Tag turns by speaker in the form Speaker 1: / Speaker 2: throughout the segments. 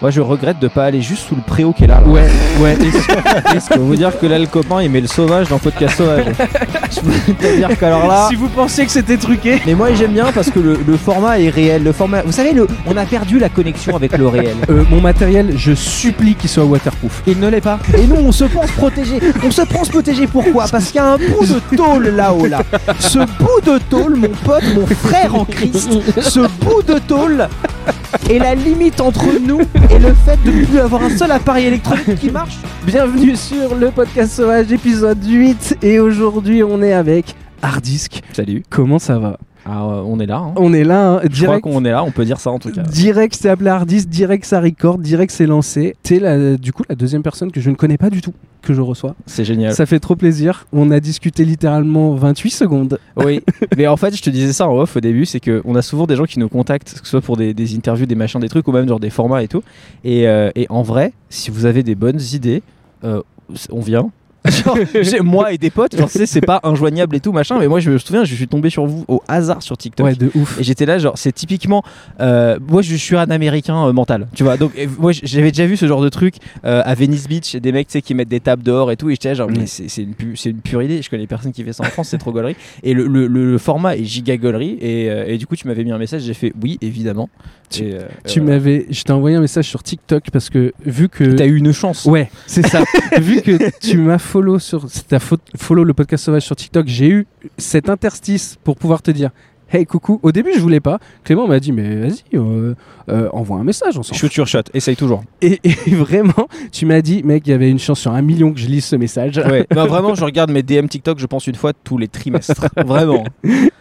Speaker 1: Moi, je regrette de pas aller juste sous le préau qui est là. là.
Speaker 2: Ouais, ouais. et c'est-
Speaker 1: Est-ce que vous dire que là, le copain, il met le sauvage dans Podcast Sauvage Je peux te dire qu'alors là.
Speaker 2: Si vous pensiez que c'était truqué,
Speaker 1: Mais moi j'aime bien parce que le, le format est réel. Le format, vous savez, le, on a perdu la connexion avec le réel.
Speaker 2: euh, mon matériel, je supplie qu'il soit waterproof.
Speaker 1: Il ne l'est pas. Et nous, on se pense protégé. On se pense protégé pourquoi Parce qu'il y a un bout de tôle là-haut là. Ce bout de tôle, mon pote, mon frère en Christ, ce bout de tôle est la limite entre nous et le fait de ne plus avoir un seul appareil électronique qui marche.
Speaker 2: Bienvenue sur le podcast sauvage épisode 8 et aujourd'hui on est avec Hardisk.
Speaker 1: Salut. Oh,
Speaker 2: Comment ça va
Speaker 1: euh, on est là.
Speaker 2: On est là, hein, direct.
Speaker 1: qu'on est là. On peut dire ça en tout
Speaker 2: Direct, c'est appelé Hardisk, direct ça record, direct c'est lancé. T'es la, du coup la deuxième personne que je ne connais pas du tout que je reçois.
Speaker 1: C'est génial.
Speaker 2: Ça fait trop plaisir. On a discuté littéralement 28 secondes.
Speaker 1: Oui, mais en fait, je te disais ça en off au début, c'est que on a souvent des gens qui nous contactent, que ce soit pour des, des interviews, des machins, des trucs, ou même genre des formats et tout. Et, euh, et en vrai, si vous avez des bonnes idées, euh, on vient. Genre, j'ai- moi et des potes, genre, tu sais, c'est pas injoignable et tout, machin, mais moi je me souviens, je suis tombé sur vous au hasard sur TikTok.
Speaker 2: Ouais, de ouf.
Speaker 1: Et j'étais là, genre, c'est typiquement. euh, moi, je suis un américain euh, mental, tu vois. Donc, euh, moi, j'avais déjà vu ce genre de truc euh, à Venice Beach, des mecs, tu sais, qui mettent des tables dehors et tout. Et j'étais là, genre, mais
Speaker 2: Mm.
Speaker 1: c'est c'est une, pu- c'est une pure idée. Je connais personne qui fait ça en France, c'est trop gaulerie. Et le, le- le- le format est giga gaulerie. Et, euh, et du coup, tu m'avais mis un message, j'ai fait oui, évidemment.
Speaker 2: Tu-
Speaker 1: Et, euh,
Speaker 2: Tu
Speaker 1: euh,
Speaker 2: m'avais, je t'ai envoyé un message sur TikTok parce que vu que
Speaker 1: T'as eu une chance.
Speaker 2: Ouais, c'est ça. Vu que tu m'as follow sur, t'as fo- follow le podcast sauvage sur TikTok, j'ai eu cet interstice pour pouvoir te dire. Hey coucou, au début je voulais pas. Clément m'a dit mais vas-y, euh, euh, envoie un message, on s'en fout.
Speaker 1: Shoot your shot, essaye toujours.
Speaker 2: Et, et vraiment, tu m'as dit mec, il y avait une chance sur un million que je lise ce message.
Speaker 1: Ouais. Non, vraiment, je regarde mes DM TikTok, je pense une fois tous les trimestres. Vraiment.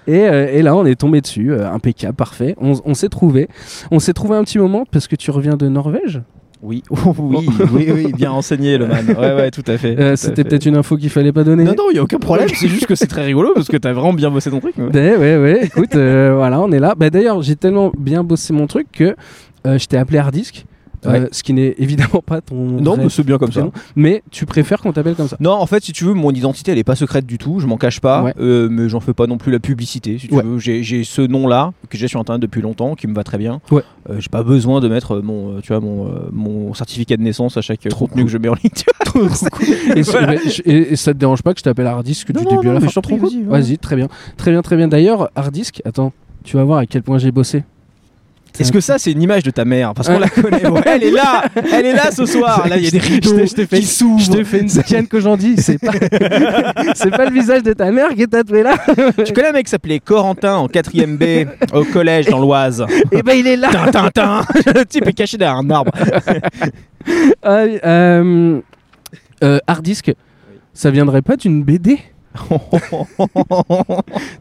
Speaker 2: Et, euh, et là on est tombé dessus, euh, impeccable, parfait. On, on s'est trouvé, on s'est trouvé un petit moment parce que tu reviens de Norvège.
Speaker 1: Oui, oui, oui, oui, bien enseigné, le man. Ouais, ouais, tout à fait.
Speaker 2: Euh,
Speaker 1: tout à
Speaker 2: C'était
Speaker 1: fait.
Speaker 2: peut-être une info qu'il fallait pas donner.
Speaker 1: Non, non, il n'y a aucun problème, c'est juste que c'est très rigolo parce que t'as vraiment bien bossé ton truc. mais ouais.
Speaker 2: Ben ouais, ouais, écoute, euh, voilà, on est là. Bah, D'ailleurs, j'ai tellement bien bossé mon truc que euh, je t'ai appelé Hardisk, euh, ce qui n'est évidemment pas ton
Speaker 1: Non,
Speaker 2: vrai
Speaker 1: mais c'est bien comme ça.
Speaker 2: prénom, mais tu préfères qu'on t'appelle comme ça.
Speaker 1: Non, en fait, si tu veux, mon identité, elle est pas secrète du tout, je m'en cache pas,
Speaker 2: Ouais.
Speaker 1: euh, mais j'en fais pas non plus la publicité, si tu
Speaker 2: Ouais.
Speaker 1: veux. J'ai j'ai ce nom-là, que j'ai sur Internet depuis longtemps, qui me va très bien.
Speaker 2: Ouais.
Speaker 1: Euh, j'ai pas besoin de mettre euh, mon, euh, tu vois, mon, euh, mon certificat de naissance à chaque euh, contenu que je mets en ligne. tu vois.
Speaker 2: Et, c'est-
Speaker 1: Voilà.
Speaker 2: ouais, je- et- et ça te dérange pas que je t'appelle Hardisk
Speaker 1: Non,
Speaker 2: du
Speaker 1: non,
Speaker 2: début
Speaker 1: non,
Speaker 2: à la
Speaker 1: mais
Speaker 2: fin
Speaker 1: je t'en prie, vas-y,
Speaker 2: Vas-y,
Speaker 1: ouais.
Speaker 2: très bien. Très bien, très bien. D'ailleurs, Hardisk, attends, tu vas voir à quel point j'ai bossé.
Speaker 1: Est-ce que ça, c'est une image de ta mère Parce qu'on la connaît. Ouais, elle est là Elle est là ce soir Ah, Là, il y a des rideaux
Speaker 2: Je t'ai- je t'ai fait-
Speaker 1: qui s'ouvrent.
Speaker 2: Je te fais une tienne que j'en dis, c'est pas, c'est pas le visage de ta mère qui est tatoué là.
Speaker 1: Tu connais un mec qui s'appelait Corentin en 4ème B au collège dans l'Oise
Speaker 2: Et ben il est là.
Speaker 1: Tintin Le type est caché derrière un arbre.
Speaker 2: Ah, euh, euh, hard disk, ça viendrait pas d'une BD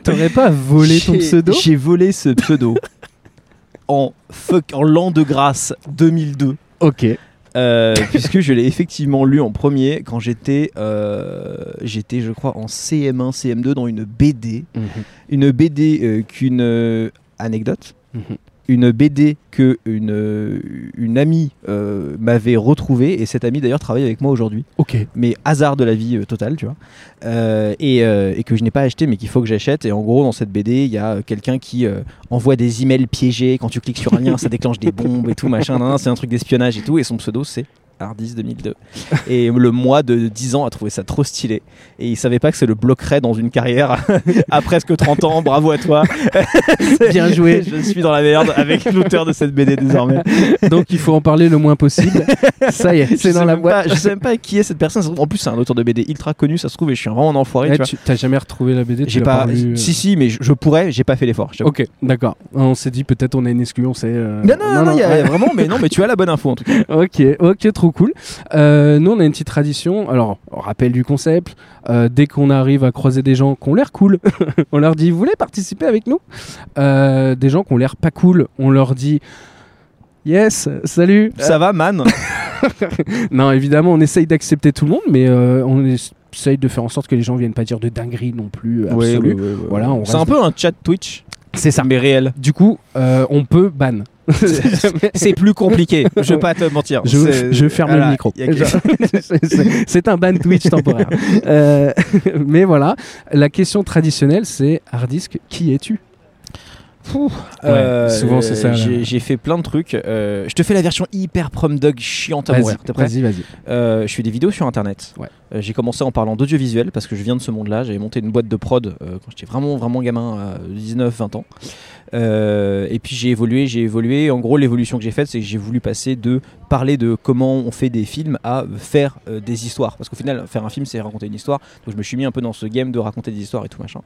Speaker 2: T'aurais pas volé ton
Speaker 1: J'ai-
Speaker 2: pseudo
Speaker 1: J'ai volé ce pseudo en, fuck- en l'an de grâce 2002.
Speaker 2: Ok.
Speaker 1: euh, puisque je l'ai effectivement lu en premier quand j'étais, euh, j'étais je crois en CM1, CM2 dans une BD, une BD euh, qu'une euh, anecdote,
Speaker 2: Mhm.
Speaker 1: une BD que une, euh, une amie euh, m'avait retrouvée et cette amie d'ailleurs travaille avec moi aujourd'hui.
Speaker 2: Ok.
Speaker 1: mais hasard de la vie euh, totale, tu vois, Euh, et, euh, et que je n'ai pas acheté, mais qu'il faut que j'achète. Et en gros, dans cette BD, il y a euh, quelqu'un qui euh, envoie des emails piégés. Quand tu cliques sur un lien, ça déclenche des bombes et tout, machin. nan, nan, c'est un truc d'espionnage et tout. Et son pseudo, c'est Hardis 2002. Et le mois de 10 ans a trouvé ça trop stylé. Et il savait pas que ça le bloquerait dans une carrière à presque 30 ans. Bravo à toi.
Speaker 2: Bien joué.
Speaker 1: je suis dans la merde avec l'auteur de cette BD désormais.
Speaker 2: Donc il faut en parler le moins possible. ça y est,
Speaker 1: Je
Speaker 2: c'est
Speaker 1: sais
Speaker 2: dans la
Speaker 1: même
Speaker 2: boîte.
Speaker 1: pas- je sais même pas qui est cette personne. ça se trouve- En plus, c'est un auteur de BD ultra connu, ça se trouve, et je suis vraiment un enfoiré.
Speaker 2: Ouais,
Speaker 1: tu vois.
Speaker 2: Eh, tu- T'as jamais retrouvé la BD tu
Speaker 1: J'ai
Speaker 2: l'as
Speaker 1: pas.
Speaker 2: lu, euh.
Speaker 1: Si, si, mais je, je pourrais, j'ai pas fait l'effort. je t'avoue.
Speaker 2: Ok, d'accord. On s'est dit peut-être on a une exclu, on sait. euh,
Speaker 1: Non, non, non, non, il y a-
Speaker 2: ouais.
Speaker 1: il y a vraiment, mais non, mais tu as la bonne info en tout cas.
Speaker 2: Ok, ok, trop cool. Euh, nous, on a une petite tradition. Alors, on rappelle du concept. Euh, dès qu'on arrive à croiser des gens qui ont l'air cool, on leur dit Vous voulez participer avec nous Euh, Des gens qui ont l'air pas cool, on leur dit Yes, salut.
Speaker 1: Ça va, man
Speaker 2: Euh, non, évidemment, on essaye d'accepter tout le monde, mais euh, on essaye de faire en sorte que les gens viennent pas dire de dinguerie non plus.
Speaker 1: Ouais,
Speaker 2: absolue.
Speaker 1: ouais, ouais, ouais.
Speaker 2: Voilà, on
Speaker 1: C'est un
Speaker 2: reste-
Speaker 1: peu un chat Twitch,
Speaker 2: C'est ça.
Speaker 1: mais réel.
Speaker 2: Du coup, euh, on peut ban.
Speaker 1: C'est plus compliqué, je vais pas te mentir.
Speaker 2: Je,
Speaker 1: C'est-
Speaker 2: je ferme
Speaker 1: voilà,
Speaker 2: le micro.
Speaker 1: y a quelque-
Speaker 2: C'est- c'est- c'est un ban Twitch temporaire. Euh, mais voilà, la question traditionnelle, c'est Hardisk, qui es-tu
Speaker 1: Pouf.
Speaker 2: Ouais, souvent, c'est ça, là.
Speaker 1: Euh, J'ai j'ai fait plein de trucs. Euh, je te fais la version hyper prom dog chiante à
Speaker 2: Vas-y,
Speaker 1: mourir. T'es prêt
Speaker 2: vas-y, vas-y.
Speaker 1: Euh, Je fais des vidéos sur internet.
Speaker 2: Ouais.
Speaker 1: Euh, j'ai commencé en parlant d'audiovisuel parce que je viens de ce monde-là. J'avais monté une boîte de prod euh, quand j'étais vraiment, vraiment gamin, à 19-20 ans. Euh, et puis j'ai évolué, j'ai évolué. En gros, l'évolution que j'ai faite, c'est que j'ai voulu passer de parler de comment on fait des films à faire euh, des histoires. Parce qu'au final, faire un film, c'est raconter une histoire. Donc je me suis mis un peu dans ce game de raconter des histoires et tout machin.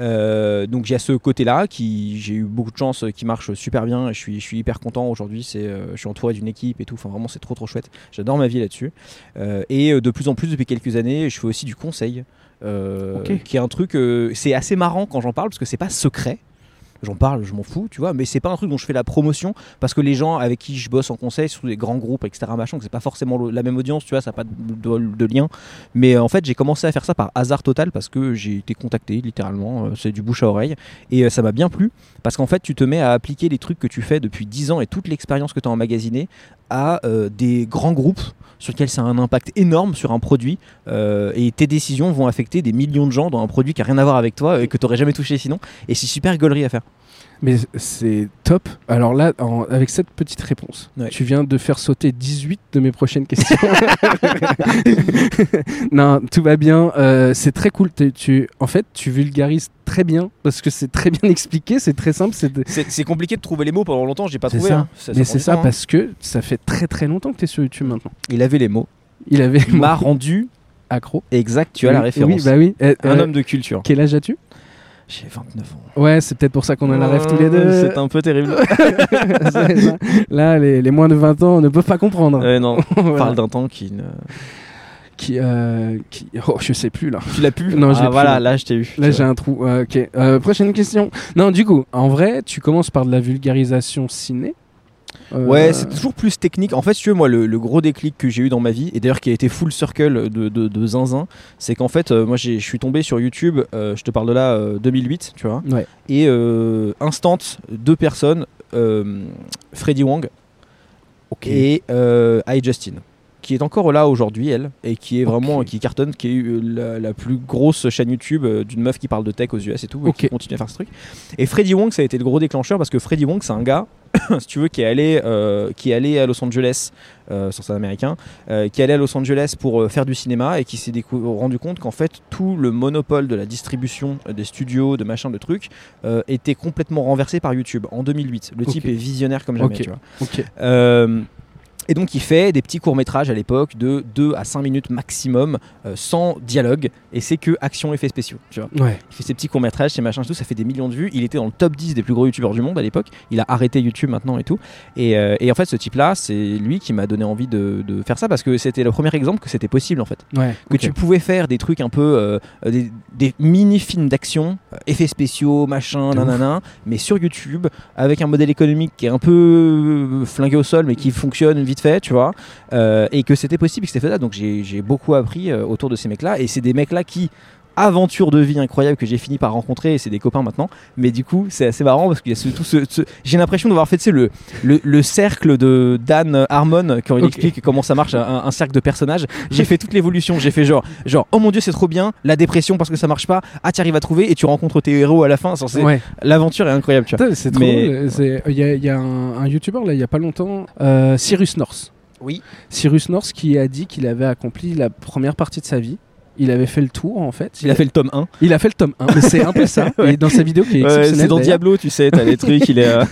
Speaker 1: Euh, donc j'ai ce côté-là qui j'ai eu beaucoup de chance, euh, qui marche super bien. Et je suis, je suis hyper content aujourd'hui. C'est, euh, je suis entouré d'une équipe et tout. Enfin vraiment, c'est trop trop chouette. J'adore ma vie là-dessus. Euh, et euh, de plus en plus depuis quelques années, je fais aussi du conseil, euh,
Speaker 2: Ok.
Speaker 1: qui est un truc. euh, c'est assez marrant quand j'en parle parce que c'est pas secret. J'en parle, je m'en fous, tu vois, mais c'est pas un truc dont je fais la promotion parce que les gens avec qui je bosse en conseil, surtout des grands groupes, etc., machin, que c'est pas forcément le- la même audience, tu vois, ça n'a pas de, de- de lien. Mais euh, en fait, j'ai commencé à faire ça par hasard total parce que j'ai été contacté littéralement, euh, c'est du bouche à oreille, et euh, ça m'a bien plu parce qu'en fait, tu te mets à appliquer les trucs que tu fais depuis 10 ans et toute l'expérience que tu as emmagasinée à euh, des grands groupes sur lesquels ça a un impact énorme sur un produit euh, et tes décisions vont affecter des millions de gens dans un produit qui a rien à voir avec toi et que t'aurais jamais touché sinon. Et c'est super rigolerie à faire.
Speaker 2: Mais c'est top. Alors là, en- avec cette petite réponse,
Speaker 1: Ouais.
Speaker 2: tu viens de faire sauter 18 de mes prochaines questions. non, tout va bien. Euh, c'est très cool. T'es- tu, en fait, tu vulgarises très bien parce que c'est très bien expliqué, c'est très simple. c'est de-
Speaker 1: C'est c'est compliqué de trouver les mots pendant longtemps, j'ai pas
Speaker 2: C'est
Speaker 1: trouvé.
Speaker 2: ça.
Speaker 1: hein.
Speaker 2: Mais
Speaker 1: prend
Speaker 2: c'est
Speaker 1: du
Speaker 2: ça
Speaker 1: temps, hein.
Speaker 2: parce que ça fait très très longtemps que tu es sur YouTube maintenant.
Speaker 1: Il avait les mots.
Speaker 2: Il avait
Speaker 1: Il m'a rendu
Speaker 2: accro.
Speaker 1: exact, tu as la
Speaker 2: Oui,
Speaker 1: référence.
Speaker 2: Oui, bah oui. Euh,
Speaker 1: Un
Speaker 2: euh,
Speaker 1: homme de culture.
Speaker 2: Quel âge as-tu
Speaker 1: J'ai 29 ans.
Speaker 2: Ouais, c'est peut-être pour ça qu'on a la rêve tous les deux.
Speaker 1: Oh, Euh, C'est un peu terrible.
Speaker 2: C'est ça. Là, les, les moins de 20 ans ne peuvent pas comprendre.
Speaker 1: Ouais, non, on
Speaker 2: Voilà.
Speaker 1: parle d'un temps qui ne.
Speaker 2: Qui, euh, qui... Oh, je sais plus là.
Speaker 1: Tu l'as pu
Speaker 2: Non, je l'ai
Speaker 1: ah,
Speaker 2: plus,
Speaker 1: voilà,
Speaker 2: là.
Speaker 1: là je t'ai eu.
Speaker 2: Là, j'ai un trou. Ouais, ok. Euh, prochaine question. Non, du coup, en vrai, tu commences par de la vulgarisation ciné. Euh,
Speaker 1: Ouais, c'est toujours plus technique. En fait, si tu veux, moi, le, le gros déclic que j'ai eu dans ma vie, et d'ailleurs qui a été full circle de, de, de zinzin, c'est qu'en fait, euh, moi, j'ai- je suis tombé sur YouTube, euh, je te parle de là, euh, 2008, tu vois,
Speaker 2: Ouais.
Speaker 1: et euh, instant, deux personnes, euh, Freddy Wang
Speaker 2: Ok.
Speaker 1: et euh, I Justin, qui est encore là aujourd'hui, elle, et qui est vraiment,
Speaker 2: Ok.
Speaker 1: qui cartonne, qui est euh, la, la plus grosse chaîne YouTube euh, d'une meuf qui parle de tech aux US et tout, et qui
Speaker 2: Ok.
Speaker 1: continue à faire ce truc. Et Freddy Wong, ça a été le gros déclencheur parce que Freddy Wong, c'est un gars, si tu veux, qui est allé, euh, qui est allé à Los Angeles, euh, sur un américain, euh, qui est allé à Los Angeles pour euh, faire du cinéma et qui s'est décou- rendu compte qu'en fait, tout le monopole de la distribution euh, des studios, de machin, de trucs, euh, était complètement renversé par YouTube en 2008. Le
Speaker 2: Ok.
Speaker 1: type est visionnaire comme jamais,
Speaker 2: Ok.
Speaker 1: tu vois.
Speaker 2: Ok.
Speaker 1: Euh, et donc il fait des petits courts-métrages à l'époque de 2 à 5 minutes maximum euh, sans dialogue et c'est que action effets spéciaux tu vois.
Speaker 2: Ouais.
Speaker 1: Il fait ses petits courts-métrages, ses machins et tout, ça fait des millions de vues, il était dans le top 10 des plus gros youtubeurs du monde à l'époque, il a arrêté YouTube maintenant et tout et, euh, et en fait ce type là c'est lui qui m'a donné envie de, de faire ça parce que c'était le premier exemple que c'était possible en fait
Speaker 2: Ouais.
Speaker 1: que tu pouvais faire des trucs un peu euh, euh, des, des mini films d'action euh, effets spéciaux machin
Speaker 2: De ouf.
Speaker 1: nanana mais sur YouTube avec un modèle économique qui est un peu euh, flingué au sol mais qui fonctionne vite fait tu vois euh, et que c'était possible et que c'était faisable donc j'ai j'ai beaucoup appris euh, autour de ces mecs là et c'est des mecs là qui aventure de vie incroyable que j'ai fini par rencontrer et c'est des copains maintenant mais du coup c'est assez marrant parce qu'il y a ce- tout ce, ce- j'ai l'impression d'avoir fait tu sais, le, le, le cercle de Dan Harmon quand il
Speaker 2: Ok.
Speaker 1: explique comment ça marche un, un cercle de personnages j'ai fait toute l'évolution j'ai fait genre genre oh mon dieu c'est trop bien la dépression parce que ça marche pas ah tu arrives à trouver et tu rencontres tes héros à la fin Enfin, c'est-
Speaker 2: Ouais.
Speaker 1: l'aventure est incroyable tu vois
Speaker 2: Putain, C'est trop
Speaker 1: Mais-
Speaker 2: drôle. C'est- Il y a, il y a un, un youtubeur là, il y a pas longtemps, euh, Cyrus North.
Speaker 1: oui
Speaker 2: Cyrus North qui a dit qu'il avait accompli la première partie de sa vie. Il avait fait le tour en fait.
Speaker 1: il a fait le tome 1
Speaker 2: Il a fait le tome 1, mais c'est un peu ça.
Speaker 1: Ouais.
Speaker 2: Et dans sa vidéo qui est exceptionnelle.
Speaker 1: c'est dans
Speaker 2: d'ailleurs,
Speaker 1: Diablo tu sais t'as les trucs il est euh,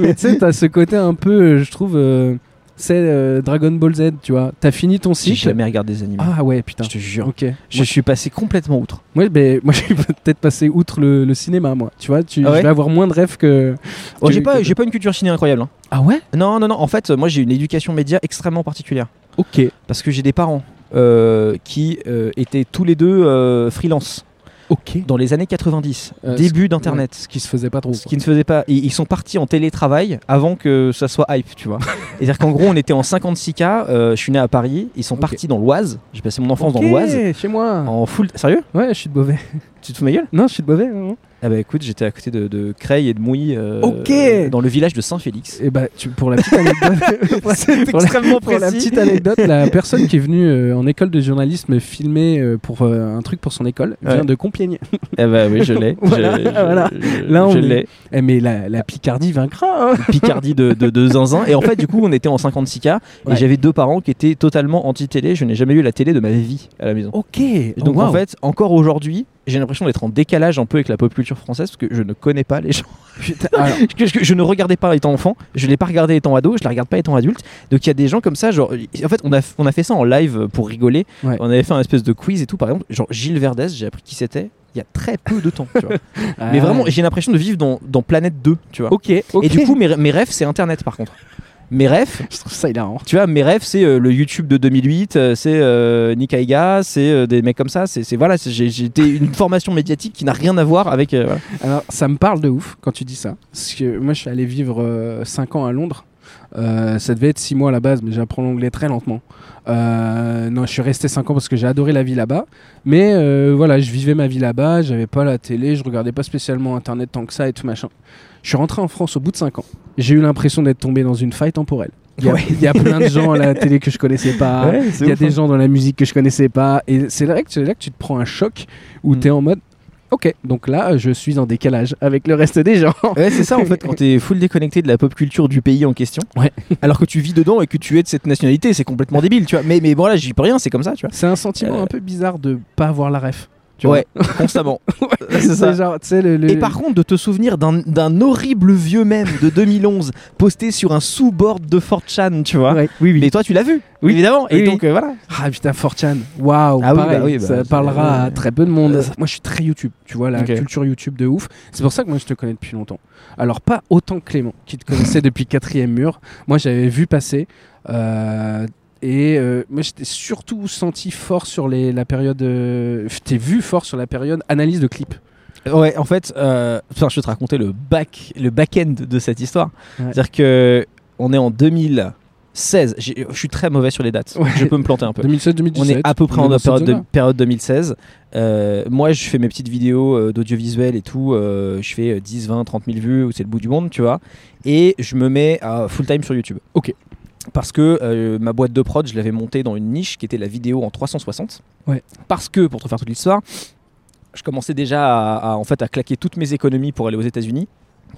Speaker 2: Mais tu sais, t'as ce côté un peu, euh, je trouve, euh, c'est euh, Dragon Ball Z, tu vois. T'as fini ton
Speaker 1: j'ai
Speaker 2: cycle.
Speaker 1: jamais regardé des animés
Speaker 2: Ah ouais, putain.
Speaker 1: je te jure
Speaker 2: Ok.
Speaker 1: je suis passé complètement outre
Speaker 2: Moi, ben, moi, j'ai peut-être passé outre le, le cinéma, moi. Tu vois, tu,
Speaker 1: Ah ouais
Speaker 2: je vais avoir moins de rêves que.
Speaker 1: Oh,
Speaker 2: que-
Speaker 1: j'ai pas
Speaker 2: que-
Speaker 1: j'ai pas une culture ciné incroyable hein.
Speaker 2: Ah ouais
Speaker 1: non non non en fait moi j'ai une éducation média extrêmement particulière
Speaker 2: Ok.
Speaker 1: parce que j'ai des parents euh, qui euh, étaient tous les deux euh, freelance
Speaker 2: Ok.
Speaker 1: dans les années 90,
Speaker 2: Euh,
Speaker 1: début d'internet.
Speaker 2: Ce qui se faisait pas trop.
Speaker 1: Ce qui ne faisait pas. Ils, ils sont partis en télétravail avant que ça soit hype, tu vois. C'est-à-dire qu'en gros, on était en 56K, euh, je suis né à Paris, ils sont
Speaker 2: Ok.
Speaker 1: partis dans l'Oise, j'ai passé mon enfance
Speaker 2: Ok,
Speaker 1: dans l'Oise,
Speaker 2: chez moi.
Speaker 1: en full. Sérieux
Speaker 2: Ouais, je suis de Beauvais.
Speaker 1: Tu te fous de ma gueule
Speaker 2: Non, je suis de Beauvais. hein.
Speaker 1: Ah bah écoute, j'étais à côté de, de Creil et de Mouilly, euh,
Speaker 2: Ok.
Speaker 1: dans le village de Saint-Félix.
Speaker 2: Et bah, tu- pour la petite anecdote, pour la-
Speaker 1: C'est
Speaker 2: pour la-
Speaker 1: extrêmement
Speaker 2: pour la
Speaker 1: précis.
Speaker 2: petite anecdote, la personne qui est venue euh, en école de journalisme filmer euh, pour euh, un truc pour son école vient
Speaker 1: Ouais.
Speaker 2: de Compiègne.
Speaker 1: Ah bah oui, je l'ai.
Speaker 2: Voilà,
Speaker 1: Je- je-
Speaker 2: voilà.
Speaker 1: je-
Speaker 2: Là, on
Speaker 1: je
Speaker 2: est-
Speaker 1: l'ai.
Speaker 2: Eh, mais la, la Picardie vaincra. hein.
Speaker 1: Picardie de, de, de zinzin. Et en fait, du coup, on était en 56K et
Speaker 2: Ouais.
Speaker 1: j'avais deux parents qui étaient totalement anti-télé. Je n'ai jamais eu la télé de ma vie à la maison.
Speaker 2: Ok.
Speaker 1: Et donc, en
Speaker 2: Oh, wow.
Speaker 1: fait, encore aujourd'hui, j'ai l'impression d'être en décalage un peu avec la pop culture française parce que je ne connais pas les gens.
Speaker 2: Putain, alors,
Speaker 1: que je, je ne regardais pas étant enfant, je ne l'ai pas regardé étant ado, je la regarde pas étant adulte. Donc il y a des gens comme ça, genre, en fait, on a, on a fait ça en live pour rigoler.
Speaker 2: Ouais.
Speaker 1: On avait fait un espèce de quiz et tout, par exemple, genre Gilles Verdez, j'ai appris qui c'était il y a très peu de temps. tu vois. Mais
Speaker 2: ah,
Speaker 1: vraiment, j'ai l'impression de vivre dans, dans Planète 2, tu vois.
Speaker 2: Ok. ok.
Speaker 1: Et du coup, mes, mes rêves, c'est Internet par contre. Mes rêves,
Speaker 2: je trouve ça hilarant.
Speaker 1: tu vois, mes rêves, c'est euh, le YouTube de 2008, euh, c'est euh, Nick Haïga, c'est euh, des mecs comme ça. C'est c'est- voilà, c'est- j'ai j'ai été une formation médiatique qui n'a rien à voir avec. euh, voilà.
Speaker 2: Alors, ça me parle de ouf quand tu dis ça. Parce que moi, je suis allé vivre 5 ans à Londres. Euh, ça devait être 6 mois à la base, mais j'apprends l'anglais très lentement. Euh, non, je suis resté 5 ans parce que j'ai adoré la vie là-bas. Mais euh, voilà, je vivais ma vie là-bas, j'avais pas la télé, je regardais pas spécialement internet tant que ça et tout machin. Je suis rentré en France au bout de 5 ans. J'ai eu l'impression d'être tombé dans une faille temporelle. Il y, a,
Speaker 1: Ouais.
Speaker 2: il y a plein de gens à la télé que je connaissais
Speaker 1: Ah,
Speaker 2: pas. Il y a
Speaker 1: hein.
Speaker 2: des gens dans la musique que je connaissais pas. Et c'est là que, c'est là que tu te prends un choc où
Speaker 1: Mm.
Speaker 2: tu es en mode Ok, donc là, je suis en décalage avec le reste des gens.
Speaker 1: Ouais, c'est ça en fait, quand t'es full déconnecté de la pop culture du pays en question,
Speaker 2: Ouais.
Speaker 1: alors que tu vis dedans et que tu es de cette nationalité, c'est complètement débile, tu vois. Mais, mais bon, là, j'y peux rien, c'est comme ça, tu vois.
Speaker 2: C'est un sentiment
Speaker 1: Euh.
Speaker 2: un peu bizarre de pas avoir la ref. Tu
Speaker 1: ouais, constamment. c'est
Speaker 2: vois
Speaker 1: ça.
Speaker 2: C'est genre, tu sais, le, le-
Speaker 1: Et par contre, de te souvenir d'un- d'un horrible vieux mème de 2011 posté sur un sous-board de 4chan, tu vois.
Speaker 2: Ouais, Oui, oui.
Speaker 1: Mais toi, tu l'as vu,
Speaker 2: Oui.
Speaker 1: évidemment. Et
Speaker 2: Oui,
Speaker 1: donc, euh, voilà.
Speaker 2: Ah putain, Fortune. Waouh,
Speaker 1: Ah oui,
Speaker 2: pareil,
Speaker 1: bah oui, bah,
Speaker 2: ça
Speaker 1: c'est-
Speaker 2: parlera à
Speaker 1: ouais.
Speaker 2: très peu de monde.
Speaker 1: Euh,
Speaker 2: moi, je suis très YouTube, tu vois, la
Speaker 1: Ok.
Speaker 2: culture YouTube de ouf. C'est pour ça que moi, je te connais depuis longtemps. Alors, pas autant que Clément, qui te connaissait depuis quatrième mur. Moi, j'avais vu passer. euh, et euh, moi, j'étais surtout senti fort sur les, la période. euh, je t'ai vu fort sur la période analyse de clip.
Speaker 1: Ouais, en fait, euh, putain, je vais te raconter le back, le back-end de cette histoire.
Speaker 2: Ouais.
Speaker 1: C'est-à-dire que on est en 2016. J'ai- Je suis très mauvais sur les dates.
Speaker 2: Ouais.
Speaker 1: Je peux me planter un peu.
Speaker 2: 2016-2017.
Speaker 1: On est à peu près en
Speaker 2: dans
Speaker 1: la
Speaker 2: cette
Speaker 1: période, de-
Speaker 2: zone-là.
Speaker 1: période 2016. Euh, moi, je fais mes petites vidéos euh, d'audiovisuel et tout. euh, je fais euh, 10, 20, 30 000 vues, où c'est le bout du monde, tu vois. Et je me mets à full time sur YouTube.
Speaker 2: Ok.
Speaker 1: Parce que euh, ma boîte de prod, je l'avais montée dans une niche qui était la vidéo en 360.
Speaker 2: Ouais.
Speaker 1: Parce que, pour te faire toute l'histoire, je commençais déjà à, à, en fait, à claquer toutes mes économies pour aller aux États-Unis.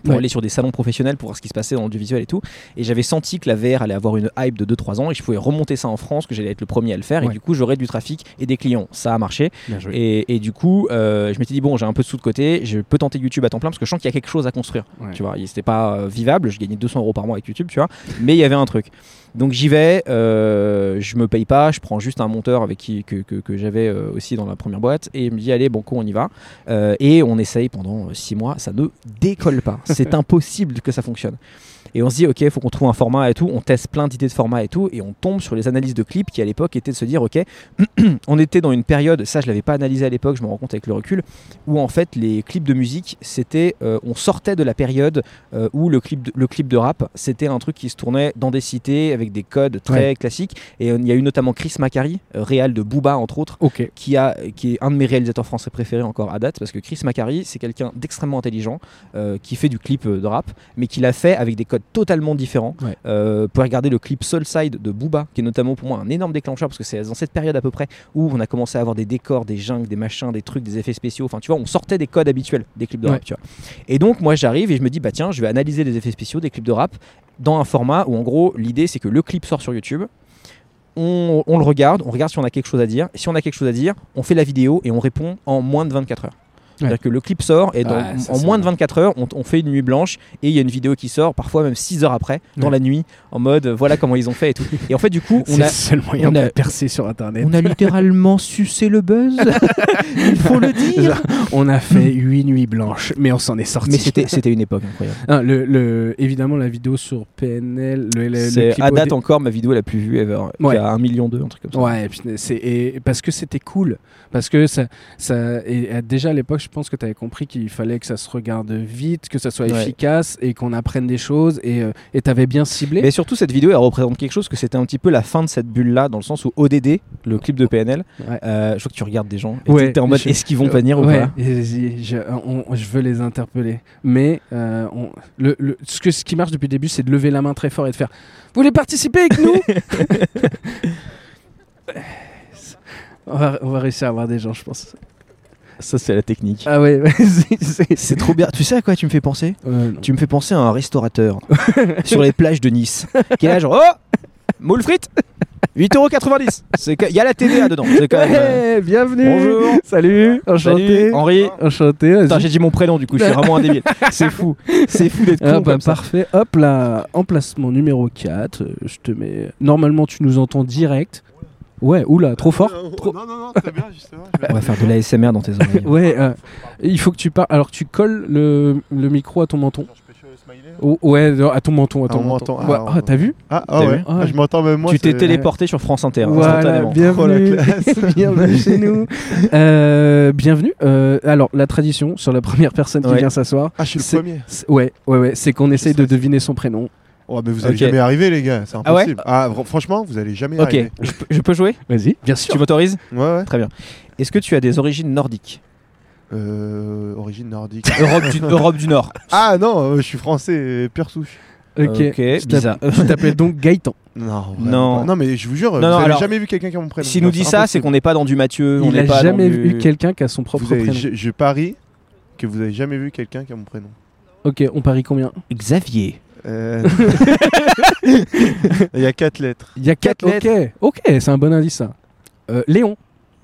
Speaker 1: Pour
Speaker 2: Ouais.
Speaker 1: aller sur des salons professionnels pour voir ce qui se passait dans l'audiovisuel et tout. Et j'avais senti que la VR allait avoir une hype de 2-3 ans et je pouvais remonter ça en France, que j'allais être le premier à le faire.
Speaker 2: Ouais.
Speaker 1: Et du coup, j'aurais du trafic et des clients. Ça a marché.
Speaker 2: Bien joué.
Speaker 1: Et, et du coup, euh, je m'étais dit, bon, j'ai un peu de sous de côté, je peux tenter YouTube à temps plein parce que je sens qu'il y a quelque chose à construire.
Speaker 2: Ouais.
Speaker 1: Tu vois, Et c'était pas euh, vivable, je gagnais 200 euros par mois avec YouTube, tu vois, mais il y avait un truc. Donc j'y vais, euh, je me paye pas, je prends juste un monteur avec qui que, que- que j'avais euh, aussi dans la première boîte et il me dit allez bon con on y va Euh, et on essaye pendant 6 mois, ça ne décolle pas, c'est impossible que ça fonctionne. Et on se dit ok faut qu'on trouve un format et tout, on teste plein d'idées de format et tout et on tombe sur les analyses de clips qui à l'époque étaient de se dire ok on était dans une période, ça je l'avais pas analysé à l'époque, je m'en rends compte avec le recul, où en fait les clips de musique c'était, euh, on sortait de la période euh, où le clip de, le clip de rap c'était un truc qui se tournait dans des cités avec des codes très classiques et euh, il y a eu notamment Chris Macari, euh, réal de Booba entre autres,
Speaker 2: Ok.
Speaker 1: qui, a, qui est un de mes réalisateurs français préférés encore à date, parce que Chris Macari, c'est quelqu'un d'extrêmement intelligent, euh, qui fait du clip euh, de rap, mais qui l'a fait avec des codes totalement différents.
Speaker 2: Ouais.
Speaker 1: Euh, pour regarder le clip Soul Side de Booba, qui est notamment pour moi un énorme déclencheur, parce que c'est dans cette période à peu près où on a commencé à avoir des décors, des jungles, des machins, des trucs, des effets spéciaux, enfin tu vois, on sortait des codes habituels des clips de
Speaker 2: Ouais.
Speaker 1: rap, tu vois. Et donc moi j'arrive et je me dis, bah tiens, je vais analyser les effets spéciaux des clips de rap dans un format où en gros l'idée c'est que le clip sort sur YouTube, on, on le regarde, on regarde si on a quelque chose à dire. Et si on a quelque chose à dire, on fait la vidéo et on répond en moins de 24 heures. C'est-à-dire que le clip sort et dans-
Speaker 2: Ouais, ça,
Speaker 1: en
Speaker 2: c'est
Speaker 1: moins de
Speaker 2: vrai.
Speaker 1: 24 heures, on, on fait une nuit blanche et il y a une vidéo qui sort, parfois même 6 heures après, dans
Speaker 2: Ouais.
Speaker 1: la nuit, en mode euh, voilà comment ils ont fait et tout. Et en fait, du coup,
Speaker 2: C'est
Speaker 1: on
Speaker 2: le
Speaker 1: a,
Speaker 2: seul moyen
Speaker 1: on a-
Speaker 2: de percer sur internet.
Speaker 1: on a littéralement sucé le buzz. il faut le dire.
Speaker 2: On a fait 8 nuits blanches, mais on s'en est sorti.
Speaker 1: Mais c'était c'était une époque incroyable.
Speaker 2: Ah, le, le- évidemment, la vidéo sur PNL, le, le- le
Speaker 1: C'est
Speaker 2: clip
Speaker 1: à
Speaker 2: au
Speaker 1: date
Speaker 2: dé-
Speaker 1: encore ma vidéo la plus vue ever,
Speaker 2: Ouais.
Speaker 1: qui a 1 million d'eux, un truc comme ça.
Speaker 2: Ouais, putain, c'est et parce que c'était cool, parce que ça, ça et, euh, déjà à l'époque, je je pense que tu avais compris qu'il fallait que ça se regarde vite, que ça soit
Speaker 1: Ouais.
Speaker 2: efficace et qu'on apprenne des choses et euh, et t'avais bien ciblé.
Speaker 1: Mais surtout, cette vidéo, elle représente quelque chose que c'était un petit peu la fin de cette bulle-là, dans le sens où ODD, le clip de PNL,
Speaker 2: Ouais.
Speaker 1: euh, je vois que tu regardes des gens et
Speaker 2: Ouais,
Speaker 1: t'es en mode
Speaker 2: je-
Speaker 1: est-ce qu'ils vont venir ou
Speaker 2: Ouais,
Speaker 1: pas
Speaker 2: et je, je- on- je veux les interpeller. Mais euh, on- le, le- ce, que, ce qui marche depuis le début, c'est de lever la main très fort et de faire Vous voulez participer avec nous on, va, on va réussir à avoir des gens, je pense.
Speaker 1: Ça, c'est la technique.
Speaker 2: Ah ouais, vas-y. c'est-
Speaker 1: C'est trop bien. Tu sais à quoi tu me fais penser
Speaker 2: Euh, non.
Speaker 1: Tu me fais penser à un restaurateur sur les plages de Nice qui est là genre oh moule frites 8,90€. C'est que- Il y a la TVA dedans. C'est quand même, euh,
Speaker 2: Ouais, bienvenue
Speaker 1: Bonjour.
Speaker 2: Salut Enchanté
Speaker 1: Salut, Henri.
Speaker 2: Enchanté vas-y.
Speaker 1: Putain, j'ai dit mon prénom du coup, je suis vraiment un débile. C'est fou. C'est fou d'être con
Speaker 2: Ah bah,
Speaker 1: comme ça.
Speaker 2: parfait, hop là, emplacement numéro 4, euh, je te mets... Normalement tu nous entends direct. Ouais, oula, trop fort
Speaker 3: Euh,
Speaker 2: Trop-
Speaker 3: Non, non, non, très bien, justement. je vais-
Speaker 1: On va faire de l'ASMR dans tes oreilles.
Speaker 2: Ouais, euh, il faut que tu parles. Alors tu colles le, le micro à ton menton.
Speaker 3: Genre, je peux tuer le smiley, là
Speaker 2: Oh, ouais, non, à ton menton, à
Speaker 3: À
Speaker 2: ton
Speaker 3: mon
Speaker 2: menton.
Speaker 3: menton,
Speaker 2: Ouais,
Speaker 3: ah,
Speaker 2: ah, t'as vu
Speaker 3: Ah, ah
Speaker 1: T'as
Speaker 3: ouais,
Speaker 1: vu
Speaker 3: Ah, je m'entends même moi.
Speaker 1: tu t'es
Speaker 3: c'est-
Speaker 1: téléporté sur France Inter hein,
Speaker 2: Voilà,
Speaker 1: instantanément.
Speaker 3: Oh,
Speaker 2: bienvenue.
Speaker 3: la classe.
Speaker 2: bienvenue chez nous. Euh, bienvenue. Euh, alors la tradition sur la première personne qui
Speaker 1: Ouais.
Speaker 2: vient s'asseoir.
Speaker 3: Ah, je suis
Speaker 2: C'est-
Speaker 3: le premier.
Speaker 2: c'est- Ouais, ouais, ouais, c'est qu'on essaye de deviner son prénom.
Speaker 3: Oh, mais vous allez
Speaker 1: Ok.
Speaker 3: jamais arriver, les gars, c'est
Speaker 1: Ah ouais
Speaker 3: impossible. Ah, vr- franchement, vous allez jamais
Speaker 1: Ok,
Speaker 3: arriver.
Speaker 1: je peux, je peux jouer
Speaker 2: Vas-y, bien
Speaker 1: Tu
Speaker 2: sûr.
Speaker 1: m'autorises
Speaker 3: Ouais, ouais.
Speaker 1: Est-ce que tu as des origines nordiques
Speaker 3: Euh, origine nordique.
Speaker 1: Europe du, Europe du Nord.
Speaker 3: ah non, euh, je suis français, euh, pure souche.
Speaker 2: Ok.
Speaker 1: ok,
Speaker 2: Tu t'app-
Speaker 1: bizarre.
Speaker 2: Tu t'appelles donc Gaëtan.
Speaker 3: Non, vraiment
Speaker 1: Non.
Speaker 3: pas. Non, mais je vous jure,
Speaker 1: Non,
Speaker 3: vous
Speaker 1: non,
Speaker 3: avez
Speaker 1: alors,
Speaker 3: jamais vu quelqu'un qui a mon prénom.
Speaker 1: S'il nous
Speaker 3: Non,
Speaker 1: dit ça, c'est
Speaker 3: impossible.
Speaker 1: qu'on n'est pas dans du Mathieu. on
Speaker 2: Il
Speaker 1: n'est
Speaker 2: a
Speaker 1: pas dans
Speaker 2: jamais
Speaker 1: du-
Speaker 2: eu quelqu'un qui a son propre
Speaker 3: Vous avez-
Speaker 2: prénom.
Speaker 3: je, je parie que vous avez jamais vu quelqu'un qui a mon prénom.
Speaker 2: Ok, on parie combien
Speaker 1: Xavier.
Speaker 3: Euh, Il y a quatre lettres.
Speaker 2: Il y a
Speaker 1: Quatre
Speaker 2: Ok, ok, c'est un bon indice ça. Euh, Léon.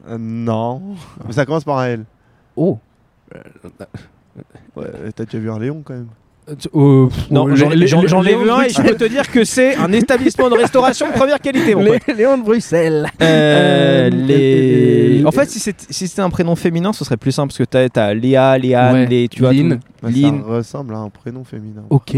Speaker 3: Euh, non. Mais ça commence par un L.
Speaker 2: Oh.
Speaker 3: Ouais, Euh, t'as déjà vu un Léon quand même.
Speaker 2: Euh, tu- euh, pff,
Speaker 1: Non,
Speaker 2: euh,
Speaker 1: j'en
Speaker 2: Lé-
Speaker 1: j'en-
Speaker 2: Lé-
Speaker 1: j'en ai
Speaker 2: Léon
Speaker 1: vu un
Speaker 2: de
Speaker 1: et je peux te dire que c'est un établissement de restauration de première qualité. mon
Speaker 2: Bruxelles.
Speaker 1: pote.
Speaker 2: Lé- Léon de Bruxelles.
Speaker 1: Euh,
Speaker 2: Euh,
Speaker 1: les...
Speaker 2: les-
Speaker 1: En fait, si c'était si c'était un prénom féminin, ce serait plus simple parce que t'as as Léa, Léane,
Speaker 2: Ouais,
Speaker 1: les, tu vois,
Speaker 2: Lynn.
Speaker 1: tout.
Speaker 3: Ouais,
Speaker 1: Lynn.
Speaker 3: Bah, Ça ressemble à un prénom féminin.
Speaker 2: Ok.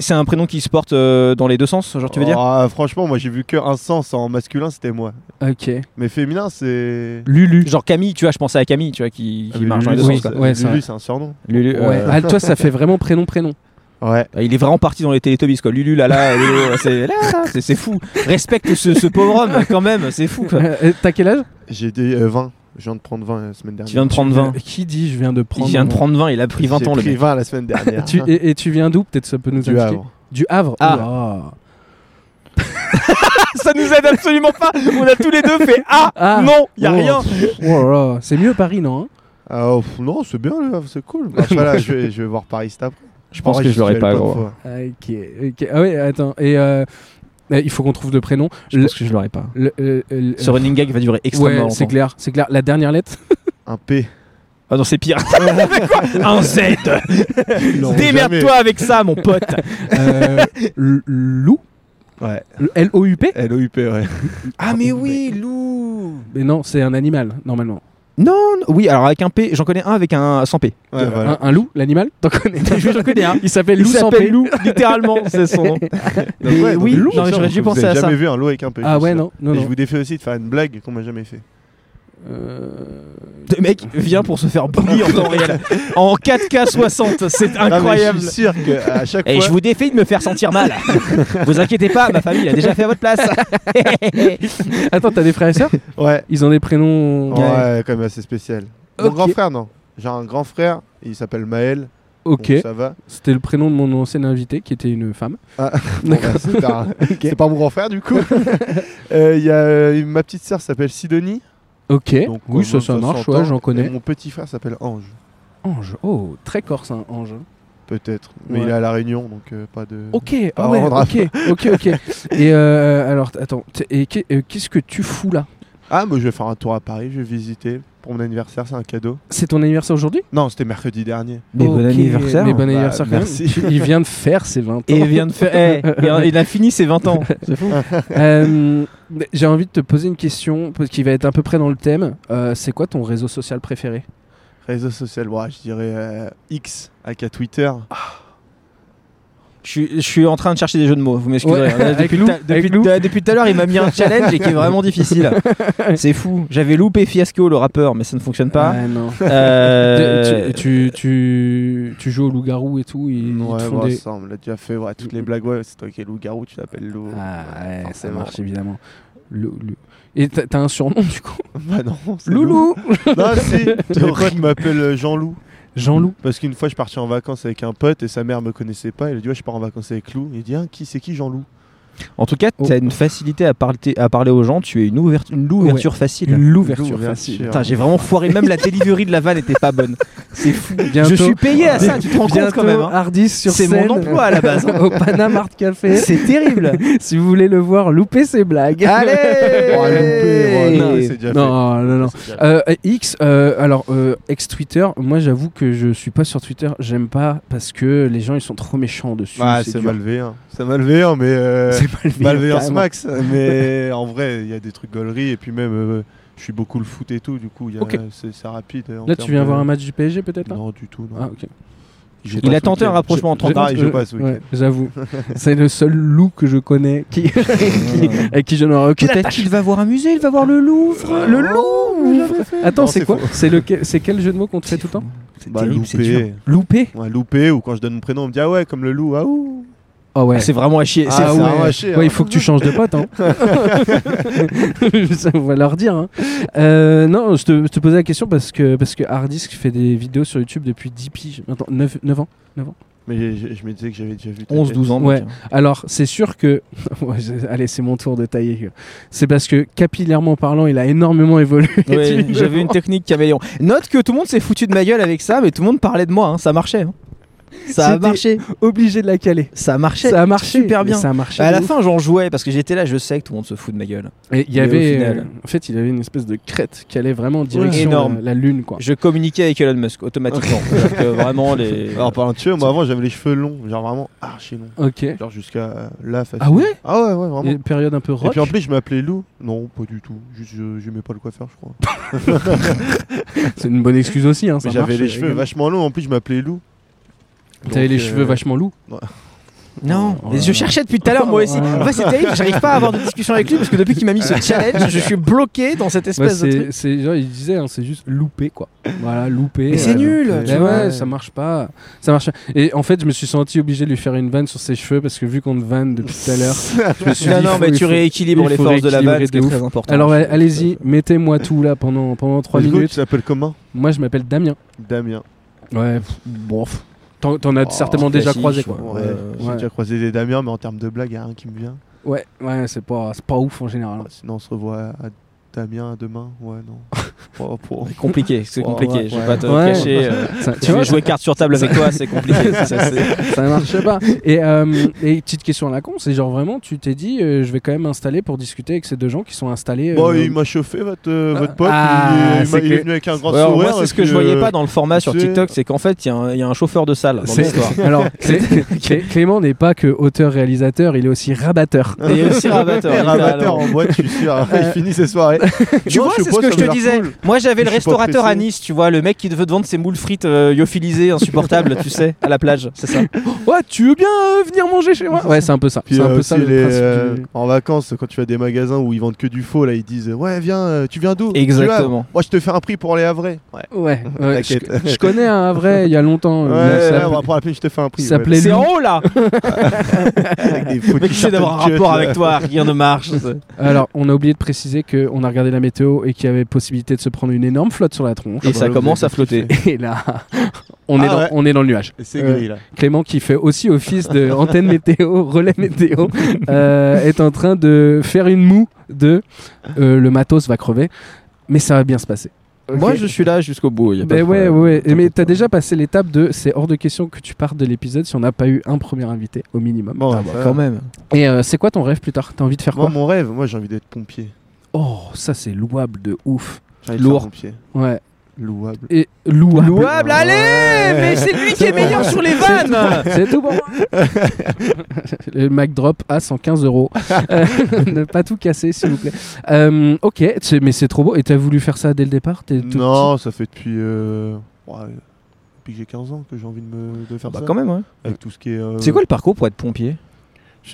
Speaker 1: C'est un prénom qui se porte euh, dans les deux sens, genre tu veux dire
Speaker 3: Ah, Franchement, moi j'ai vu que un sens en masculin, c'était moi.
Speaker 2: Ok.
Speaker 1: Euh.
Speaker 3: Mais féminin, c'est.
Speaker 1: Oh.
Speaker 2: Lulu.
Speaker 1: Genre Camille, tu vois, je pensais à Camille, tu vois, qui, qui
Speaker 3: Ah, mais
Speaker 1: marche dans les
Speaker 3: Lulu,
Speaker 1: deux
Speaker 2: oui.
Speaker 1: sens.
Speaker 3: c'est-
Speaker 1: quoi.
Speaker 2: ouais, c'est vrai.
Speaker 3: Lulu, c'est un surnom.
Speaker 1: Lulu,
Speaker 2: Ouais.
Speaker 1: euh,
Speaker 2: Ah, toi, ça fait vraiment prénom prénom.
Speaker 3: Ouais.
Speaker 1: Il est vraiment parti dans les Teletubbies, quoi. Lulu, Lala, Lulu, c'est là, là, c'est- c'est fou. Respecte ce, ce pauvre homme, quand même, c'est fou, quoi.
Speaker 2: Euh, euh, T'as quel âge
Speaker 3: J'ai des euh, 20. Je viens de prendre 20 la semaine dernière.
Speaker 1: Tu viens de prendre 20.
Speaker 2: Euh, Qui dit je viens de
Speaker 1: Il
Speaker 2: prendre
Speaker 1: vient de prendre 20, il a pris 20 ans,
Speaker 3: J'ai
Speaker 1: le
Speaker 3: pris
Speaker 1: mec.
Speaker 3: 20 la semaine dernière.
Speaker 2: Tu- et, et tu viens d'où Peut-être ça peut nous
Speaker 3: du
Speaker 2: indiquer.
Speaker 3: Havre.
Speaker 2: Du Havre.
Speaker 1: Ah.
Speaker 2: Oh.
Speaker 1: Ça nous aide absolument pas. On a tous les deux fait Ah,
Speaker 2: Ah.
Speaker 1: non, il a
Speaker 2: Oh.
Speaker 1: rien.
Speaker 2: Oh là là. C'est mieux Paris, non hein
Speaker 3: Ah, oh, pff, non, c'est bien, le Havre, c'est cool. Après, là, je vais, je vais voir Paris cet après.
Speaker 1: Je pense que Oh, je l'aurais pas, gros.
Speaker 3: gros.
Speaker 2: Ok. ok. Ah oui, attends. Et euh, euh, il faut qu'on trouve le prénom.
Speaker 1: Je pense que je l'aurais pas.
Speaker 2: Le- euh, euh, le-
Speaker 1: Ce running gag va durer extrêmement
Speaker 2: ouais,
Speaker 1: longtemps.
Speaker 2: c'est clair, c'est clair. La dernière lettre.
Speaker 3: Un P.
Speaker 1: Ah non, c'est pire. Un Z.
Speaker 3: Ils l'auront
Speaker 1: Démerde-toi avec ça, mon pote.
Speaker 2: Euh, l- loup
Speaker 3: Ouais.
Speaker 2: L-O-U-P
Speaker 3: jamais. L-O-U-P, ouais.
Speaker 1: Ah mais oui, loup.
Speaker 2: Mais non, c'est un animal, normalement.
Speaker 1: Non, non, oui, alors avec un P, j'en connais un avec un sans P.
Speaker 3: Ouais, voilà.
Speaker 1: Hein,
Speaker 2: Un, un loup, l'animal T'en connais
Speaker 1: Je- J'en connais un.
Speaker 2: Il s'appelle
Speaker 1: Il
Speaker 2: loup sans
Speaker 1: s'appelle
Speaker 2: P.
Speaker 1: loup, littéralement, c'est son nom.
Speaker 3: Donc,
Speaker 1: Mais
Speaker 3: ouais, donc,
Speaker 1: oui,
Speaker 3: je
Speaker 1: non,
Speaker 3: suis sûr
Speaker 1: mais j'aurais dû
Speaker 3: que vous
Speaker 1: penser
Speaker 3: avez
Speaker 1: à ça.
Speaker 3: jamais vu un lot avec un P. je
Speaker 2: Ah
Speaker 3: suis
Speaker 2: ouais,
Speaker 3: sûr.
Speaker 2: non, non,
Speaker 3: Et
Speaker 2: non.
Speaker 3: je vous défais aussi de faire une blague qu'on m'a jamais fait.
Speaker 2: Euh,
Speaker 1: Le mec vient pour se faire bully en temps réel. En 4K 60, c'est incroyable.
Speaker 3: Non, Ah, mais je suis sûr qu'à chaque
Speaker 1: Et
Speaker 3: fois.
Speaker 1: je vous défie de me faire sentir mal. vous inquiétez pas, ma famille a déjà fait à votre place.
Speaker 2: Attends, t'as des frères et sœurs
Speaker 3: Ouais.
Speaker 2: Ils ont des prénoms... euh,
Speaker 3: Ouais, quand même assez spécial. Mon
Speaker 2: Ok.
Speaker 3: grand frère, non. J'ai un grand frère, il s'appelle Maël.
Speaker 2: Ok,
Speaker 3: Bon, ça va.
Speaker 2: c'était le prénom de mon ancienne invitée, qui était une femme.
Speaker 3: Ah.
Speaker 2: D'accord.
Speaker 3: Bon, bah, c'est pas- C'est pas mon grand frère, du coup. Euh, Il y a euh, ma petite sœur s'appelle Sidonie.
Speaker 2: Ok,
Speaker 3: Donc,
Speaker 2: oui,
Speaker 3: euh,
Speaker 2: ça, ça
Speaker 3: 60
Speaker 2: marche,
Speaker 3: ans.
Speaker 2: ouais, j'en
Speaker 3: Et
Speaker 2: connais.
Speaker 3: mon petit frère s'appelle Ange,
Speaker 2: Ange, oh, très corse, un ange.
Speaker 3: Euh, peut-être. Mais
Speaker 2: Ouais.
Speaker 3: il est à La Réunion, donc euh, pas de.
Speaker 2: Ok, ah
Speaker 3: Pas
Speaker 2: ouais,
Speaker 3: rendre à-
Speaker 2: ok, ok, ok. Et euh, alors, attends, t- et qu'est- euh, qu'est-ce que tu fous là
Speaker 3: Ah, moi je vais faire un tour à Paris, je vais visiter. Pour mon anniversaire, c'est un cadeau.
Speaker 2: C'est ton anniversaire aujourd'hui
Speaker 3: Non, c'était mercredi dernier.
Speaker 1: Mais
Speaker 2: Ok,
Speaker 1: bon anniversaire.
Speaker 2: Mais bon
Speaker 3: Bah,
Speaker 2: anniversaire quand
Speaker 3: merci.
Speaker 2: même. Il vient de faire ses 20 ans.
Speaker 1: Et vient de faire. eh, il a- il a fini ses 20 ans. C'est fou.
Speaker 2: Euh, J'ai envie de te poser une question parce qu'il va être à peu près dans le thème. Euh, c'est quoi ton réseau social préféré
Speaker 3: Réseau social, ouais, je dirais euh, X, à Twitter.
Speaker 1: Je suis- je suis en train de chercher des jeux de mots, vous m'excuserez.
Speaker 2: Ouais.
Speaker 1: Là,
Speaker 2: Avec
Speaker 1: Depuis
Speaker 2: nous,
Speaker 1: ta- depuis
Speaker 2: avec nous.
Speaker 1: ta- depuis tout à l'heure, il m'a mis un challenge et qui est vraiment difficile. C'est fou. J'avais loupé Fiasco, le rappeur, mais ça ne fonctionne pas.
Speaker 2: Ouais, non.
Speaker 1: Euh,
Speaker 2: Tu, tu, tu, tu joues au loup-garou et tout. Ils, ils te
Speaker 3: Ouais,
Speaker 2: font
Speaker 3: bah,
Speaker 2: des-
Speaker 3: ça, on me l'a déjà fait. Ouais, toutes les blagues, ouais, c'est toi qui es loup-garou, tu l'appelles loup.
Speaker 2: Ah, ouais, ça
Speaker 3: forcément.
Speaker 2: marche évidemment. Lou- Lou- Et t'as t'as un surnom du coup
Speaker 3: Bah non, c'est
Speaker 2: Loulou
Speaker 3: loup. Non, si, mon pote m'appelle euh, Jean-Loup.
Speaker 2: Jean-Loup.
Speaker 3: Parce qu'une fois, je suis parti en vacances avec un pote et sa mère me connaissait pas. Elle a dit, ouais, je pars en vacances avec Lou. Il dit, ah, qui c'est qui Jean-Loup
Speaker 1: En tout cas,
Speaker 2: Oh.
Speaker 1: tu as une facilité à, parler- à parler aux gens, tu es une, ouvert- une louverture facile.
Speaker 2: Une louverture
Speaker 3: Louverture.
Speaker 2: facile.
Speaker 1: Putain, j'ai vraiment foiré. Même la delivery de la vanne n'était pas bonne. C'est fou.
Speaker 2: Bientôt- Ah.
Speaker 1: Je suis payé à ça, tu te rends compte quand même. hein.
Speaker 2: Hardis sur
Speaker 1: C'est mon
Speaker 2: scène.
Speaker 1: emploi à la base. hein.
Speaker 2: au Panama Art Café.
Speaker 1: C'est terrible.
Speaker 2: si vous voulez le voir, loupez ses blagues.
Speaker 1: Allez
Speaker 3: Oh, loupé, ouais,
Speaker 1: Non,
Speaker 3: mais c'est déjà fait.
Speaker 2: Non, non, non.
Speaker 3: C'est déjà fait.
Speaker 2: Euh, X, euh, alors euh, ex Twitter, moi j'avoue que je suis pas sur Twitter, j'aime pas parce que les gens ils sont trop méchants dessus.
Speaker 3: Ah,
Speaker 2: c'est
Speaker 3: c'est
Speaker 2: dur.
Speaker 3: malveillant. C'est malveillant, mais. euh,
Speaker 2: C'est malveillant,
Speaker 3: Malveillance
Speaker 2: carrément.
Speaker 3: max, mais en vrai, il y a des trucs gauleries et puis même, euh, je suis beaucoup le foot et tout, du coup, il y a-
Speaker 2: Ok.
Speaker 3: c'est c'est rapide. euh, en
Speaker 2: Là
Speaker 3: termes
Speaker 2: tu viens
Speaker 3: de-
Speaker 2: voir un match du PSG peut-être là
Speaker 3: Non, du tout. non.
Speaker 2: Ah, ok.
Speaker 3: J'ai
Speaker 1: Il
Speaker 3: pas
Speaker 1: a
Speaker 3: ce
Speaker 1: tenté un
Speaker 3: week-end.
Speaker 1: rapprochement entre
Speaker 2: Je-
Speaker 3: pareil,
Speaker 2: je-
Speaker 3: je Ah, passe, oui.
Speaker 2: ouais, J'avoue, c'est le seul loup que je connais qui, qui- avec qui je n'aurais aucune
Speaker 1: Peut-être
Speaker 2: attache.
Speaker 1: qu'il va voir un musée, il va voir le Louvre. Le Louvre.
Speaker 2: Attends,
Speaker 3: Non,
Speaker 2: c'est
Speaker 3: c'est
Speaker 2: quoi
Speaker 3: faux.
Speaker 2: C'est lequel- c'est quel jeu de mots qu'on te fait tout le temps
Speaker 1: C'est
Speaker 3: Bah,
Speaker 1: terrible, c'est dur.
Speaker 2: Loupé
Speaker 3: loupé. Ouais, loupé, ou quand je donne mon prénom, on me dit ah ouais, comme le loup, ah ouh.
Speaker 2: Oh ouais.
Speaker 1: C'est vraiment à chier.
Speaker 3: Ah
Speaker 1: c'est
Speaker 3: ouais.
Speaker 1: fou.
Speaker 3: vraiment à chier,
Speaker 2: Ouais,
Speaker 3: hein.
Speaker 2: il faut que tu changes de pote. Hein. Ça, on va leur dire. hein. Euh, non, je te, je te posais la question parce que, parce que Hardisk fait des vidéos sur YouTube depuis 10 piges. Attends, 9, 9 ans
Speaker 3: Mais j'ai- j'ai- je me disais que j'avais déjà vu. ta
Speaker 1: 11-12 ans. hein.
Speaker 2: Ouais.
Speaker 1: mec.
Speaker 2: Alors, c'est sûr que. Ouais, c'est- Allez, c'est mon tour de tailler. C'est parce que capillairement parlant, il a énormément évolué.
Speaker 1: Ouais,
Speaker 2: Tu-
Speaker 1: J'avais une technique caméléon. Note que tout le monde s'est foutu de ma gueule avec ça, mais tout le monde parlait de moi. hein. Ça marchait. hein. Ça a
Speaker 2: C'était-
Speaker 1: marché.
Speaker 2: Obligé de la caler.
Speaker 1: Ça marchait.
Speaker 2: Ça a marché
Speaker 1: super bien. Bah,
Speaker 2: Mais Ça a marché.
Speaker 1: À
Speaker 2: de
Speaker 1: la
Speaker 2: ouf.
Speaker 1: fin, j'en jouais parce que j'étais là. Je sais que tout le monde se fout de ma gueule.
Speaker 2: Et il y
Speaker 1: mais au
Speaker 2: avait.
Speaker 1: final-
Speaker 2: euh, en fait, il avait une espèce de crête qui allait vraiment en direction
Speaker 1: Énorme.
Speaker 2: euh, la lune, quoi.
Speaker 1: Je communiquais avec Elon Musk automatiquement. C'est-à-dire que vraiment les.
Speaker 2: Oh,
Speaker 3: Alors, parlant de cheveux, moi avant, j'avais les cheveux longs, genre vraiment archi longs.
Speaker 2: Ok.
Speaker 3: Genre jusqu'à euh, là, facile.
Speaker 2: Ah ouais
Speaker 3: Ah ouais, ouais, vraiment.
Speaker 2: Une période un peu
Speaker 3: Et
Speaker 2: rock.
Speaker 3: puis en plus, je m'appelais Lou. Non, pas du tout. Juste, je j'aimais pas le coiffeur, je crois.
Speaker 2: C'est une bonne excuse aussi. Hein, ça
Speaker 3: Mais J'avais
Speaker 2: marche,
Speaker 3: les
Speaker 2: euh,
Speaker 3: cheveux
Speaker 2: également.
Speaker 3: vachement longs. En plus, je m'appelais Lou.
Speaker 2: T'avais
Speaker 3: Donc,
Speaker 2: les
Speaker 3: euh,
Speaker 2: cheveux vachement loups.
Speaker 1: Non,
Speaker 2: Oh là
Speaker 1: mais je
Speaker 2: là.
Speaker 1: cherchais depuis tout à l'heure moi aussi.
Speaker 2: Oh là là.
Speaker 1: En fait, c'est terrible, j'arrive pas à avoir de discussion avec lui parce que depuis qu'il m'a mis ce challenge, je suis bloqué dans cette
Speaker 2: Ouais,
Speaker 1: espèce de truc.
Speaker 2: c'est c'est- genre, il disait, hein, c'est juste loupé quoi. Voilà, loupé.
Speaker 1: Mais c'est
Speaker 2: euh,
Speaker 1: nul,
Speaker 2: loupé.
Speaker 1: tu
Speaker 2: Ouais,
Speaker 1: vois.
Speaker 2: ouais, ça marche pas. Ça marche. pas. Et en fait, je me suis senti obligé de lui faire une vanne sur ses cheveux parce que vu qu'on te vanne depuis tout à l'heure. je me suis
Speaker 1: Non,
Speaker 2: dit,
Speaker 1: non,
Speaker 2: faut-
Speaker 1: mais
Speaker 2: il
Speaker 1: tu
Speaker 2: faut-
Speaker 1: rééquilibres
Speaker 2: il
Speaker 1: les
Speaker 2: faut
Speaker 1: forces de la balle,
Speaker 2: rééquilibrer
Speaker 1: ce qui est
Speaker 2: de
Speaker 1: très important.
Speaker 2: Alors ouais, allez-y, mettez-moi tout là pendant pendant 3
Speaker 3: Du coup, tu
Speaker 2: minutes.
Speaker 3: t'appelles comment
Speaker 2: Moi, je m'appelle Damien.
Speaker 3: Damien.
Speaker 2: Ouais. pff, Bon. pff, T'en t'en as
Speaker 3: Oh,
Speaker 2: certainement déjà
Speaker 1: classique,
Speaker 2: croisé quoi.
Speaker 3: Ouais,
Speaker 1: Euh,
Speaker 3: j'ai
Speaker 2: ouais.
Speaker 3: déjà croisé des Damiens, mais en termes de blague, il y a un qui me vient.
Speaker 2: Ouais, ouais, c'est pas c'est pas ouf en général.
Speaker 3: Ouais, sinon, on se revoit à Damien demain. Ouais, non. Oh, pour-
Speaker 1: Compliqué, c'est
Speaker 3: Ouais,
Speaker 1: compliqué.
Speaker 3: ouais,
Speaker 1: je vais
Speaker 3: ouais.
Speaker 1: pas te
Speaker 2: Ouais.
Speaker 1: cacher. euh,
Speaker 2: Ça-
Speaker 1: je vais jouer carte sur table avec toi, c'est compliqué. ça, c'est-
Speaker 2: ça marche pas. Et, euh, et petite question à la con, c'est genre vraiment, tu t'es dit, euh, je vais quand même installer pour discuter avec ces deux gens qui sont installés. euh,
Speaker 3: Bon, Bah, il m'a chauffé, votre, euh,
Speaker 2: ah,
Speaker 3: votre pote.
Speaker 2: ah,
Speaker 3: il- il,
Speaker 2: c'est
Speaker 3: m'a- il
Speaker 2: que-
Speaker 3: est venu avec un grand
Speaker 1: Ouais, alors,
Speaker 3: sourire.
Speaker 1: moi, c'est
Speaker 3: et
Speaker 1: ce que
Speaker 3: puis,
Speaker 1: je voyais
Speaker 3: euh,
Speaker 1: pas dans le format sur
Speaker 3: tu sais-
Speaker 1: TikTok, c'est qu'en fait, il y a un- il y, a un chauffeur de salle dans
Speaker 2: c'est-
Speaker 1: l'histoire.
Speaker 2: Alors, Clé- Clé- Clément n'est pas que auteur-réalisateur, il est aussi rabatteur.
Speaker 1: Et il y a aussi Ravateur.
Speaker 3: un amateur
Speaker 1: littéralement.
Speaker 3: en boîte, je suis sûr. Après, il finit ses soirées.
Speaker 1: hein, Tu
Speaker 3: Non,
Speaker 1: vois,
Speaker 3: je
Speaker 1: c'est
Speaker 3: sais
Speaker 1: ce
Speaker 3: pas,
Speaker 1: que je
Speaker 3: ça m'a
Speaker 1: te
Speaker 3: l'air
Speaker 1: disais.
Speaker 3: cool.
Speaker 1: Moi, j'avais le
Speaker 3: Je suis pas
Speaker 1: restaurateur à
Speaker 3: pressé.
Speaker 1: Nice, tu vois, le mec qui veut te vendre ses moules frites euh, lyophilisées, insupportables, tu sais, à la plage, c'est ça.
Speaker 2: Ouais, tu veux bien euh, venir manger chez moi Ouais, c'est un peu ça.
Speaker 3: Puis
Speaker 2: C'est un
Speaker 3: euh,
Speaker 2: peu ça
Speaker 3: aussi,
Speaker 2: le
Speaker 3: les,
Speaker 2: principe
Speaker 3: euh,
Speaker 2: du-
Speaker 3: en vacances, quand tu vas à des magasins où ils vendent que du faux, là, ils disent Ouais, viens, euh, tu viens d'où Tu vas
Speaker 1: Exactement.
Speaker 3: Moi, je te fais un prix pour aller à vrai. Ouais,
Speaker 2: Ouais, ouais, je,
Speaker 3: T'inquiète.
Speaker 2: je connais un vrai il y a longtemps.
Speaker 3: ouais,
Speaker 2: euh, il
Speaker 3: ouais,
Speaker 2: s'appelle-
Speaker 3: on va prendre la peine, je te fais un prix.
Speaker 2: il
Speaker 3: ouais.
Speaker 2: s'appelait
Speaker 1: C'est
Speaker 2: Lou.
Speaker 1: en haut là
Speaker 3: Avec des faux
Speaker 1: Mais qui essaie
Speaker 3: t-shirts
Speaker 1: d'avoir un
Speaker 3: de
Speaker 1: rapport
Speaker 3: cut,
Speaker 1: avec
Speaker 3: là.
Speaker 1: toi, rien ne marche.
Speaker 2: Alors, on a oublié de préciser qu'on a regardé la météo et qu'il y avait possibilité de se prendre une énorme flotte sur la tronche.
Speaker 1: Et ça commence à flotter.
Speaker 2: Et là, on, est
Speaker 3: Ah
Speaker 2: dans,
Speaker 3: ouais.
Speaker 2: on est dans le nuage.
Speaker 3: C'est
Speaker 2: Euh,
Speaker 3: gris, là.
Speaker 2: Clément, qui fait aussi office de antenne météo, relais météo, euh, est en train de faire une moue de euh, le matos va crever, mais ça va bien se passer.
Speaker 1: Moi,
Speaker 2: Ok.
Speaker 1: je suis là jusqu'au bout. y a pas
Speaker 2: Ben
Speaker 1: de
Speaker 2: ouais,
Speaker 1: problème.
Speaker 2: ouais,
Speaker 1: T'inquiète
Speaker 2: mais t'as
Speaker 1: pas.
Speaker 2: déjà passé l'étape de c'est hors de question que tu partes de l'épisode si on n'a pas eu un premier invité au minimum.
Speaker 3: Bon,
Speaker 1: Ah bah, quand même.
Speaker 2: Et euh, c'est quoi ton rêve plus tard T'as envie de faire
Speaker 3: Moi,
Speaker 2: quoi
Speaker 3: mon rêve, moi, j'ai envie d'être pompier.
Speaker 2: Oh, ça c'est louable de ouf.
Speaker 3: J'ai envie de faire
Speaker 1: Lourd.
Speaker 3: pompier.
Speaker 2: Ouais.
Speaker 3: Louable.
Speaker 2: Et louable.
Speaker 1: Louable, allez Mais c'est lui qui est meilleur sur les vannes
Speaker 2: C'est tout pour moi. Le Mac Drop à 115 euros. Euh, ne pas tout casser, s'il vous plaît. Euh, ok, c'est- mais c'est trop beau. Et t'as voulu faire ça dès le départ T'es tout
Speaker 3: Non, ça fait depuis. euh, ouais, depuis que j'ai 15 ans que j'ai envie de, me, de faire
Speaker 1: Bah,
Speaker 3: ça.
Speaker 1: quand même, ouais.
Speaker 3: Avec tout ce qui est. euh,
Speaker 1: C'est quoi le parcours pour être pompier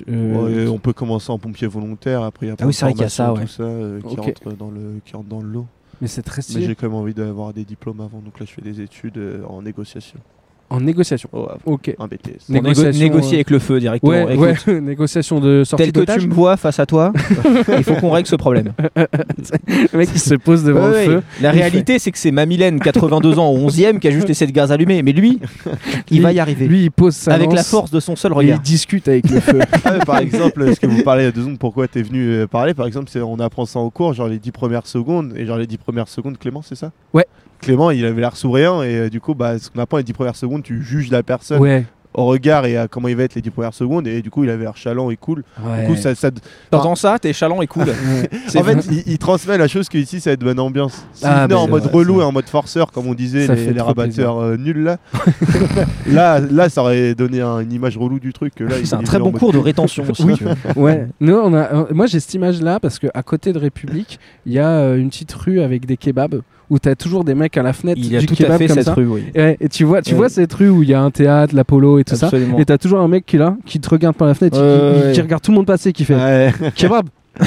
Speaker 2: euh,
Speaker 3: ouais, On peut commencer en pompier volontaire, après il y a plein
Speaker 1: Ah oui,
Speaker 3: de
Speaker 1: c'est vrai qu'il y a
Speaker 3: formations,
Speaker 1: ça, ouais.
Speaker 3: tout ça euh, qui,
Speaker 2: Ok.
Speaker 3: rentre dans le, qui rentre dans le lot.
Speaker 2: Mais c'est très
Speaker 3: Mais
Speaker 2: stylé.
Speaker 3: j'ai quand même envie d'avoir des diplômes avant, donc là je fais des études euh, en négociation.
Speaker 2: En négociation.
Speaker 3: Oh, avant,
Speaker 2: Ok.
Speaker 3: un BTS.
Speaker 1: Pour négo-
Speaker 2: Négociation,
Speaker 1: négocier
Speaker 2: euh,
Speaker 1: avec le feu directement.
Speaker 2: Ouais,
Speaker 1: Écoute,
Speaker 2: ouais, négociation de sortie
Speaker 1: Tel que
Speaker 2: d'otage.
Speaker 1: tu me vois face à toi, il faut qu'on règle ce problème.
Speaker 2: Le mec qui se pose devant
Speaker 1: Ouais,
Speaker 2: le
Speaker 1: ouais.
Speaker 2: feu.
Speaker 1: La
Speaker 2: Il
Speaker 1: réalité, c'est que c'est Mamilène, 82 ans, au 11e, qui a juste laissé le gaz allumé. Mais lui, il
Speaker 2: Lui-
Speaker 1: va y arriver.
Speaker 2: Lui, il pose sa
Speaker 1: avec
Speaker 2: lance
Speaker 1: la force de son seul
Speaker 2: et il
Speaker 1: regard.
Speaker 2: discute avec le feu.
Speaker 3: Ah, mais par exemple, ce que vous parlez il y a deux secondes, pourquoi t'es venu euh, parler Par exemple, c'est on apprend ça en cours, genre les dix premières secondes, et genre les dix premières secondes, Clément, c'est ça
Speaker 2: Ouais.
Speaker 3: Clément, il avait l'air souriant, et euh, du coup, bah, ce qu'on apprend les dix premières secondes, tu juges la personne
Speaker 2: ouais.
Speaker 3: au regard et à comment il va être les dix premières secondes, et du coup, il avait l'air chalant et cool.
Speaker 2: ouais.
Speaker 3: Du coup, ça, ça-
Speaker 1: T'entends ça, t'es chalant et cool. C'est
Speaker 3: en fait,
Speaker 1: vrai.
Speaker 3: il, il transmet la chose que ici, ça va être bonne ambiance. Si
Speaker 2: Ah,
Speaker 3: il venait
Speaker 2: bah,
Speaker 3: en
Speaker 2: c'est
Speaker 3: mode
Speaker 2: vrai,
Speaker 3: relou
Speaker 2: ça.
Speaker 3: et en mode forceur, comme on disait,
Speaker 2: Ça
Speaker 3: les,
Speaker 2: fait
Speaker 3: les
Speaker 2: trop
Speaker 3: rabatteurs euh, nuls là, là, là, ça aurait donné un- une image relou du truc. que Là, il
Speaker 1: C'est un
Speaker 3: est
Speaker 1: très
Speaker 3: venu en
Speaker 1: bon
Speaker 3: mode
Speaker 1: cours de rétention aussi.
Speaker 2: Oui.
Speaker 1: tu vois.
Speaker 2: ouais. Nous, on a, euh, moi, j'ai cette image-là parce que à côté de République, il y a euh, une petite rue avec des kebabs où t'as toujours des mecs à la fenêtre
Speaker 1: Il y a
Speaker 2: du
Speaker 1: tout
Speaker 2: kebab
Speaker 1: à fait
Speaker 2: comme
Speaker 1: cette
Speaker 2: ça.
Speaker 1: rue, oui.
Speaker 2: Ouais, et tu vois, tu
Speaker 1: Ouais.
Speaker 2: vois cette rue où il y a un théâtre, l'Apollo et tout
Speaker 1: Absolument.
Speaker 2: ça. Et t'as toujours un mec qui est là, qui te regarde par la fenêtre, et qui-
Speaker 1: Ouais,
Speaker 2: qui,
Speaker 1: ouais.
Speaker 2: qui regarde tout le monde passer, qui fait
Speaker 3: Ouais.
Speaker 2: kebab,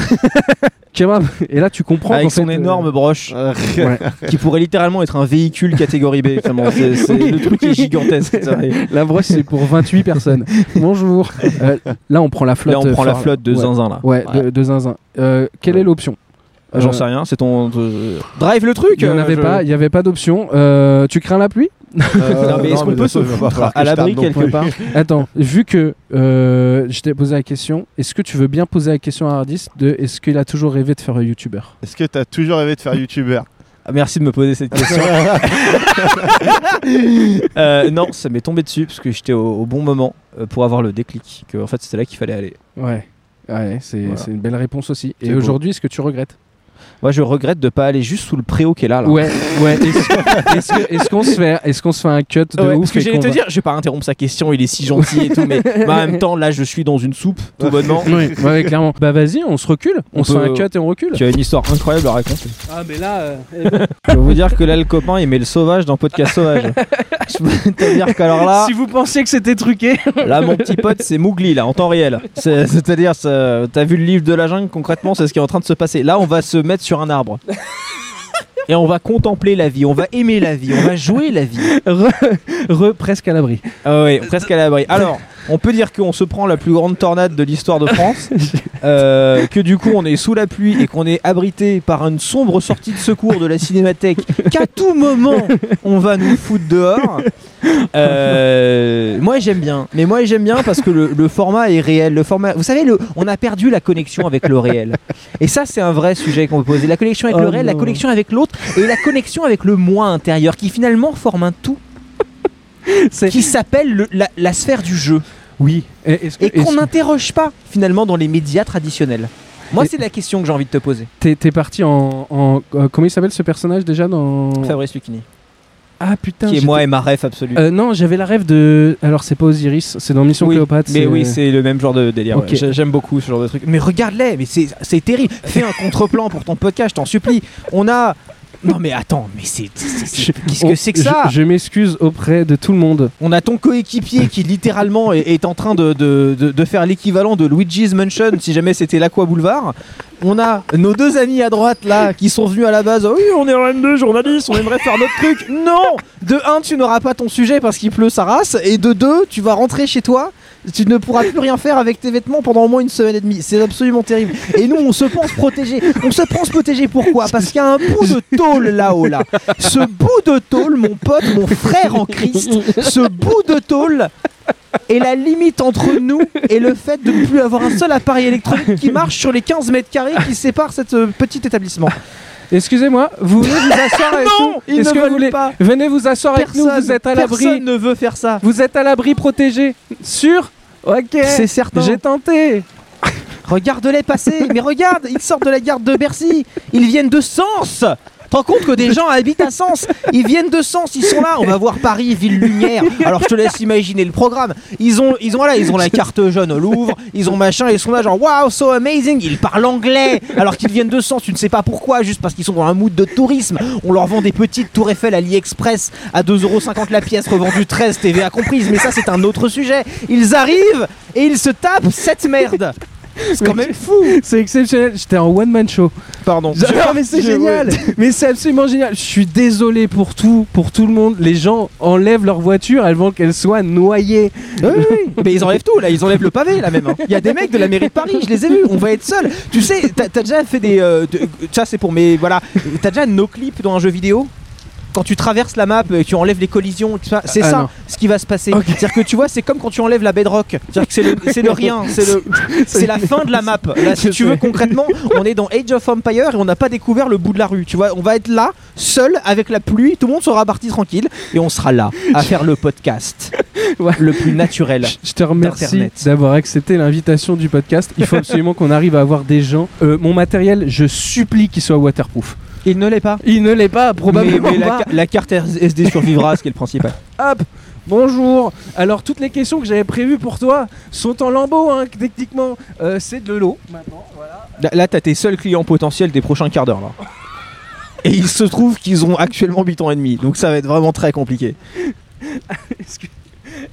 Speaker 2: kebab. Et là, tu comprends. qu'en
Speaker 1: Avec son
Speaker 2: fait, euh,
Speaker 1: énorme broche,
Speaker 2: ouais.
Speaker 1: qui pourrait littéralement être un véhicule catégorie B. Vraiment, c'est- c'est- le truc est gigantesque. ça. Et
Speaker 2: La broche, c'est pour 28 personnes. Bonjour. Euh, là, on prend la flotte.
Speaker 1: Là, on
Speaker 2: euh,
Speaker 1: prend la
Speaker 2: fort-
Speaker 1: flotte de
Speaker 2: ouais.
Speaker 1: zinzin là.
Speaker 2: Ouais, De, de zinzin. Euh, quelle est l'option
Speaker 1: Euh, J'en
Speaker 2: Euh,
Speaker 1: sais rien, c'est ton. euh, Drive le truc
Speaker 2: Il n'y en
Speaker 1: euh,
Speaker 2: avait
Speaker 1: je-
Speaker 2: pas, il y avait pas d'option. Euh, tu crains la pluie
Speaker 3: Euh,
Speaker 1: Non, mais est-ce qu'on
Speaker 3: mais
Speaker 1: peut
Speaker 3: de
Speaker 1: se
Speaker 3: ça, il va
Speaker 1: foutre
Speaker 3: falloir que
Speaker 1: à
Speaker 3: je tape
Speaker 1: l'abri
Speaker 3: non
Speaker 1: quelque
Speaker 3: plus.
Speaker 1: part
Speaker 2: Attends, vu que euh, je t'ai posé la question, est-ce que tu veux bien poser la question à Hardis de est-ce qu'il a toujours rêvé de faire un youtubeur
Speaker 3: Est-ce que t'as toujours rêvé de faire youtubeur
Speaker 1: Ah, Merci de me poser cette question. Euh, non, ça m'est tombé dessus parce que j'étais au, au bon moment euh, pour avoir le déclic. Que en fait, c'était là qu'il fallait aller.
Speaker 2: Ouais. Ouais, c'est
Speaker 1: Voilà.
Speaker 2: c'est une belle réponse aussi.
Speaker 1: C'est
Speaker 2: Et
Speaker 1: beau.
Speaker 2: aujourd'hui, est-ce que tu regrettes
Speaker 1: Moi, je regrette de pas aller juste sous le préau qui est là. là.
Speaker 2: Ouais, ouais. Est-ce que- est-ce que- est-ce qu'on se fait, est-ce qu'on se fait un cut de
Speaker 1: Ouais,
Speaker 2: ouf
Speaker 1: parce que
Speaker 2: et
Speaker 1: j'allais
Speaker 2: qu'on
Speaker 1: te
Speaker 2: va-
Speaker 1: dire, je vais pas interrompre sa question, il est si gentil et tout, mais, mais en même temps, là, je suis dans une soupe, tout bonnement.
Speaker 2: Oui, ouais, clairement. Bah vas-y, on se recule, on,
Speaker 1: On
Speaker 2: se
Speaker 1: peut-
Speaker 2: fait un cut et on recule.
Speaker 1: Tu as une histoire incroyable à raconter.
Speaker 2: Ah mais là,
Speaker 1: Je peux vous dire que là, le copain, il met le sauvage dans Podcast Sauvage. Je peux te dire qu'alors là,
Speaker 2: si vous pensiez que c'était truqué,
Speaker 1: là, mon petit pote, c'est Mougli, là, en temps réel. C'est- C'est-à-dire, ça- t'as vu le livre de la jungle, concrètement, c'est ce qui est en train de se passer. Là, on va se mettre sur un arbre. Et on va contempler la vie, on va aimer la vie, on va jouer la vie.
Speaker 2: re, re- presque à l'abri.
Speaker 1: Ah ouais, presque à l'abri. Alors, on peut dire qu'on se prend la plus grande tornade de l'histoire de France, euh, que du coup on est sous la pluie et qu'on est abrité par une sombre sortie de secours de la cinémathèque, qu'à tout moment on va nous foutre dehors. Euh, moi j'aime bien, mais moi j'aime bien parce que le, le format est réel. Le format, vous savez, le, on a perdu la connexion avec le réel. Et ça c'est un vrai sujet qu'on peut poser. La connexion avec
Speaker 2: Oh
Speaker 1: le réel, la
Speaker 2: non.
Speaker 1: connexion avec l'autre et la connexion avec le moi intérieur qui finalement forme un tout
Speaker 2: C'est-
Speaker 1: qui s'appelle le- la, la sphère du jeu
Speaker 2: Oui. Et- Est-ce que
Speaker 1: et qu'on
Speaker 2: est-ce que
Speaker 1: n'interroge pas finalement dans les médias traditionnels. Moi, c'est la question que j'ai envie de te poser,
Speaker 2: t'es t'es parti en, en- euh, comment il s'appelle ce personnage déjà dans
Speaker 1: Fabrice Lucchini,
Speaker 2: Ah putain.
Speaker 1: qui est
Speaker 2: j'étais-
Speaker 1: moi et ma ref absolue.
Speaker 2: Euh, non, j'avais la rêve de. Alors c'est pas Osiris, c'est dans Mission
Speaker 1: Oui,
Speaker 2: Cléopâtre.
Speaker 1: mais oui, c'est le même genre de délire.
Speaker 2: Ok.
Speaker 1: ouais. J'ai- J'aime beaucoup ce genre de truc. Mais regarde-les, mais c'est c'est terrible. Fais un contre-plan pour ton podcast, je t'en supplie. On a. Non, mais attends, mais c'est. c'est-
Speaker 2: Je-
Speaker 1: c'est- Qu'est-ce que
Speaker 2: on-
Speaker 1: c'est que ça
Speaker 2: Oh, Je, je m'excuse auprès de tout le monde.
Speaker 1: Euh, On a ton coéquipier qui littéralement est, est en train de, de- de- de faire l'équivalent de Luigi's Mansion si jamais c'était l'Aqua Boulevard. On a nos deux amis à droite là qui sont venus à la base. Oui, on est RN2 journaliste, on aimerait faire notre truc. Non De un, tu n'auras pas ton sujet parce qu'il pleut sa race. Et de deux, tu vas rentrer chez toi. Tu ne pourras plus rien faire avec tes vêtements pendant au moins une semaine et demie. C'est absolument terrible. Et nous, on se pense protégés. On se pense protégés pourquoi Parce qu'il y a un bout de tôle là-haut là. Ce bout de tôle, mon pote, mon frère en Christ, ce bout de tôle est la limite entre nous et le fait de ne plus avoir un seul appareil électronique qui marche sur les 15 mètres carrés qui séparent cet euh, petit établissement.
Speaker 2: Excusez-moi, vous venez vous asseoir avec
Speaker 1: Non,
Speaker 2: nous
Speaker 1: ils
Speaker 2: Est-ce
Speaker 1: ne
Speaker 2: que vous
Speaker 1: veulent
Speaker 2: voulez-
Speaker 1: pas.
Speaker 2: Venez vous asseoir avec nous,
Speaker 1: Personne,
Speaker 2: vous êtes à l'abri.
Speaker 1: personne ne veut faire ça.
Speaker 2: Vous êtes à l'abri protégé. Sûr Ok.
Speaker 1: C'est certain.
Speaker 2: J'ai tenté.
Speaker 1: Regarde-les passer. Mais regarde, ils sortent de la garde de Bercy. Ils viennent de Sens. T'en compte que des gens habitent à Sens Ils viennent de Sens, ils sont là. On va voir Paris, ville lumière. Alors je te laisse imaginer le programme. Ils ont, ils ont voilà, ils ont la carte jaune au Louvre. Ils ont machin. Ils sont là genre wow, so amazing. Ils parlent anglais alors qu'ils viennent de Sens. Tu ne sais pas pourquoi, juste parce qu'ils sont dans un mood de tourisme. On leur vend des petites Tour Eiffel AliExpress à 2,50€ la pièce, revendue 13 TVA comprise. Mais ça c'est un autre sujet. Ils arrivent et ils se tapent cette merde. C'est quand
Speaker 2: Mais-
Speaker 1: même fou.
Speaker 2: C'est exceptionnel. J'étais en one man show.
Speaker 1: Pardon. Ah,
Speaker 2: Je- Non, mais c'est
Speaker 1: je-
Speaker 2: génial. Mais c'est absolument génial. Je suis désolé pour tout, pour tout le monde. Les gens enlèvent leur voiture avant qu'elle soit noyée.
Speaker 1: Oui, oui, oui. Mais ils enlèvent tout, là, ils enlèvent le pavé, là même. hein. Il y a des mecs de la mairie de Paris, je les ai vus, on va être seuls. Tu sais, t'as t'as déjà fait des. euh, de- ça, c'est pour mes. Voilà. T'as déjà nos clips dans un jeu vidéo quand tu traverses la map et tu enlèves les collisions, et tout ça, c'est
Speaker 2: Ah,
Speaker 1: ça
Speaker 2: non.
Speaker 1: ce qui va se passer.
Speaker 2: Ok.
Speaker 1: C'est-à-dire que tu vois, c'est comme quand tu enlèves la bedrock. C'est-à-dire que c'est le, c'est le rien, c'est le, c'est la fin de la map. Là, si
Speaker 2: Je
Speaker 1: tu veux,
Speaker 2: sais.
Speaker 1: concrètement, on est dans Age of Empire et on n'a pas découvert le bout de la rue. Tu vois, on va être là, seul, avec la pluie, tout le monde sera parti tranquille et on sera là à faire le podcast
Speaker 2: Ouais.
Speaker 1: le plus naturel.
Speaker 2: Je je te remercie
Speaker 1: D'Internet.
Speaker 2: d'avoir accepté l'invitation du podcast. Il faut absolument qu'on arrive à avoir des gens. Euh, mon matériel, je supplie qu'il soit waterproof.
Speaker 1: Il ne l'est pas.
Speaker 2: Il ne l'est pas, probablement
Speaker 1: mais, mais la,
Speaker 2: pas.
Speaker 1: ca- la carte SD survivra, ce qui est le principal.
Speaker 2: Hop Bonjour Alors toutes les questions que j'avais prévues pour toi sont en lambeaux, hein, techniquement. Euh, c'est de l'eau.
Speaker 1: Là, là, t'as tes seuls clients potentiels des prochains quarts d'heure. là. Et il se trouve qu'ils ont actuellement 8 ans et demi, donc ça va être vraiment très compliqué.
Speaker 2: Excuse-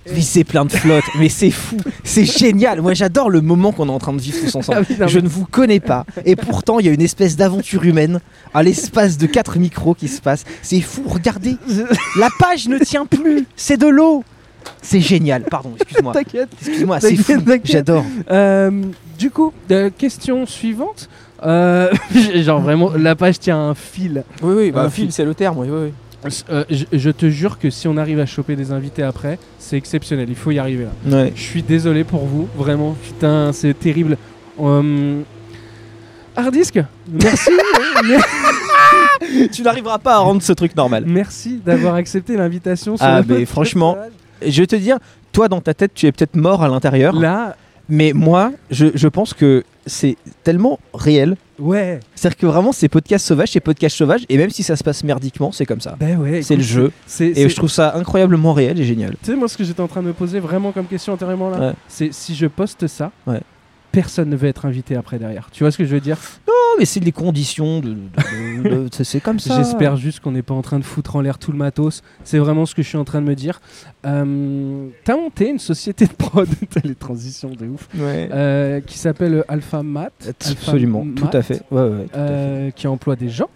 Speaker 1: Visser plein de flottes, mais c'est fou, c'est génial. Moi j'adore le moment qu'on est en train de vivre tous ensemble.
Speaker 2: Ah oui, non,
Speaker 1: Je ne vous connais pas, et pourtant il y a une espèce d'aventure humaine à l'espace de 4 micros qui se passe. C'est fou, regardez,
Speaker 2: Ah
Speaker 1: la page ne tient plus, c'est de l'eau. C'est génial, pardon, excuse-moi.
Speaker 2: T'inquiète.
Speaker 1: Excuse-moi, c'est
Speaker 2: T'inquiète,
Speaker 1: fou,
Speaker 2: t'inquiète.
Speaker 1: j'adore.
Speaker 2: Euh, du coup, euh, question suivante. Euh, genre vraiment, la page tient un fil.
Speaker 1: Oui, oui,
Speaker 2: bah, fil,
Speaker 1: c'est le terme, oui, oui.
Speaker 2: Euh, je, je te jure que si on arrive à choper des invités après, c'est exceptionnel. Il faut y arriver là.
Speaker 1: Ouais.
Speaker 2: Je suis désolé pour vous, vraiment. Putain, c'est terrible. Hum, Hardisk, merci,
Speaker 1: tu n'arriveras pas à rendre ce truc normal.
Speaker 2: merci d'avoir accepté l'invitation. sur
Speaker 1: Ah,
Speaker 2: le
Speaker 1: mais
Speaker 2: podcast.
Speaker 1: franchement, Je vais te dire, toi dans ta tête, tu es peut-être mort à l'intérieur,
Speaker 2: là,
Speaker 1: mais moi, je, je pense que c'est tellement réel.
Speaker 2: ouais,
Speaker 1: C'est-à-dire que vraiment, c'est podcast sauvage, c'est podcast sauvage, et même si ça se passe merdiquement, c'est comme ça.
Speaker 2: ben ouais.
Speaker 1: C'est le
Speaker 2: écoute,
Speaker 1: jeu,
Speaker 2: C'est,
Speaker 1: et
Speaker 2: c'est-
Speaker 1: je trouve ça incroyablement réel et génial.
Speaker 2: Tu sais, moi, ce que j'étais en train de me poser vraiment comme question antérieurement là,
Speaker 1: Ouais.
Speaker 2: c'est si je poste ça,
Speaker 1: Ouais.
Speaker 2: personne ne veut être invité après derrière. Tu vois ce que je veux dire
Speaker 1: Oh, mais c'est les conditions, de, de- de- de- c'est- c'est comme ça.
Speaker 2: J'espère juste qu'on n'est pas en train de foutre en l'air tout le matos. C'est vraiment ce que je suis en train de me dire. Euh, T'as monté une société de prod, t'as les transitions de ouf,
Speaker 1: Ouais.
Speaker 2: euh, qui s'appelle Alpha Mat.
Speaker 1: Absolument,
Speaker 2: Alpha
Speaker 1: tout à
Speaker 2: Mat,
Speaker 1: fait. Ouais, ouais, tout, à fait.
Speaker 2: euh, qui emploie des gens.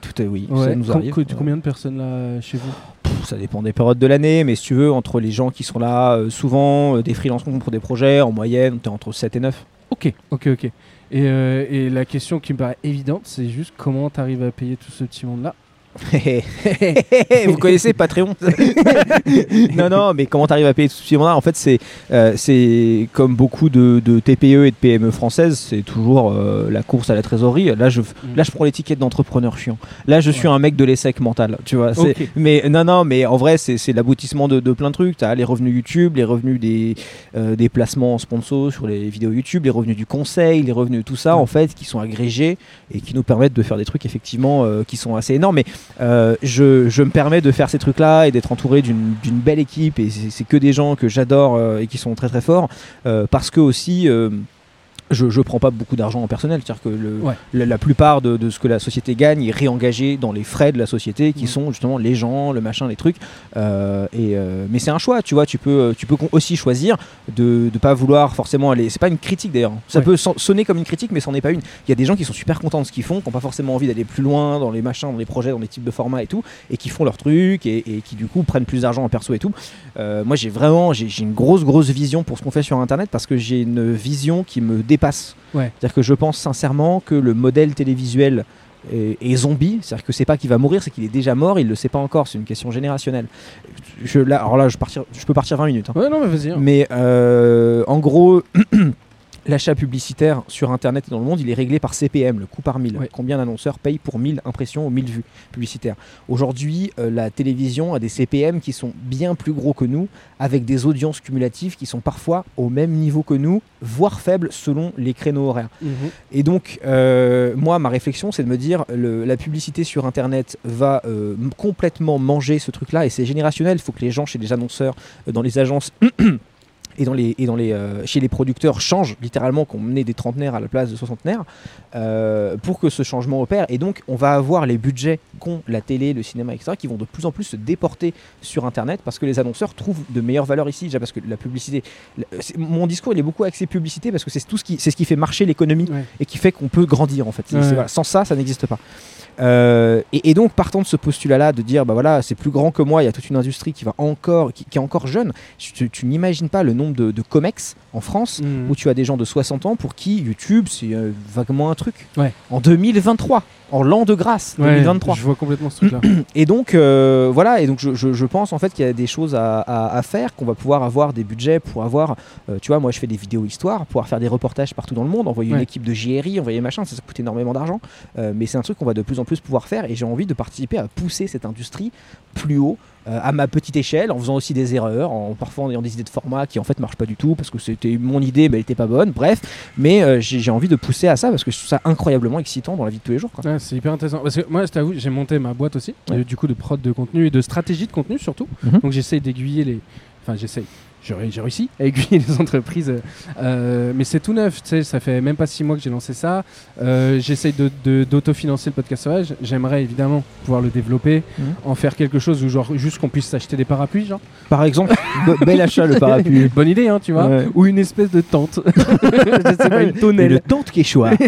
Speaker 1: Tout est- oui,
Speaker 2: Ouais.
Speaker 1: ça nous
Speaker 2: Com-
Speaker 1: arrive.
Speaker 2: co-
Speaker 1: Ouais.
Speaker 2: Combien de personnes là chez vous
Speaker 1: Pff, ça dépend des périodes de l'année, mais si tu veux, entre les gens qui sont là, euh, souvent, euh, des freelances qu'on prend pour des projets, en moyenne, t'es entre 7 et 9.
Speaker 2: Ok, ok, ok. Et, euh, et la question qui me paraît évidente, c'est juste comment t'arrives à payer tout ce petit monde là
Speaker 1: Vous connaissez Patreon Non, non, mais comment t'arrives à payer tout ce monde-là En fait, c'est euh, c'est comme beaucoup de, de TPE et de PME françaises, c'est toujours euh, la course à la trésorerie. Là, je, f- là, je prends l'étiquette d'entrepreneur chiant. Là, je suis un mec de l'essai mental, tu vois. c'est-
Speaker 2: Ok.
Speaker 1: Mais non, non, mais en vrai, c'est c'est l'aboutissement de, de plein de trucs. T'as les revenus YouTube, les revenus des, euh, des placements en sponsor sur les vidéos YouTube, les revenus du conseil, les revenus de tout ça,
Speaker 2: Ouais.
Speaker 1: en fait, qui sont agrégés et qui nous permettent de faire des trucs, effectivement, euh, qui sont assez énormes. Mais euh, je, je me permets de faire ces trucs-là et d'être entouré d'une d'une belle équipe. Et c'est c'est que des gens que j'adore euh, et qui sont très, très forts. euh, parce que aussi. euh, je, je prends pas beaucoup d'argent en personnel, c'est-à-dire que le,
Speaker 2: Ouais.
Speaker 1: la, la plupart de, de ce que la société gagne est réengagé dans les frais de la société qui
Speaker 2: Mhm.
Speaker 1: sont justement les gens, le machin, les trucs. Euh, et, euh, mais c'est un choix, tu vois, tu peux, euh, tu peux con- aussi choisir de ne pas vouloir forcément aller. C'est pas une critique d'ailleurs, hein. ça
Speaker 2: Ouais.
Speaker 1: peut son- sonner comme une critique, mais c'en est pas une. Il y a des gens qui sont super contents de ce qu'ils font, qui n'ont pas forcément envie d'aller plus loin dans les machins, dans les projets, dans les types de formats et tout, et qui font leur truc et, et qui du coup prennent plus d'argent en perso et tout. Euh, moi j'ai vraiment j'ai j'ai une grosse grosse vision pour ce qu'on fait sur internet parce que j'ai une vision qui me dépasse.
Speaker 2: Ouais.
Speaker 1: C'est-à-dire que je pense sincèrement que le modèle télévisuel est, est zombie, c'est-à-dire que c'est pas qu'il va mourir, c'est qu'il est déjà mort, il le sait pas encore, c'est une question générationnelle. Je, là, alors là je, partir, je peux partir 20 minutes. hein.
Speaker 2: Ouais, non, mais vas-y. hein.
Speaker 1: Mais euh, en gros, l'achat publicitaire sur Internet et dans le monde, il est réglé par CPM, le coût par mille.
Speaker 2: Ouais.
Speaker 1: Combien d'annonceurs payent pour 1000 impressions ou 1000 vues publicitaires Aujourd'hui, euh, la télévision a des CPM qui sont bien plus gros que nous, avec des audiences cumulatives qui sont parfois au même niveau que nous, voire faibles selon les créneaux horaires.
Speaker 2: Mhm.
Speaker 1: Et donc, euh, moi, ma réflexion, c'est de me dire, le- la publicité sur Internet va euh, m- complètement manger ce truc-là, et c'est générationnel. Il faut que les gens chez les annonceurs, euh, dans les agences et, dans les, et dans les, euh, chez les producteurs changent, littéralement, qu'on ait des trentenaires à la place de soixantenaires, euh, pour que ce changement opère. Et donc, on va avoir les budgets qu'ont la télé, le cinéma, etc., qui vont de plus en plus se déporter sur Internet, parce que les annonceurs trouvent de meilleures valeurs ici, déjà parce que la publicité... la- c'est- mon discours, il est beaucoup axé publicité, parce que c'est tout ce qui, c'est ce qui fait marcher l'économie
Speaker 2: Ouais.
Speaker 1: et qui fait qu'on peut grandir en fait. C'est-
Speaker 2: Ouais.
Speaker 1: c'est- voilà, sans ça, ça n'existe pas. Euh, et, et donc partant de ce postulat-là, de dire bah voilà, c'est plus grand que moi, il y a toute une industrie qui va encore, qui, qui est encore jeune. Tu, tu n'imagines pas le nombre de, de comex en France
Speaker 2: Mhm.
Speaker 1: où tu as des gens de 60 ans pour qui YouTube c'est euh, vaguement un truc.
Speaker 2: Ouais.
Speaker 1: En 2023, en l'an de grâce
Speaker 2: Ouais,
Speaker 1: 2023.
Speaker 2: Je vois complètement ce truc-là.
Speaker 1: Et donc, euh, voilà, et donc je, je- je pense en fait qu'il y a des choses à, à- à faire, qu'on va pouvoir avoir des budgets pour avoir, euh, tu vois, moi je fais des vidéos histoire, pouvoir faire des reportages partout dans le monde, envoyer une
Speaker 2: Ouais.
Speaker 1: équipe de JRI, envoyer machin, ça, ça coûte énormément d'argent, Euh, mais c'est un truc qu'on va de plus en plus pouvoir faire et j'ai envie de participer à pousser cette industrie plus haut. euh, à ma petite échelle, en faisant aussi des erreurs, en parfois en ayant des idées de format qui en fait marchent pas du tout parce que c'était mon idée mais elle était pas bonne, bref. Mais euh, j'ai j'ai envie de pousser à ça parce que je trouve ça incroyablement excitant dans la vie de tous les jours. quoi.
Speaker 2: Ouais, c'est hyper intéressant. Parce que moi, je t'avoue, j'ai monté ma boîte aussi,
Speaker 1: Ouais.
Speaker 2: euh, du coup, de prod de contenu et de stratégie de contenu surtout.
Speaker 1: Mhm.
Speaker 2: Donc, j'essaye d'aiguiller les. Enfin, j'essaye. Je ré- J'ai réussi à aiguiller les entreprises. euh, euh, mais c'est tout neuf, tu sais, ça fait même pas six mois que j'ai lancé ça. Euh, J'essaye de- de- d'autofinancer le podcast sauvage. J'aimerais évidemment pouvoir le développer,
Speaker 1: Mhm.
Speaker 2: en faire quelque chose où, genre, juste qu'on puisse s'acheter des parapluies, genre.
Speaker 1: Par exemple, be- bel achat le parapluie.
Speaker 2: Bonne idée, hein, tu vois.
Speaker 1: Ouais.
Speaker 2: Ou une espèce de tente. je sais pas, une
Speaker 1: Et le
Speaker 2: tonnelle.
Speaker 1: tente quechua.
Speaker 2: Là,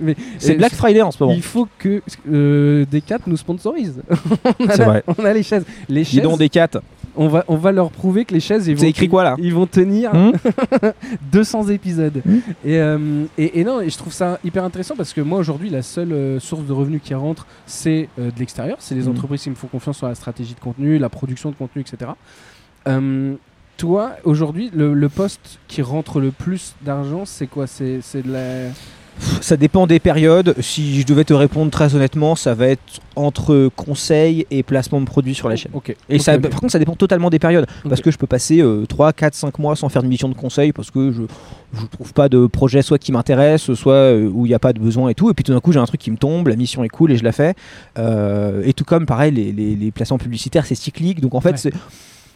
Speaker 2: mais-
Speaker 1: C'est
Speaker 2: euh,
Speaker 1: Black Friday en ce moment.
Speaker 2: Il faut que euh, Decat nous sponsorise. on, a
Speaker 1: C'est
Speaker 2: la-
Speaker 1: vrai.
Speaker 2: on a les chaises. Les
Speaker 1: Dis
Speaker 2: chaises
Speaker 1: donc des 4.
Speaker 2: on, va, on va leur prouver que les chaises, ils vont,
Speaker 1: C'est écrit quoi là
Speaker 2: ils vont tenir
Speaker 1: Hmm
Speaker 2: 200 épisodes.
Speaker 1: Hmm.
Speaker 2: Et, euh, et, et non, et je trouve ça hyper intéressant parce que moi, aujourd'hui, la seule euh, source de revenus qui rentre, c'est euh, de l'extérieur. C'est les
Speaker 1: Hmm.
Speaker 2: entreprises qui me font confiance sur la stratégie de contenu, la production de contenu, etc. Euh, toi, aujourd'hui, le, le poste qui rentre le plus d'argent, c'est quoi C'est c'est de la.
Speaker 1: Pff, Ça dépend des périodes. Si je devais te répondre très honnêtement, ça va être entre conseil et placement de produits sur la chaîne.
Speaker 2: Ok.
Speaker 1: Et
Speaker 2: Ok,
Speaker 1: ça,
Speaker 2: ok.
Speaker 1: par contre, ça dépend totalement des périodes. Parce
Speaker 2: euh, Ok.
Speaker 1: que je peux passer euh, 3, 4, 5 mois sans faire de mission de conseil parce que je je trouve pas de projet soit qui m'intéresse, soit euh, où il n'y a pas de besoin et tout. Et puis tout d'un coup, j'ai un truc qui me tombe, la mission est cool et je la fais. Euh, et tout comme, pareil, les, les, les placements publicitaires, c'est cyclique. Donc en fait,
Speaker 2: Ouais.
Speaker 1: c'est-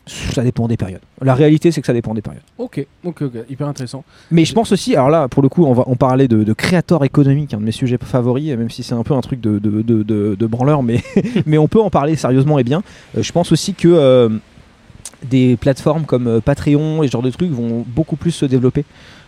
Speaker 1: ça dépend des périodes. La réalité, c'est que ça dépend des périodes.
Speaker 2: Ok, ok, ok, hyper intéressant.
Speaker 1: Mais je pense aussi, alors là, pour le coup, on va on parlait de, de créateur économique, un de mes sujets favoris, euh, même si c'est un peu un truc de, de, de- de- de branleur, mais, mais on peut en parler sérieusement et bien. Euh, je pense aussi que euh, des plateformes comme euh, Patreon et ce genre de trucs vont beaucoup plus se développer.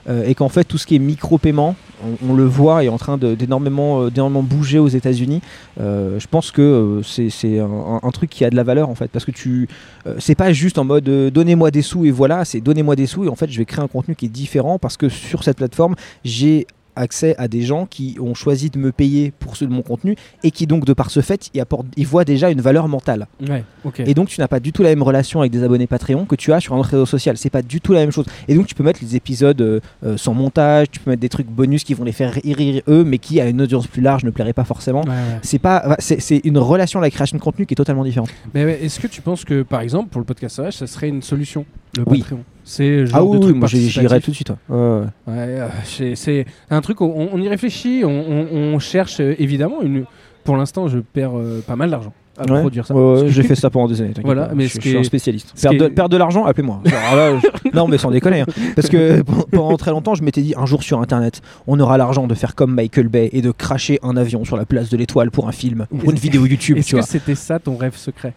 Speaker 1: Euh, et qu'en fait, tout ce qui est micro-paiement, on, on le voit, est en train de- d'énormément euh, d'énormément bouger aux États-Unis. Euh, je pense que euh, c'est c'est un, un- un truc qui a de la valeur en fait, parce que tu, euh, c'est pas juste en mode euh, donnez-moi des sous et voilà, c'est donnez-moi des sous et en fait je vais créer un contenu qui est différent parce que sur cette plateforme j'ai accès à des gens qui ont choisi de me payer pour ce, mon contenu et qui donc de par ce fait ils, apportent, ils voient déjà une valeur mentale
Speaker 2: Ouais, ok.
Speaker 1: et donc tu n'as pas du tout la même relation avec des abonnés Patreon que tu as sur un autre réseau social c'est pas du tout la même chose et donc tu peux mettre les épisodes euh, euh, sans montage tu peux mettre des trucs bonus qui vont les faire rire, rire eux mais qui à une audience plus large ne plairait pas forcément
Speaker 2: Ouais, ouais.
Speaker 1: c'est pas c'est c'est une relation à la création de contenu qui est totalement différente
Speaker 2: Mais ouais, est-ce que tu penses que, par exemple, pour le podcast sauvage, ça serait une solution le
Speaker 1: Oui.
Speaker 2: Patreon C'est le genre
Speaker 1: ah oui,
Speaker 2: de
Speaker 1: oui,
Speaker 2: truc
Speaker 1: moi j'y- j'irais
Speaker 2: participatif
Speaker 1: tout de suite ouais. Ouais, ouais.
Speaker 2: Ouais, euh, c'est- c'est un truc où on, on y réfléchit, on, on- on cherche euh, évidemment une. Pour l'instant, je perds euh, pas mal d'argent à
Speaker 1: Ouais.
Speaker 2: produire ça.
Speaker 1: Ouais, ouais,
Speaker 2: Ce
Speaker 1: j'ai
Speaker 2: qui-
Speaker 1: fait ça pendant des années. t'inquiète
Speaker 2: Voilà,
Speaker 1: pas,
Speaker 2: mais
Speaker 1: je,
Speaker 2: ce
Speaker 1: je
Speaker 2: qui
Speaker 1: suis
Speaker 2: est-
Speaker 1: un spécialiste.
Speaker 2: ce
Speaker 1: Perdre
Speaker 2: qui
Speaker 1: de,
Speaker 2: est-
Speaker 1: perdre de l'argent, appelez-moi. Genre, là, je- Non, mais sans déconner. hein. Parce que pe- pendant très longtemps, je m'étais dit un jour sur Internet, on aura l'argent de faire comme Michael Bay et de cracher un avion sur la place de l'étoile pour un film ou pour une vidéo YouTube.
Speaker 2: Est-ce
Speaker 1: tu
Speaker 2: que
Speaker 1: vois.
Speaker 2: c'était ça ton rêve secret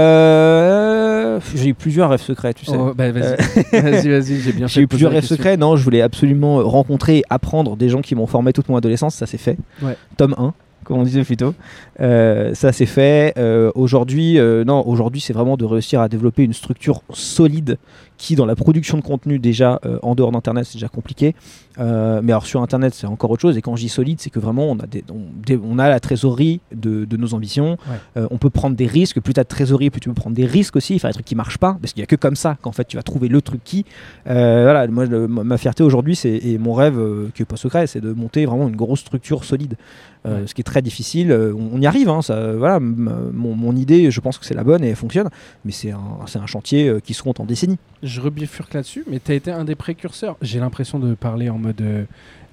Speaker 1: Euh, J'ai eu plusieurs rêves secrets, tu sais.
Speaker 2: Oh, bah, Vas-y,
Speaker 1: Euh,
Speaker 2: vas-y, vas-y, j'ai bien fait
Speaker 1: J'ai
Speaker 2: de
Speaker 1: eu
Speaker 2: poser
Speaker 1: plusieurs
Speaker 2: la
Speaker 1: rêves
Speaker 2: question.
Speaker 1: secrets. Non, je voulais absolument euh, rencontrer et apprendre des gens qui m'ont formé toute mon adolescence. Ça, c'est fait.
Speaker 2: Ouais.
Speaker 1: Tome 1, comme on disait plus tôt. Euh, ça, c'est fait. Euh, aujourd'hui, euh, non, aujourd'hui, c'est vraiment de réussir à développer une structure solide qui dans la production de contenu déjà euh, en dehors d'internet c'est déjà compliqué Euh, mais alors sur internet c'est encore autre chose et quand je dis solide c'est que vraiment on a, des, on, des- on a la trésorerie de, de nos ambitions Euh, on peut prendre des risques plus t'as de trésorerie plus tu peux prendre des risques aussi faire des trucs qui marchent pas parce qu'il y a que comme ça qu'en fait tu vas trouver le truc qui Euh, voilà moi le- ma ma fierté aujourd'hui c'est et mon rêve euh, qui est pas secret c'est de monter vraiment une grosse structure solide euh, ce qui est très difficile Euh, on, on y arrive hein, ça voilà m- mon, mon idée je pense que c'est la bonne et elle fonctionne mais c'est un, c'est un chantier euh, qui se compte en décennies
Speaker 2: Je rebifurque là-dessus, mais t'as été un des précurseurs. J'ai l'impression de parler en mode euh,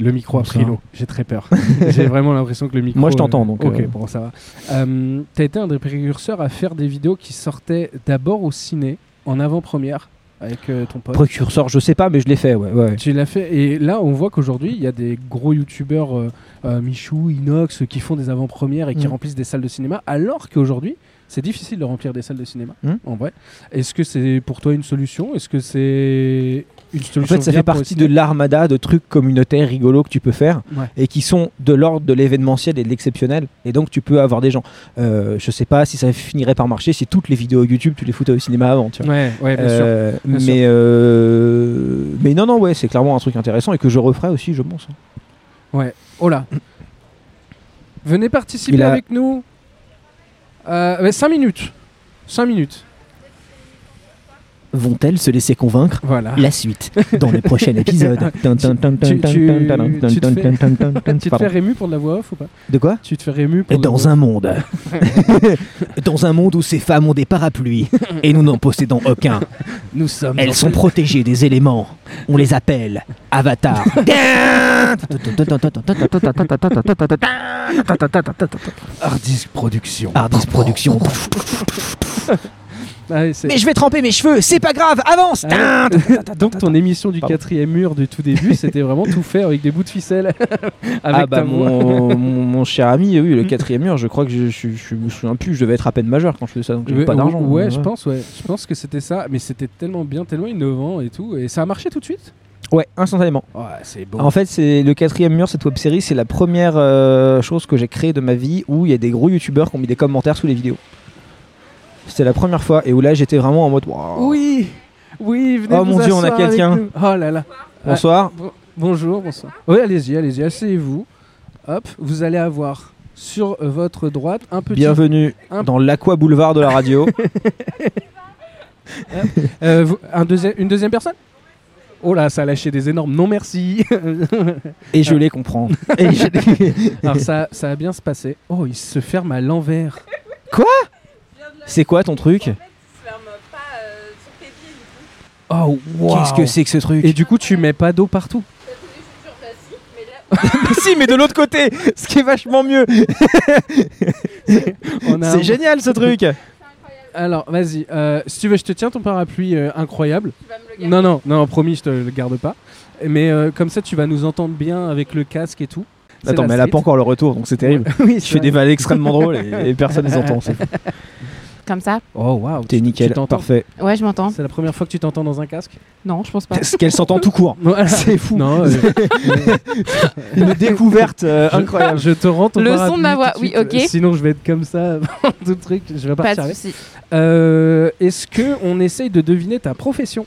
Speaker 2: le micro a
Speaker 1: Ça
Speaker 2: pris
Speaker 1: va.
Speaker 2: l'eau. J'ai très peur. J'ai vraiment l'impression que le micro.
Speaker 1: Moi, je t'entends, donc,
Speaker 2: Ok,
Speaker 1: euh,
Speaker 2: bon, ça va. Euh, t'as été un des précurseurs à faire des vidéos qui sortaient d'abord au ciné, en avant-première, avec euh, ton pote.
Speaker 1: précurseur, je sais pas, mais je l'ai fait, ouais. ouais.
Speaker 2: Tu l'as fait. Et là, on voit qu'aujourd'hui, il y a des gros youtubeurs, euh, euh, Michou, Inox, qui font des avant-premières et qui
Speaker 1: Mm.
Speaker 2: remplissent des salles de cinéma, alors qu'aujourd'hui, c'est difficile de remplir des salles de cinéma,
Speaker 1: Mm.
Speaker 2: en vrai. Est-ce que c'est pour toi une solution Est-ce que c'est une
Speaker 1: En
Speaker 2: solution
Speaker 1: fait, ça fait
Speaker 2: viable pour
Speaker 1: partie de
Speaker 2: essayer
Speaker 1: l'armada de trucs communautaires rigolos que tu peux faire
Speaker 2: Ouais.
Speaker 1: et qui sont de l'ordre de l'événementiel et de l'exceptionnel. Et donc, tu peux avoir des gens. Euh, je sais pas si ça finirait par marcher si toutes les vidéos YouTube, tu les foutais au cinéma avant, tu vois.
Speaker 2: Ouais, ouais, bien sûr.
Speaker 1: Euh,
Speaker 2: bien sûr.
Speaker 1: mais, euh, mais non, non, ouais, c'est clairement un truc intéressant et que je referai aussi, je pense.
Speaker 2: Oh là Venez participer
Speaker 1: Il a-
Speaker 2: avec nous. 5 minutes. 5 minutes.
Speaker 1: Vont-elles se laisser convaincre
Speaker 2: Voilà.
Speaker 1: La suite dans le prochain épisode.
Speaker 2: tu- tu te fais- Tu te fais ému pour de la voix off ou pas
Speaker 1: De quoi
Speaker 2: Tu te fais ému pour de la voix
Speaker 1: Dans un monde. dans un monde où ces femmes ont des parapluies et nous n'en possédons aucun.
Speaker 2: Nous sommes
Speaker 1: Elles
Speaker 2: en-
Speaker 1: sont protégées des éléments. On les appelle avatars.
Speaker 2: Hardisk Productions.
Speaker 1: Ardis Production.
Speaker 2: Ah ouais, c'est-
Speaker 1: Mais je vais tremper mes cheveux, c'est pas grave, avance
Speaker 2: Ah ouais. Donc ton émission du
Speaker 1: Pardon.
Speaker 2: quatrième mur du tout début, c'était vraiment tout fait avec des bouts de ficelle, avec
Speaker 1: ah bah
Speaker 2: ta voix. Mm.
Speaker 1: mon, mon, mon cher ami, oui, le quatrième mur, je crois que je, je, je me souviens plus, je devais être à peine majeur quand je faisais ça, donc j'avais
Speaker 2: Ouais,
Speaker 1: pas d'argent.
Speaker 2: hein, Ouais, je pense, ouais, je pense que c'était ça, mais c'était tellement bien, tellement innovant et tout, et ça a marché tout de suite.
Speaker 1: Ouais, instantanément.
Speaker 2: Ouais, c'est beau.
Speaker 1: En fait, c'est le quatrième mur, cette web série, c'est la première euh, chose que j'ai créée de ma vie où il y a des gros youtubeurs qui ont mis des commentaires sous les vidéos. C'était la première fois et où là j'étais vraiment en mode Waouh.
Speaker 2: Oui, oui. Venez
Speaker 1: Oh
Speaker 2: vous
Speaker 1: mon Dieu, on a
Speaker 2: asseoir avec
Speaker 1: quelqu'un.
Speaker 2: nous. Oh là là.
Speaker 1: Bonsoir.
Speaker 2: Bon- bonjour, bonsoir. Oui, allez-y, allez-y, asseyez-vous. Hop, vous allez avoir sur euh, votre droite un petit.
Speaker 1: Bienvenue
Speaker 2: Un-
Speaker 1: dans l'Aqua Boulevard de la radio.
Speaker 2: Euh, vous- un deuxi- une deuxième personne. Oh là, ça a lâché des énormes. Non merci.
Speaker 1: et je les comprends. Et je les-
Speaker 2: Alors ça, ça a bien se passé. Oh, il se ferme à l'envers.
Speaker 1: C'est quoi ton truc
Speaker 2: Oh, wow.
Speaker 1: Qu'est-ce que c'est que ce truc
Speaker 2: Et du coup, tu mets pas d'eau partout.
Speaker 1: Si, mais de l'autre côté, ce qui est vachement mieux.
Speaker 2: On a un-
Speaker 1: C'est génial ce truc.
Speaker 2: Alors, vas-y. euh, si tu veux, je te tiens ton parapluie euh, incroyable. Non, non, non, promis, je te le garde pas. Mais euh, comme ça, tu vas nous entendre bien avec le casque et tout. C'est
Speaker 1: Attends,
Speaker 2: la
Speaker 1: mais elle a
Speaker 2: street.
Speaker 1: pas encore le retour, donc c'est terrible.
Speaker 2: Oui,
Speaker 1: Je fais des vannes extrêmement drôles et, et personne les entend. c'est fou.
Speaker 4: Comme ça
Speaker 2: Oh waouh.
Speaker 1: T'es
Speaker 2: tu-
Speaker 1: nickel,
Speaker 2: tu t'entends
Speaker 1: parfait.
Speaker 4: Ouais, je m'entends.
Speaker 2: C'est la première fois que tu t'entends dans un casque.
Speaker 4: Non, je pense pas.
Speaker 1: Ce qu'elle s'entend tout court. C'est fou.
Speaker 2: Non. euh,
Speaker 1: Une découverte euh,
Speaker 2: je-
Speaker 1: incroyable.
Speaker 2: Je te rends ton
Speaker 4: Le son
Speaker 2: parapluie
Speaker 4: de ma voix,
Speaker 2: tout de
Speaker 4: oui,
Speaker 2: suite.
Speaker 4: ok.
Speaker 2: Sinon, je vais être comme ça, tout le truc. Je vais
Speaker 4: Pas
Speaker 2: partir
Speaker 4: de
Speaker 2: avec.
Speaker 4: soucis.
Speaker 2: Euh, Est-ce que on essaye de deviner ta profession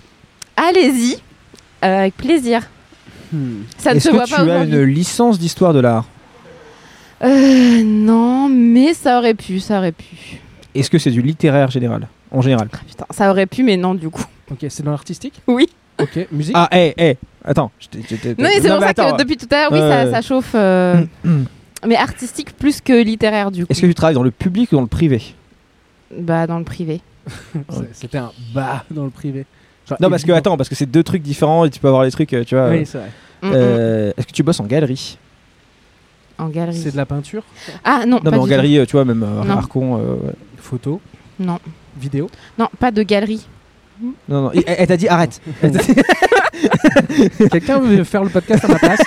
Speaker 4: Allez-y, euh, avec plaisir.
Speaker 2: Hmm.
Speaker 4: Ça ne
Speaker 1: Est-ce
Speaker 4: se
Speaker 1: que
Speaker 4: voit
Speaker 1: tu
Speaker 4: pas
Speaker 1: as
Speaker 4: aujourd'hui.
Speaker 1: une licence d'histoire de l'art
Speaker 4: Euh, non, mais ça aurait pu, ça aurait pu.
Speaker 1: Est-ce que c'est du littéraire général En général.
Speaker 4: Ah, putain, ça aurait pu, mais non, du coup.
Speaker 2: Ok, c'est dans l'artistique
Speaker 4: Oui.
Speaker 2: Ok, musique.
Speaker 1: Ah, hé, hé Attends. je t'ai- je t'ai-
Speaker 4: Non, mais c'est pour ça
Speaker 1: Euh, attends.
Speaker 4: que depuis tout à l'heure, oui, ça,
Speaker 1: Euh,
Speaker 4: ça chauffe. euh, mais artistique plus que littéraire, du coup.
Speaker 1: Est-ce que tu travailles dans le public ou dans le privé
Speaker 4: Bah, dans le privé.
Speaker 2: C'est- C'était un bah dans le privé. Genre,
Speaker 1: Non, parce que
Speaker 2: évidemment.
Speaker 1: attends, parce que c'est deux trucs différents et tu peux avoir les trucs, euh, tu vois.
Speaker 2: Oui, c'est vrai.
Speaker 4: Mm,
Speaker 1: euh, Est-ce que tu bosses en galerie
Speaker 4: mm, En galerie.
Speaker 2: C'est de la peinture,
Speaker 4: Ah non,
Speaker 1: Non,
Speaker 4: pas
Speaker 1: mais en
Speaker 4: du
Speaker 1: galerie, euh, tu vois, même euh,
Speaker 4: Non.
Speaker 1: Arcon. euh, ouais.
Speaker 2: photo,
Speaker 4: Non.
Speaker 2: vidéo.
Speaker 4: tout. Non, pas de galerie.
Speaker 1: Non, non. et- eh, Elle, t'a dit arrête. Elle t'a dit-
Speaker 2: Quelqu'un veut faire le podcast à ma place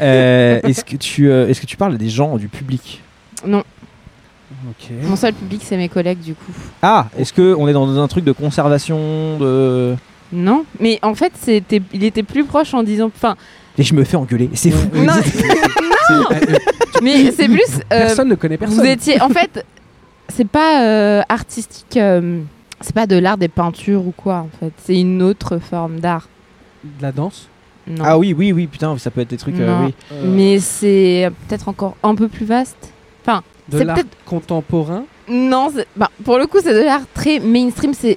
Speaker 1: Euh, Est-ce que tu, euh, est-ce que tu parles à des gens du public
Speaker 2: Ok.
Speaker 4: Mon seul public, c'est mes collègues, du coup.
Speaker 1: Ah, est-ce que on est dans un truc de conservation de
Speaker 4: Non, mais en fait, c'était, il était plus proche en disant. Enfin,
Speaker 1: Et je me fais engueuler. C'est fou.
Speaker 4: non,
Speaker 2: euh,
Speaker 4: mais c'est plus. euh,
Speaker 2: personne ne connaît personne.
Speaker 4: Vous étiez, en fait, c'est pas euh, artistique euh, C'est pas de l'art des peintures ou quoi, en fait. C'est une autre forme d'art.
Speaker 2: De la danse
Speaker 4: Non.
Speaker 1: Ah oui, oui, oui, putain, ça peut être des trucs. euh,
Speaker 4: Non.
Speaker 1: oui.
Speaker 4: Mais c'est peut-être encore un peu plus vaste.
Speaker 2: De
Speaker 4: c'est
Speaker 2: l'art
Speaker 4: peut-être-
Speaker 2: contemporain
Speaker 4: Non, c'est- bah, pour le coup, c'est de l'art très mainstream. C'est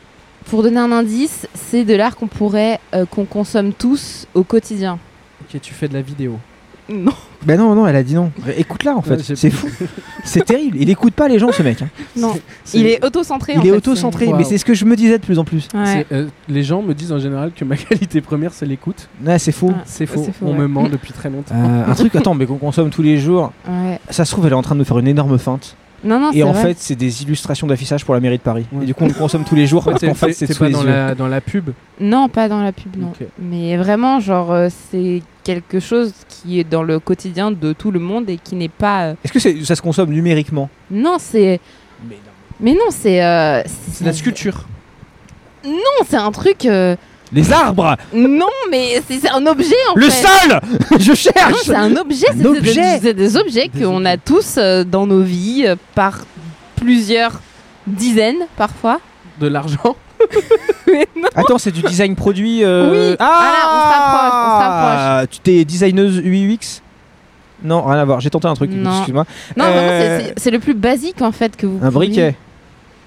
Speaker 4: pour donner un indice, c'est de l'art qu'on pourrait euh, qu'on consomme tous au quotidien.
Speaker 2: Ok, tu fais de la vidéo.
Speaker 4: Non,
Speaker 1: Ben non, non, elle a dit non. Euh, Écoute-la en fait,
Speaker 2: Ouais, j'ai-
Speaker 1: c'est fou. c'est terrible. Il écoute pas les gens, ce mec. hein.
Speaker 4: non.
Speaker 2: C'est-
Speaker 4: Il est auto-centré. en
Speaker 1: Il est
Speaker 4: fait,
Speaker 1: auto-centré,
Speaker 2: Waouh.
Speaker 1: mais c'est ce que je me disais de plus en plus.
Speaker 4: c'est- Ouais.
Speaker 2: c'est, euh, les gens me disent en général que ma qualité première, c'est l'écoute.
Speaker 1: Ouais, c'est faux.
Speaker 4: Ah.
Speaker 2: C'est
Speaker 4: Ouais,
Speaker 2: faux.
Speaker 4: c'est faux,
Speaker 2: On
Speaker 4: ouais.
Speaker 2: me ment depuis très longtemps.
Speaker 1: Euh, un truc, attends, mais qu'on consomme tous les jours.
Speaker 4: Ouais.
Speaker 1: Ça se trouve, elle est en train de nous faire une énorme feinte.
Speaker 4: Non, non,
Speaker 1: et
Speaker 4: Ah, c'est
Speaker 1: en
Speaker 4: vrai.
Speaker 1: fait, c'est des illustrations d'affichage pour la mairie de Paris.
Speaker 2: Ouais.
Speaker 1: Et du coup, on le consomme tous les jours.
Speaker 2: Ouais,
Speaker 1: parce
Speaker 2: t'es-
Speaker 1: qu'en fait,
Speaker 2: t'es-
Speaker 1: c'est
Speaker 2: t'es
Speaker 1: sous
Speaker 2: pas
Speaker 1: les
Speaker 2: dans
Speaker 1: yeux.
Speaker 2: la, dans la pub.
Speaker 4: Non, pas dans la pub, non.
Speaker 2: Ok.
Speaker 4: Mais vraiment, genre, euh, c'est quelque chose qui est dans le quotidien de tout le monde et qui n'est pas. euh,
Speaker 1: Est-ce que c'est- ça se consomme numériquement
Speaker 4: Non, c'est.
Speaker 1: Mais non.
Speaker 4: Mais non, c'est. euh,
Speaker 2: C'est de la sculpture.
Speaker 4: Non, c'est un truc. euh,
Speaker 1: Les arbres
Speaker 4: Non, mais c'est c'est un objet en
Speaker 1: Le
Speaker 4: fait.
Speaker 1: sol Je
Speaker 4: Non,
Speaker 1: cherche
Speaker 4: c'est un objet, c'est-
Speaker 1: Un
Speaker 4: c'est des-
Speaker 1: objet.
Speaker 4: c'est des, objets
Speaker 2: Des
Speaker 4: qu'on a tous euh, dans nos vies euh, par plusieurs dizaines parfois.
Speaker 2: De l'argent.
Speaker 1: Attends, c'est du design produit. euh,
Speaker 4: Oui, Ah,
Speaker 1: Ah
Speaker 4: voilà,
Speaker 1: Tu t'es designeuse UX Non, rien à voir. J'ai tenté un truc.
Speaker 4: Non.
Speaker 1: Excuse-moi.
Speaker 4: Non,
Speaker 1: Euh,
Speaker 4: vraiment, c'est- c'est- c'est le plus basique en fait que vous.
Speaker 1: Un
Speaker 4: pouvez-
Speaker 1: briquet.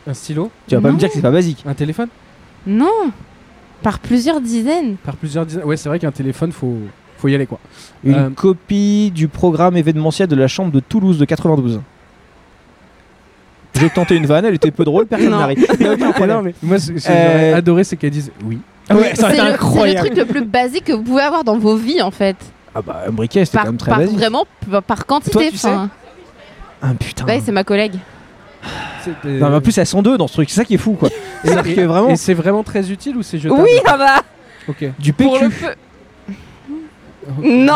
Speaker 2: Un stylo.
Speaker 1: Tu vas pas
Speaker 4: Non.
Speaker 1: me dire que c'est pas basique.
Speaker 2: Un téléphone.
Speaker 4: Non, par plusieurs dizaines.
Speaker 2: Par plusieurs dizaines. Ouais, c'est vrai qu'un téléphone, faut, faut y aller quoi.
Speaker 1: Une
Speaker 2: Euh,
Speaker 1: copie du programme événementiel de la chambre de Toulouse de 92. J'ai tenté une vanne, elle était peu drôle, personne
Speaker 4: Non.
Speaker 1: n'a ri. Il y a aucun problème.
Speaker 2: non, mais moi, ce que
Speaker 1: Euh,
Speaker 2: j'aurais adoré, c'est qu'elles disent oui.
Speaker 1: Ah Ouais, ça
Speaker 4: C'est
Speaker 1: aurait
Speaker 4: le,
Speaker 1: été
Speaker 4: c'est le
Speaker 1: incroyable.
Speaker 4: truc le plus basique que vous pouvez avoir dans vos vies en fait.
Speaker 1: Ah bah, un briquet, c'était
Speaker 4: Par,
Speaker 1: quand même très
Speaker 4: par-
Speaker 1: basique.
Speaker 4: vraiment par- par quantité.
Speaker 1: Toi, tu sais
Speaker 4: enfin.
Speaker 1: Ah putain.
Speaker 4: Ouais, c'est ma collègue.
Speaker 2: C'est-
Speaker 1: Non, mais en plus, elles sont deux dans ce truc, c'est ça qui est fou quoi.
Speaker 2: Et-
Speaker 1: C'est-à-dire
Speaker 2: et-
Speaker 1: que euh, vraiment-
Speaker 2: Et c'est vraiment très utile ou c'est jetable
Speaker 4: Oui, ah bah
Speaker 2: Ok.
Speaker 1: Du
Speaker 4: pour le
Speaker 1: PQ.
Speaker 4: peu. Non.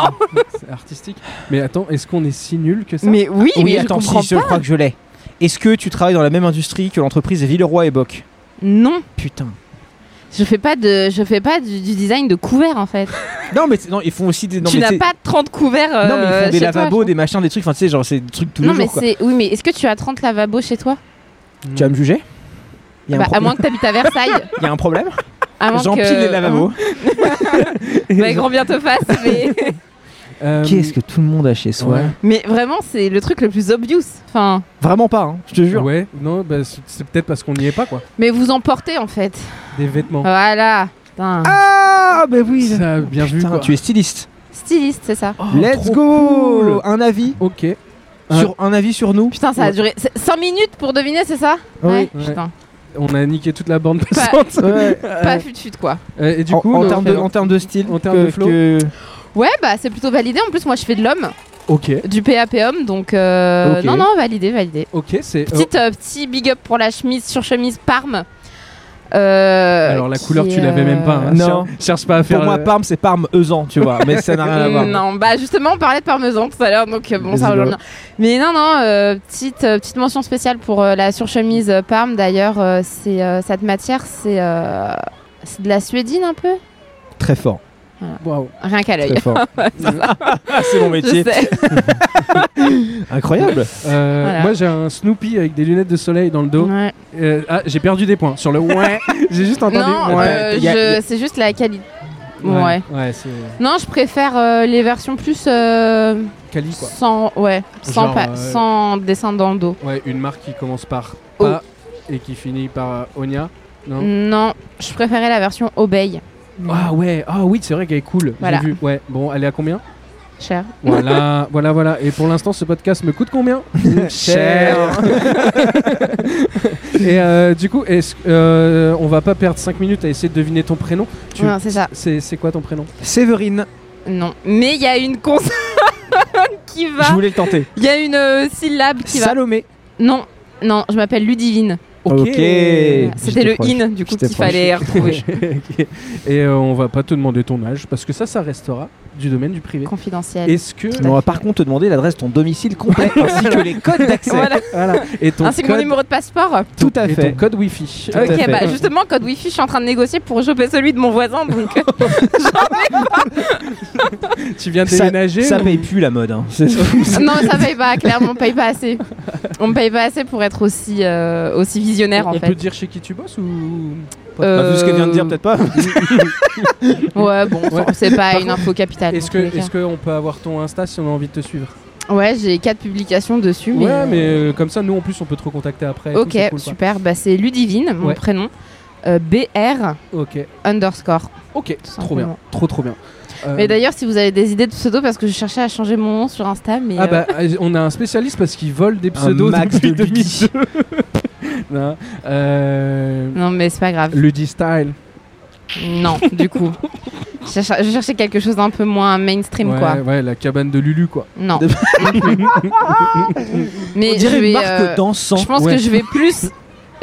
Speaker 2: C'est artistique. Mais attends, est-ce qu'on est si nul que ça
Speaker 4: Mais oui, mais
Speaker 1: Oui,
Speaker 4: je
Speaker 1: attends, si,
Speaker 4: comprends
Speaker 1: je
Speaker 4: pas.
Speaker 1: crois que je l'ai. Est-ce que tu travailles dans la même industrie que l'entreprise Villeroy et Bock
Speaker 4: Non,
Speaker 1: Putain.
Speaker 4: je fais pas de, je fais pas du, du design de couverts en fait.
Speaker 1: Non, mais c'est- non, ils font aussi des. Non,
Speaker 4: tu
Speaker 1: mais
Speaker 4: n'as
Speaker 1: c'est-
Speaker 4: pas 30 couverts. euh,
Speaker 1: Non, mais ils font des
Speaker 4: chez toi,
Speaker 1: lavabos,
Speaker 4: je
Speaker 1: des machins, des trucs. Enfin, tu sais, genre, c'est des trucs tous
Speaker 4: pense. Non,
Speaker 1: les
Speaker 4: mais
Speaker 1: jours quoi.
Speaker 4: c'est, oui, mais est-ce que tu as 30 lavabos chez toi
Speaker 2: Hmm.
Speaker 1: Tu vas me juger Il y, a un
Speaker 4: Bah, À
Speaker 1: pro-
Speaker 4: moins que t'habites à Versailles.
Speaker 1: il y a un problème
Speaker 4: à moins
Speaker 1: J'empile
Speaker 4: que- Hein
Speaker 1: les lavabos.
Speaker 4: Bah, grand bien te fasse. Mais,
Speaker 2: Euh,
Speaker 1: Qu'est-ce que tout le monde a chez soi
Speaker 2: ouais.
Speaker 4: mais vraiment, c'est le truc le plus obvious. Enfin,
Speaker 1: Vraiment pas, hein, je te jure.
Speaker 2: Ouais, non, bah, c'est c'est peut-être parce qu'on n'y est pas, quoi.
Speaker 4: mais vous en portez en fait.
Speaker 2: Des vêtements.
Speaker 4: Voilà. Putain.
Speaker 1: Ah, bah Ah oui
Speaker 2: Ça, bien vu,
Speaker 1: Putain,
Speaker 2: quoi.
Speaker 1: tu es styliste.
Speaker 4: Styliste, c'est ça.
Speaker 2: Oh,
Speaker 1: Let's
Speaker 2: trop
Speaker 1: go
Speaker 2: cool.
Speaker 1: Un avis
Speaker 2: Ok. Ouais.
Speaker 1: sur, Un avis sur nous
Speaker 4: Hein Putain, ça a duré 5 minutes pour deviner, c'est ça Ouais,
Speaker 2: Ouais.
Speaker 4: Putain.
Speaker 2: On a niqué toute la bande
Speaker 4: Pas-
Speaker 2: passante.
Speaker 1: Ouais.
Speaker 4: Pas fut fut quoi.
Speaker 2: Euh, et du
Speaker 1: en,
Speaker 2: coup,
Speaker 1: en
Speaker 2: on
Speaker 1: termes
Speaker 2: fait-
Speaker 1: de, en termes de style,
Speaker 2: en termes
Speaker 1: que-
Speaker 2: de flow.
Speaker 1: que-
Speaker 4: Ouais, bah c'est plutôt validé. En plus, moi, je fais de l'homme,
Speaker 2: Ok,
Speaker 4: du PAP homme, donc euh,
Speaker 1: Ok.
Speaker 4: non, non, validé, validé.
Speaker 2: ok, c'est.
Speaker 4: Petite, euh, petit big up pour la chemise, sur chemise Parme. Euh,
Speaker 2: Alors, la
Speaker 4: qui,
Speaker 2: couleur, tu l'avais
Speaker 4: euh,
Speaker 2: même pas. hein.
Speaker 1: Non.
Speaker 2: Cher- Cherche pas à faire.
Speaker 1: Pour moi,
Speaker 2: euh,
Speaker 1: Parme, c'est Parme Eusan, tu vois, mais ça n'a rien
Speaker 2: Ah,
Speaker 1: à voir.
Speaker 4: Non, bah justement, on parlait de parmesan tout à l'heure, donc euh, bon,
Speaker 1: Désolé.
Speaker 4: ça
Speaker 2: bah.
Speaker 4: rejoint bien. Mais non, non, euh, petite, euh, petite mention spéciale pour euh, la surchemise euh, Parme. D'ailleurs, euh, c'est euh, cette matière, c'est euh, c'est de la suédine un peu.
Speaker 1: Très fort,
Speaker 2: waouh.
Speaker 4: Rien qu'à l'œil.
Speaker 1: très fort. Ah, c'est mon
Speaker 4: Je
Speaker 1: métier.
Speaker 4: sais.
Speaker 1: Incroyable.
Speaker 2: Euh,
Speaker 4: Voilà.
Speaker 2: Moi, j'ai un Snoopy avec des lunettes de soleil dans le dos.
Speaker 4: Ouais.
Speaker 2: Euh, ah, j'ai perdu des points sur le ouais. j'ai juste entendu
Speaker 4: Non,
Speaker 2: ouais.
Speaker 4: euh,
Speaker 1: y a-
Speaker 4: je-
Speaker 1: y
Speaker 4: c'est juste la qualité.
Speaker 2: Ouais,
Speaker 4: ouais.
Speaker 2: ouais, c'est
Speaker 4: Non, je préfère euh, les versions plus euh,
Speaker 2: Cali, quoi.
Speaker 4: sans, ouais, sans,
Speaker 2: Genre,
Speaker 4: pa-
Speaker 2: euh,
Speaker 4: sans dessin dans le dos.
Speaker 2: Ouais, une marque qui commence par
Speaker 4: Oh.
Speaker 2: A et qui finit par euh, Onia. Non
Speaker 4: Non, je préférais la version Obey,
Speaker 2: Ah ouais, ah oui, c'est vrai qu'elle est cool.
Speaker 4: Mm. Voilà.
Speaker 2: J'ai vu. Ouais, bon, elle est à combien
Speaker 4: cher.
Speaker 2: Voilà, voilà, voilà. Et pour l'instant, ce podcast me coûte combien Cher. Et euh, du coup, est-ce euh, on va pas perdre 5 minutes à essayer de deviner ton prénom Tu-
Speaker 4: Non, c'est ça.
Speaker 2: C'est c'est quoi ton prénom
Speaker 1: Séverine,
Speaker 4: Non. Mais il y a une consonne qui
Speaker 1: je
Speaker 4: va.
Speaker 1: voulais le tenter.
Speaker 4: Il y a une euh, syllabe qui va.
Speaker 1: Salomé.
Speaker 4: Non, non, je m'appelle Ludivine.
Speaker 1: Ok.
Speaker 2: Ok.
Speaker 4: C'était
Speaker 1: J'étais
Speaker 4: le
Speaker 1: proche.
Speaker 4: in du coup
Speaker 1: J'étais
Speaker 4: qu'il fallait retrouver.
Speaker 2: Ok. Et euh, on va pas te demander ton âge parce que ça, ça restera du domaine du privé.
Speaker 4: confidentiel.
Speaker 2: Est-ce que.
Speaker 1: On va par contre te demander l'adresse de ton domicile complet ainsi que les codes d'accès.
Speaker 4: Voilà.
Speaker 2: Voilà. Et ton
Speaker 4: Ainsi que
Speaker 2: code...
Speaker 4: mon numéro de passeport.
Speaker 1: Tout à
Speaker 2: et
Speaker 1: fait.
Speaker 2: ton code Wi-Fi.
Speaker 1: Tout à
Speaker 4: ok,
Speaker 1: fait.
Speaker 4: bah justement, code wifi je suis en train de négocier pour choper celui de mon voisin. Donc, euh.
Speaker 2: tu viens de
Speaker 1: Ça-
Speaker 2: déménager
Speaker 1: Ça
Speaker 2: ou-
Speaker 1: paye plus la mode. hein. C'est-
Speaker 4: non, ça paye pas, clairement, on paye pas assez. On me paye pas assez pour être aussi, euh, aussi visionnaire
Speaker 2: On
Speaker 4: en
Speaker 2: peut
Speaker 4: fait.
Speaker 2: dire chez qui tu bosses ou.
Speaker 1: Bah, vu ce qu'elle vient de dire, peut-être pas.
Speaker 4: Ouais, bon,
Speaker 2: Ouais.
Speaker 4: c'est pas
Speaker 2: Par
Speaker 4: une
Speaker 2: contre,
Speaker 4: info capitale.
Speaker 2: Est-ce
Speaker 4: dans
Speaker 2: que
Speaker 4: tous les cas.
Speaker 2: est-ce qu'on peut avoir ton Insta si on a envie de te suivre
Speaker 4: Ouais, j'ai quatre publications dessus. Mais...
Speaker 2: Ouais, mais euh, comme ça, nous en plus, on peut te recontacter après. et tout,
Speaker 4: Ok,
Speaker 2: c'est cool, quoi.
Speaker 4: super. Bah, c'est Ludivine, mon
Speaker 2: Ouais.
Speaker 4: prénom. Euh, BR
Speaker 2: Ok,
Speaker 4: underscore.
Speaker 2: ok,
Speaker 4: Tout
Speaker 2: trop bien,
Speaker 4: simplement.
Speaker 2: trop trop bien. Euh,
Speaker 4: Mais d'ailleurs, si vous avez des idées de pseudo, parce que je cherchais à changer mon nom sur Insta, mais.
Speaker 2: ah
Speaker 4: euh,
Speaker 2: bah, euh, on a un spécialiste parce qu'il vole des
Speaker 1: Un
Speaker 2: pseudos
Speaker 1: max
Speaker 2: depuis
Speaker 1: de Lucky.
Speaker 2: 2002. Non, euh,
Speaker 4: Non, mais c'est pas grave.
Speaker 2: Luddy Style.
Speaker 4: Non, du coup. Je cherchais, je cherchais quelque chose d'un peu moins mainstream,
Speaker 2: ouais,
Speaker 4: quoi.
Speaker 2: ouais, la cabane de Lulu, quoi.
Speaker 4: Non.
Speaker 1: De-
Speaker 4: mais
Speaker 1: On dirait
Speaker 4: je vais,
Speaker 1: une marque
Speaker 4: euh,
Speaker 1: dansant.
Speaker 4: Je pense
Speaker 2: ouais.
Speaker 4: que je vais plus.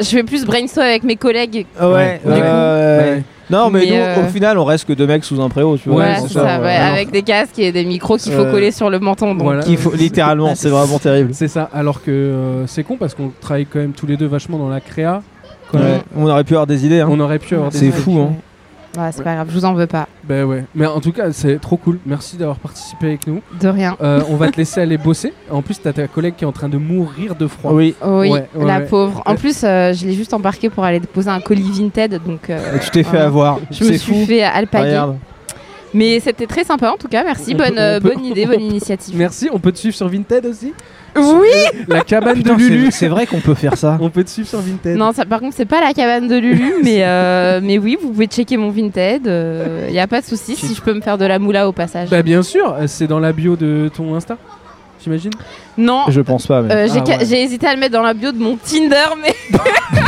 Speaker 4: Je vais plus brainstorm avec mes collègues.
Speaker 1: Ouais,
Speaker 2: Ouais,
Speaker 1: Ah ouais,
Speaker 2: ouais.
Speaker 1: ouais.
Speaker 2: Ouais.
Speaker 1: Non, mais,
Speaker 4: Mais,
Speaker 1: nous,
Speaker 4: euh,
Speaker 1: au final, on reste que deux mecs sous un préau, tu vois.
Speaker 2: Ouais,
Speaker 4: voilà,
Speaker 2: c'est
Speaker 4: c'est
Speaker 2: ça,
Speaker 4: ça,
Speaker 2: ouais.
Speaker 4: ouais,
Speaker 2: Alors-
Speaker 4: avec des casques et des micros qu'il faut
Speaker 1: Euh,
Speaker 4: coller sur le menton. Donc.
Speaker 2: Voilà.
Speaker 1: Qu'il faut, littéralement, c'est vraiment terrible.
Speaker 2: C'est ça, alors que euh, c'est con parce qu'on travaille quand même tous les deux vachement dans la créa. Quand
Speaker 1: Ouais.
Speaker 2: même,
Speaker 1: On aurait pu avoir des idées. hein.
Speaker 2: On aurait pu avoir des
Speaker 1: C'est
Speaker 2: idées.
Speaker 1: fou, hein.
Speaker 4: Ouais, c'est pas grave, je vous en veux pas.
Speaker 2: Ben ouais. Mais en tout cas, c'est trop cool. Merci d'avoir participé avec nous.
Speaker 4: De rien.
Speaker 2: Euh, on va te laisser aller bosser. En plus, t'as ta collègue qui est en train de mourir de froid.
Speaker 1: Oui,
Speaker 4: Oh Oui,
Speaker 2: Ouais, ouais,
Speaker 4: la
Speaker 2: ouais.
Speaker 4: pauvre. En
Speaker 2: Ouais.
Speaker 4: plus, euh, je l'ai juste embarquée pour aller déposer un colis Vinted, donc euh,
Speaker 1: tu t'es fait
Speaker 4: voilà.
Speaker 1: avoir.
Speaker 4: je me
Speaker 1: C'est
Speaker 4: suis
Speaker 1: fou.
Speaker 4: fait alpaguer.
Speaker 1: Regarde.
Speaker 4: Mais c'était très sympa en tout cas, merci.
Speaker 2: On
Speaker 4: bonne,
Speaker 2: peut- on
Speaker 4: euh,
Speaker 2: peut-
Speaker 4: bonne idée, bonne initiative.
Speaker 2: Merci. On peut te suivre sur Vinted aussi.
Speaker 4: Oui
Speaker 2: La cabane
Speaker 1: Putain,
Speaker 2: de Lulu.
Speaker 1: c'est- C'est vrai qu'on peut faire ça.
Speaker 2: On peut te suivre sur Vinted.
Speaker 4: Non, ça, par contre, c'est pas la cabane de Lulu, mais, euh, mais oui, vous pouvez checker mon Vinted. Il n'y a pas de souci si je peux me faire de la moula au passage.
Speaker 2: Bah bien sûr. euh, C'est dans la bio de ton Insta. J'imagine.
Speaker 4: Non,
Speaker 1: Je pense pas, mais.
Speaker 4: euh, j'ai
Speaker 2: Ah,
Speaker 4: ca-
Speaker 2: ouais.
Speaker 4: j'ai hésité à le mettre dans la bio de mon Tinder, mais.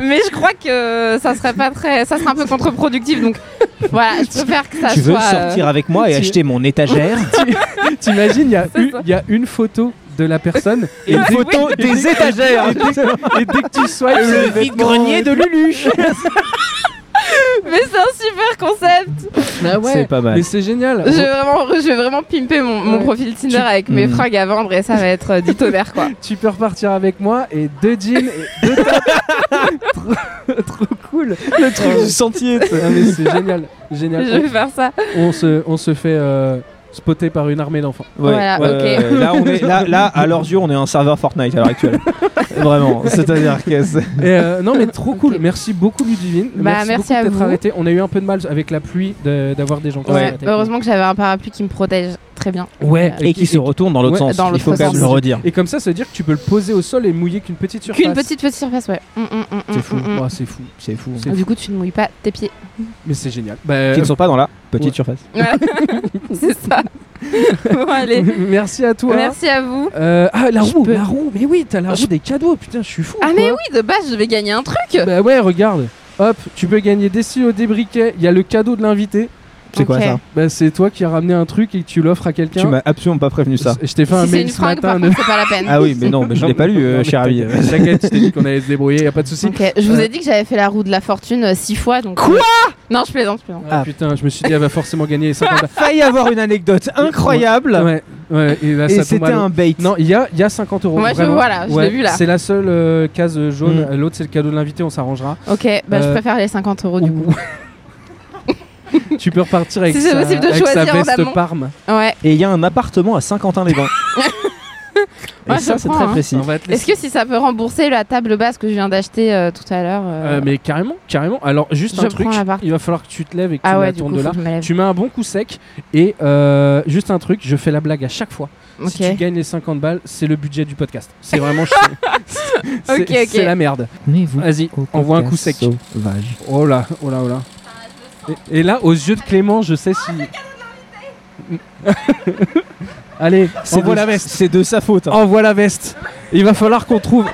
Speaker 4: mais je crois que ça serait pas très. Ça serait un peu contre-productif, donc voilà, je préfère que ça
Speaker 1: tu veux
Speaker 4: soit. euh,
Speaker 1: sortir avec moi et
Speaker 2: tu-
Speaker 1: acheter mon étagère
Speaker 2: T'imagines, il y a
Speaker 4: C'est
Speaker 2: une-
Speaker 4: ça.
Speaker 2: il y a une photo de la personne
Speaker 1: et une photo des étagères
Speaker 2: et dès, et dès que
Speaker 1: Ah,
Speaker 2: tu swipes sur les
Speaker 1: Le
Speaker 2: vêtements,
Speaker 1: vide-grenier de Lulu
Speaker 4: euh, Mais c'est un super concept
Speaker 2: Bah ouais.
Speaker 1: C'est pas mal.
Speaker 2: Mais c'est génial.
Speaker 4: Je vais vraiment, je vais vraiment pimper mon, mon
Speaker 2: Ouais.
Speaker 4: profil Tinder
Speaker 2: Tu-
Speaker 4: avec mes
Speaker 1: Mm.
Speaker 4: fringues à vendre et ça va être euh, du tonnerre quoi.
Speaker 2: Tu peux repartir avec moi et deux jeans et deux tops. trop, trop cool.
Speaker 1: Le truc du sentier. tu sais.
Speaker 2: Ah, mais c'est génial,
Speaker 4: Je
Speaker 2: génial.
Speaker 4: vais faire ça.
Speaker 2: On se, on se fait euh, spotter par une armée d'enfants.
Speaker 1: Ouais,
Speaker 4: Voilà,
Speaker 1: ouais,
Speaker 4: ok.
Speaker 1: ouais, ouais. Là, on est, là, là, à leurs yeux, on est un serveur Fortnite à l'heure actuelle. Vraiment, c'est-à-dire que c'est-
Speaker 2: Et, euh, non mais trop cool.
Speaker 4: Ok.
Speaker 2: Merci beaucoup Ludivine.
Speaker 4: Bah, merci
Speaker 2: beaucoup
Speaker 4: à
Speaker 2: d'être
Speaker 4: vous.
Speaker 2: arrêté. On a eu un peu de mal avec la pluie de- d'avoir des gens. qui
Speaker 1: Ouais,
Speaker 2: s'arrêtaient.
Speaker 4: Ouais, heureusement que j'avais un parapluie qui me protège très bien.
Speaker 2: Ouais.
Speaker 1: Et qui se retourne dans l'autre
Speaker 2: Ouais,
Speaker 1: sens.
Speaker 4: dans
Speaker 1: Il
Speaker 4: l'autre
Speaker 1: faut quand même
Speaker 4: sens.
Speaker 1: le redire.
Speaker 2: Et comme ça, ça veut dire que tu peux le poser au sol et mouiller qu'une petite surface.
Speaker 4: Qu'une petite petite surface, ouais. Mm, mm, mm,
Speaker 2: C'est
Speaker 4: mm,
Speaker 2: fou.
Speaker 4: mm, mm.
Speaker 2: Oh, c'est fou.
Speaker 1: C'est fou.
Speaker 2: C'est-
Speaker 4: Du coup, tu ne mouilles pas tes pieds.
Speaker 2: Mais c'est génial. Bah,
Speaker 1: Qui ne sont pas dans la petite
Speaker 2: Ouais.
Speaker 1: surface.
Speaker 4: c'est ça. bon, allez.
Speaker 2: merci à toi.
Speaker 4: Merci à vous.
Speaker 2: Euh, ah la
Speaker 4: Je
Speaker 2: roue,
Speaker 4: peux-
Speaker 2: la roue. Mais oui, t'as la roue des cadeaux. Putain, je suis fou.
Speaker 4: Ah,
Speaker 2: quoi.
Speaker 4: mais oui, de base, je vais gagner un truc.
Speaker 2: Bah ouais, regarde. Hop, tu peux gagner des silos, des briquets. Il y a le cadeau de l'invité.
Speaker 1: C'est quoi
Speaker 4: Ok.
Speaker 1: ça
Speaker 2: Bah c'est toi qui as ramené un truc et que tu l'offres à
Speaker 1: Tu
Speaker 2: quelqu'un.
Speaker 1: m'as absolument pas prévenu ça.
Speaker 2: Je t'ai fait un
Speaker 4: Si c'est
Speaker 2: mail
Speaker 4: une
Speaker 2: ce
Speaker 4: fringue,
Speaker 2: matin.
Speaker 4: par contre, c'est pas la peine.
Speaker 1: Ah oui, mais non, mais je l'ai pas lu, euh, cher ami.
Speaker 2: T'inquiète, je t'ai dit qu'on allait se débrouiller, y a pas de souci.
Speaker 4: Ok, je vous
Speaker 2: Euh.
Speaker 4: ai dit que j'avais fait la roue de la fortune euh, six fois, donc.
Speaker 1: Quoi
Speaker 4: Non, je plaisante, je plaisante.
Speaker 2: Ah,
Speaker 1: Ah.
Speaker 2: putain, je me suis dit elle va forcément gagner les 50 balles.
Speaker 1: Failli avoir une anecdote incroyable.
Speaker 2: Ouais, ouais, et là
Speaker 1: Et
Speaker 2: ça tombe à
Speaker 1: c'était
Speaker 2: l'eau.
Speaker 1: un bait.
Speaker 2: Non, il y a, il y a 50 euros.
Speaker 4: Moi, je-
Speaker 2: vraiment.
Speaker 4: voilà, je l'ai
Speaker 2: Ouais,
Speaker 4: vu, là.
Speaker 2: C'est la seule euh, case euh, jaune.
Speaker 1: Mm.
Speaker 2: Euh, L'autre, c'est le cadeau de l'invité, on s'arrangera.
Speaker 4: Ok, bah je
Speaker 2: Euh,
Speaker 4: préfère les 50 euros du coup.
Speaker 2: tu peux repartir avec,
Speaker 4: Si c'est
Speaker 2: sa,
Speaker 4: possible de
Speaker 2: avec sa
Speaker 4: choisir en
Speaker 2: veste
Speaker 4: amont.
Speaker 2: Parme.
Speaker 4: Ouais.
Speaker 1: Et il y a un appartement à Saint-Quentin-les-Bains. Et
Speaker 4: Ouais, je
Speaker 1: ça, c'est
Speaker 4: prends,
Speaker 1: très
Speaker 4: hein.
Speaker 1: précis.
Speaker 2: On va te laisser.
Speaker 4: Est-ce que si ça peut rembourser la table basse que je viens d'acheter euh, tout à l'heure euh,
Speaker 2: Euh, mais carrément, carrément. Alors, juste
Speaker 4: Je
Speaker 2: un truc,
Speaker 4: prends la barre.
Speaker 2: il va falloir que tu te lèves et que tu
Speaker 4: Ah
Speaker 2: la
Speaker 4: ouais, du coup,
Speaker 2: tournes de là.
Speaker 4: faut que je me lève.
Speaker 2: Tu mets un bon coup sec et euh, juste un truc, je fais la blague à chaque fois.
Speaker 4: Ok.
Speaker 2: Si tu gagnes les 50 balles, c'est le budget du podcast. C'est vraiment chaud. c'est
Speaker 4: Ok, ok.
Speaker 2: c'est la merde. Vas-y, envoie un coup sec.
Speaker 1: Sauvage.
Speaker 2: Oh là, oh là, oh là. Et, et là, aux yeux de Clément, je sais si. Allez, envoie
Speaker 1: de-
Speaker 2: la veste.
Speaker 1: C'est de sa faute. hein.
Speaker 2: Envoie la veste. Il va falloir qu'on trouve.
Speaker 1: Oh,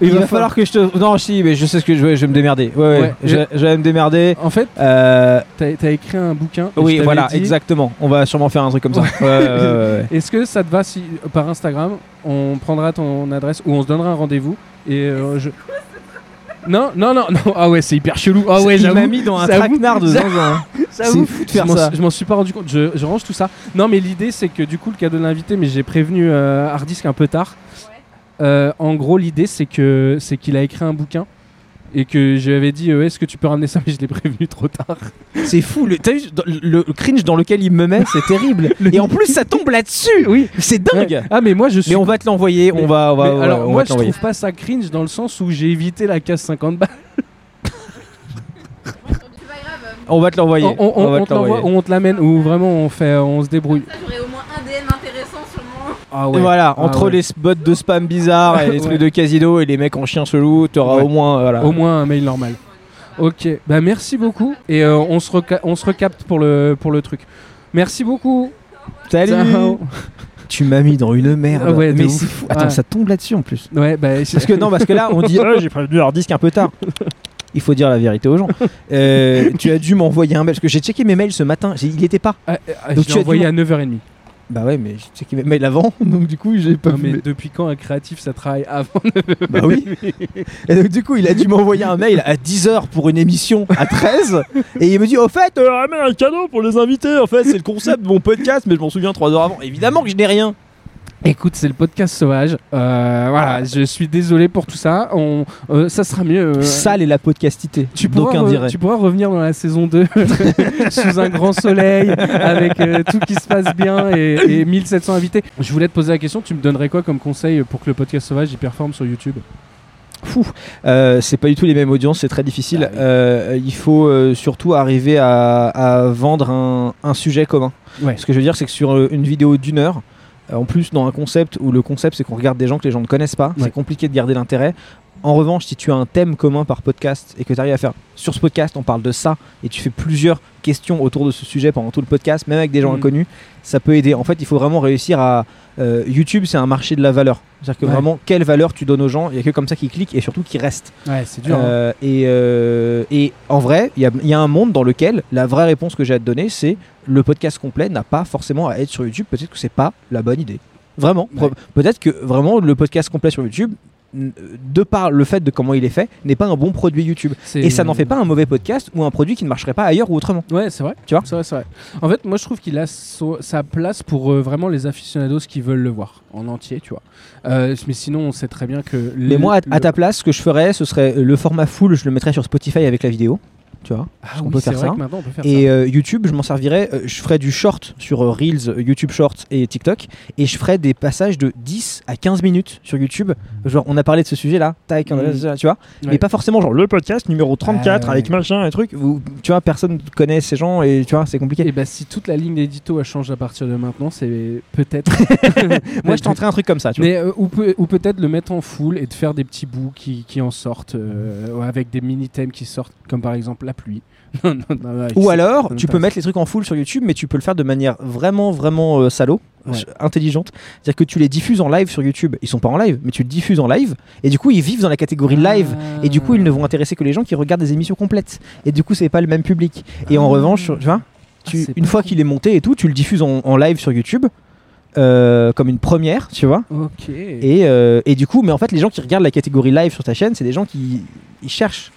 Speaker 1: Il, va, falloir que je te. Non, si, mais je sais ce que je vais, je vais me démerder. Ouais, ouais,
Speaker 2: Ouais.
Speaker 1: Je, je vais me démerder.
Speaker 2: En fait,
Speaker 1: Euh,
Speaker 2: t'as as écrit un bouquin. et je
Speaker 1: oui,
Speaker 2: t'avais
Speaker 1: voilà,
Speaker 2: dit-
Speaker 1: exactement. On va sûrement faire un truc comme ça. Ouais, ouais, ouais, ouais.
Speaker 2: Est-ce que ça te va si euh, par Instagram on prendra ton adresse ou on se donnera un rendez-vous et euh, je Non, non, non, non. Ah ouais, c'est hyper chelou. Ah ouais,
Speaker 1: il
Speaker 2: j'avoue.
Speaker 1: m'a mis dans un
Speaker 2: j'avoue,
Speaker 1: traquenard de
Speaker 2: ça-
Speaker 1: zinzin.
Speaker 2: j'avoue,
Speaker 1: C'est fou de faire
Speaker 2: je m'en-
Speaker 1: ça.
Speaker 2: Je m'en suis pas rendu compte. Je, je range tout ça. Non, mais l'idée, c'est que du coup, le cadeau de l'invité, mais j'ai prévenu euh, Hardisk un peu tard. Euh, en gros, l'idée, c'est que c'est qu'il a écrit un bouquin et que je lui avais dit, euh, est-ce que tu peux ramener ça Mais je l'ai prévenu trop tard.
Speaker 1: C'est fou. Le, t'as vu, dans- le cringe dans lequel il me met, c'est terrible. Et en plus, ça tombe là-dessus.
Speaker 2: Oui.
Speaker 1: C'est dingue.
Speaker 2: Ouais. Ah, mais moi, je suis.
Speaker 1: Mais on va te l'envoyer. On
Speaker 2: Mais-
Speaker 1: va. on va-
Speaker 2: Mais
Speaker 1: on va-
Speaker 2: alors,
Speaker 1: on
Speaker 2: moi,
Speaker 1: va te
Speaker 2: je
Speaker 1: l'envoyer.
Speaker 2: trouve pas ça cringe dans le sens où j'ai évité la case 50 balles.
Speaker 4: C'est pas grave.
Speaker 1: On va te l'envoyer.
Speaker 2: On, on- on- on
Speaker 1: va te
Speaker 2: te l'envoie
Speaker 1: l'envoyer.
Speaker 2: ou on te l'amène ou vraiment on fait, euh, on se débrouille.
Speaker 4: Ça, j'aurais au moins un DM intéressant sur moi.
Speaker 2: Ah
Speaker 1: Et
Speaker 2: ouais.
Speaker 1: Voilà,
Speaker 2: Ah
Speaker 1: entre
Speaker 2: ouais.
Speaker 1: les spots de spam bizarres et les
Speaker 2: Ouais.
Speaker 1: trucs de casino et les mecs en chien chelou, t'auras
Speaker 2: Ouais.
Speaker 1: au moins. euh, Voilà.
Speaker 2: Au moins un mail normal. Ok, bah merci beaucoup et euh, on, se reca- on se recapte pour le, pour le truc. Merci beaucoup.
Speaker 1: Salut.
Speaker 2: Ciao.
Speaker 1: Tu m'as mis dans une merde.
Speaker 2: Ah ouais, de
Speaker 1: mais
Speaker 2: ouf.
Speaker 1: c'est fou. Attends,
Speaker 2: Ouais.
Speaker 1: ça tombe là-dessus en plus.
Speaker 2: Ouais, bah,
Speaker 1: Parce que non, parce que là, on dit Ah, j'ai prévenu leur disque un peu tard. Il faut dire la vérité aux gens. Euh, tu as dû m'envoyer un mail parce que j'ai checké mes mails ce matin. J'ai- Il était pas.
Speaker 2: Ah, ah,
Speaker 1: Donc
Speaker 2: je
Speaker 1: tu
Speaker 2: l'ai
Speaker 1: as
Speaker 2: envoyé
Speaker 1: dit-
Speaker 2: à 9h30.
Speaker 1: Bah ouais, mais j'ai checké mes mails avant, donc du coup j'ai pas
Speaker 2: Non,
Speaker 1: vu
Speaker 2: mais
Speaker 1: mes-
Speaker 2: depuis quand un créatif ça travaille avant
Speaker 1: Bah oui. Et donc du coup, il a dû m'envoyer un mail à 10h pour une émission à 13 et il me dit au fait, euh, ramène un cadeau pour les invités en fait, c'est le concept de mon podcast mais je m'en souviens 3 heures avant. Évidemment que je n'ai rien.
Speaker 2: Écoute, c'est le podcast sauvage. Euh, voilà, je suis désolé pour tout ça. On, euh, ça sera mieux. euh,
Speaker 1: Sale est la podcastité.
Speaker 2: Tu pourras,
Speaker 1: d'aucun
Speaker 2: re-
Speaker 1: dirait.
Speaker 2: tu pourras revenir dans la saison 2 sous un grand soleil avec euh, tout qui se passe bien et, et 1700 invités. Je voulais te poser la question, tu me donnerais quoi comme conseil pour que le podcast sauvage y performe sur YouTube
Speaker 1: Fou. Euh, c'est pas du tout les mêmes audiences, c'est très difficile.
Speaker 2: Ah oui.
Speaker 1: Euh, il faut euh, surtout arriver à, à vendre un, un sujet commun.
Speaker 2: Ouais.
Speaker 1: Ce que je veux dire, c'est que sur euh, une vidéo d'une heure, euh, en plus dans un concept où le concept c'est qu'on regarde des gens que les gens ne connaissent pas,
Speaker 2: Ouais.
Speaker 1: c'est compliqué de garder l'intérêt. En revanche, si tu as un thème commun par podcast et que tu arrives à faire sur ce podcast, on parle de ça et tu fais plusieurs questions autour de ce sujet pendant tout le podcast, même avec des gens
Speaker 2: Mhm.
Speaker 1: inconnus, ça peut aider. En fait, il faut vraiment réussir à. euh, YouTube, c'est un marché de la valeur. C'est-à-dire que
Speaker 2: Ouais.
Speaker 1: vraiment, quelle valeur tu donnes aux gens, il n'y a que comme ça qu'ils cliquent et surtout qu'ils restent.
Speaker 2: Ouais, c'est dur. hein.
Speaker 1: Euh, et, euh, et en vrai, il y a, il y a un monde dans lequel la vraie réponse que j'ai à te donner, c'est le podcast complet n'a pas forcément à être sur YouTube. Peut-être que c'est pas la bonne idée. Vraiment.
Speaker 2: Ouais.
Speaker 1: Pro- Peut-être que vraiment le podcast complet sur YouTube, n- de par le fait de comment il est fait, n'est pas un bon produit YouTube.
Speaker 2: C'est-
Speaker 1: Et ça n'en fait pas un mauvais podcast ou un produit qui ne marcherait pas ailleurs ou autrement.
Speaker 2: Ouais, c'est vrai.
Speaker 1: Tu vois
Speaker 2: C'est vrai, c'est vrai. En fait, moi, je trouve qu'il a so- sa place pour euh, vraiment les aficionados qui veulent le voir en entier, tu vois. Euh, mais sinon, on sait très bien que.
Speaker 1: Mais
Speaker 2: le-
Speaker 1: moi, à, à
Speaker 2: le-
Speaker 1: ta place, ce que je ferais, ce serait euh, le format full, je le mettrais sur Spotify avec la vidéo. Tu vois
Speaker 2: Ah,
Speaker 1: on
Speaker 2: oui,
Speaker 1: peut
Speaker 2: c'est
Speaker 1: faire
Speaker 2: vrai
Speaker 1: ça.
Speaker 2: que maintenant, on peut faire ça.
Speaker 1: Et euh, YouTube, je m'en servirais, euh, je ferais du short sur euh, Reels, euh, YouTube Shorts et TikTok, et je ferais des passages de 10 à 15 minutes sur YouTube. Genre, on a parlé de ce sujet-là, tac, on a-
Speaker 2: Mm.
Speaker 1: tu vois,
Speaker 2: Ouais.
Speaker 1: mais pas forcément genre le podcast numéro 34
Speaker 2: Ah ouais.
Speaker 1: avec machin et truc, où, tu vois, personne connaît ces gens, et tu vois, c'est compliqué.
Speaker 2: Et bah, si toute la ligne d'édito elle change à partir de maintenant, c'est peut-être.
Speaker 1: Moi, je tenterais un truc comme ça, tu vois.
Speaker 2: Mais euh, ou, peut, ou peut-être le mettre en full et de faire des petits bouts qui, qui en sortent euh, ouais, avec des mini thèmes qui sortent, comme par exemple la pluie. Non, non, non, non,
Speaker 1: Ou
Speaker 2: c'est-
Speaker 1: alors,
Speaker 2: ça
Speaker 1: tu peux
Speaker 2: m'intéresse.
Speaker 1: mettre les trucs en full sur YouTube, mais tu peux le faire de manière vraiment, vraiment euh, salaud,
Speaker 2: Ouais.
Speaker 1: euh, intelligente. C'est-à-dire que tu les diffuses en live sur YouTube. Ils sont pas en live, mais tu le diffuses en live, et du coup, ils vivent dans la catégorie
Speaker 2: Ah.
Speaker 1: live. Et du coup, ils ne
Speaker 2: Hmm.
Speaker 1: vont intéresser que les gens qui regardent des émissions complètes. Et du coup, c'est pas le même public. Et en
Speaker 2: Ah.
Speaker 1: revanche, tu vois, tu-
Speaker 2: c'est
Speaker 1: une
Speaker 2: pas
Speaker 1: fois
Speaker 2: con.
Speaker 1: qu'il est monté et tout, tu le diffuses en, en live sur YouTube. euh, comme une première, tu vois.
Speaker 2: Ah, Ok.
Speaker 1: Et, euh, et du coup, mais en fait, les gens qui regardent la catégorie live sur ta chaîne, c'est des gens qui ils cherchent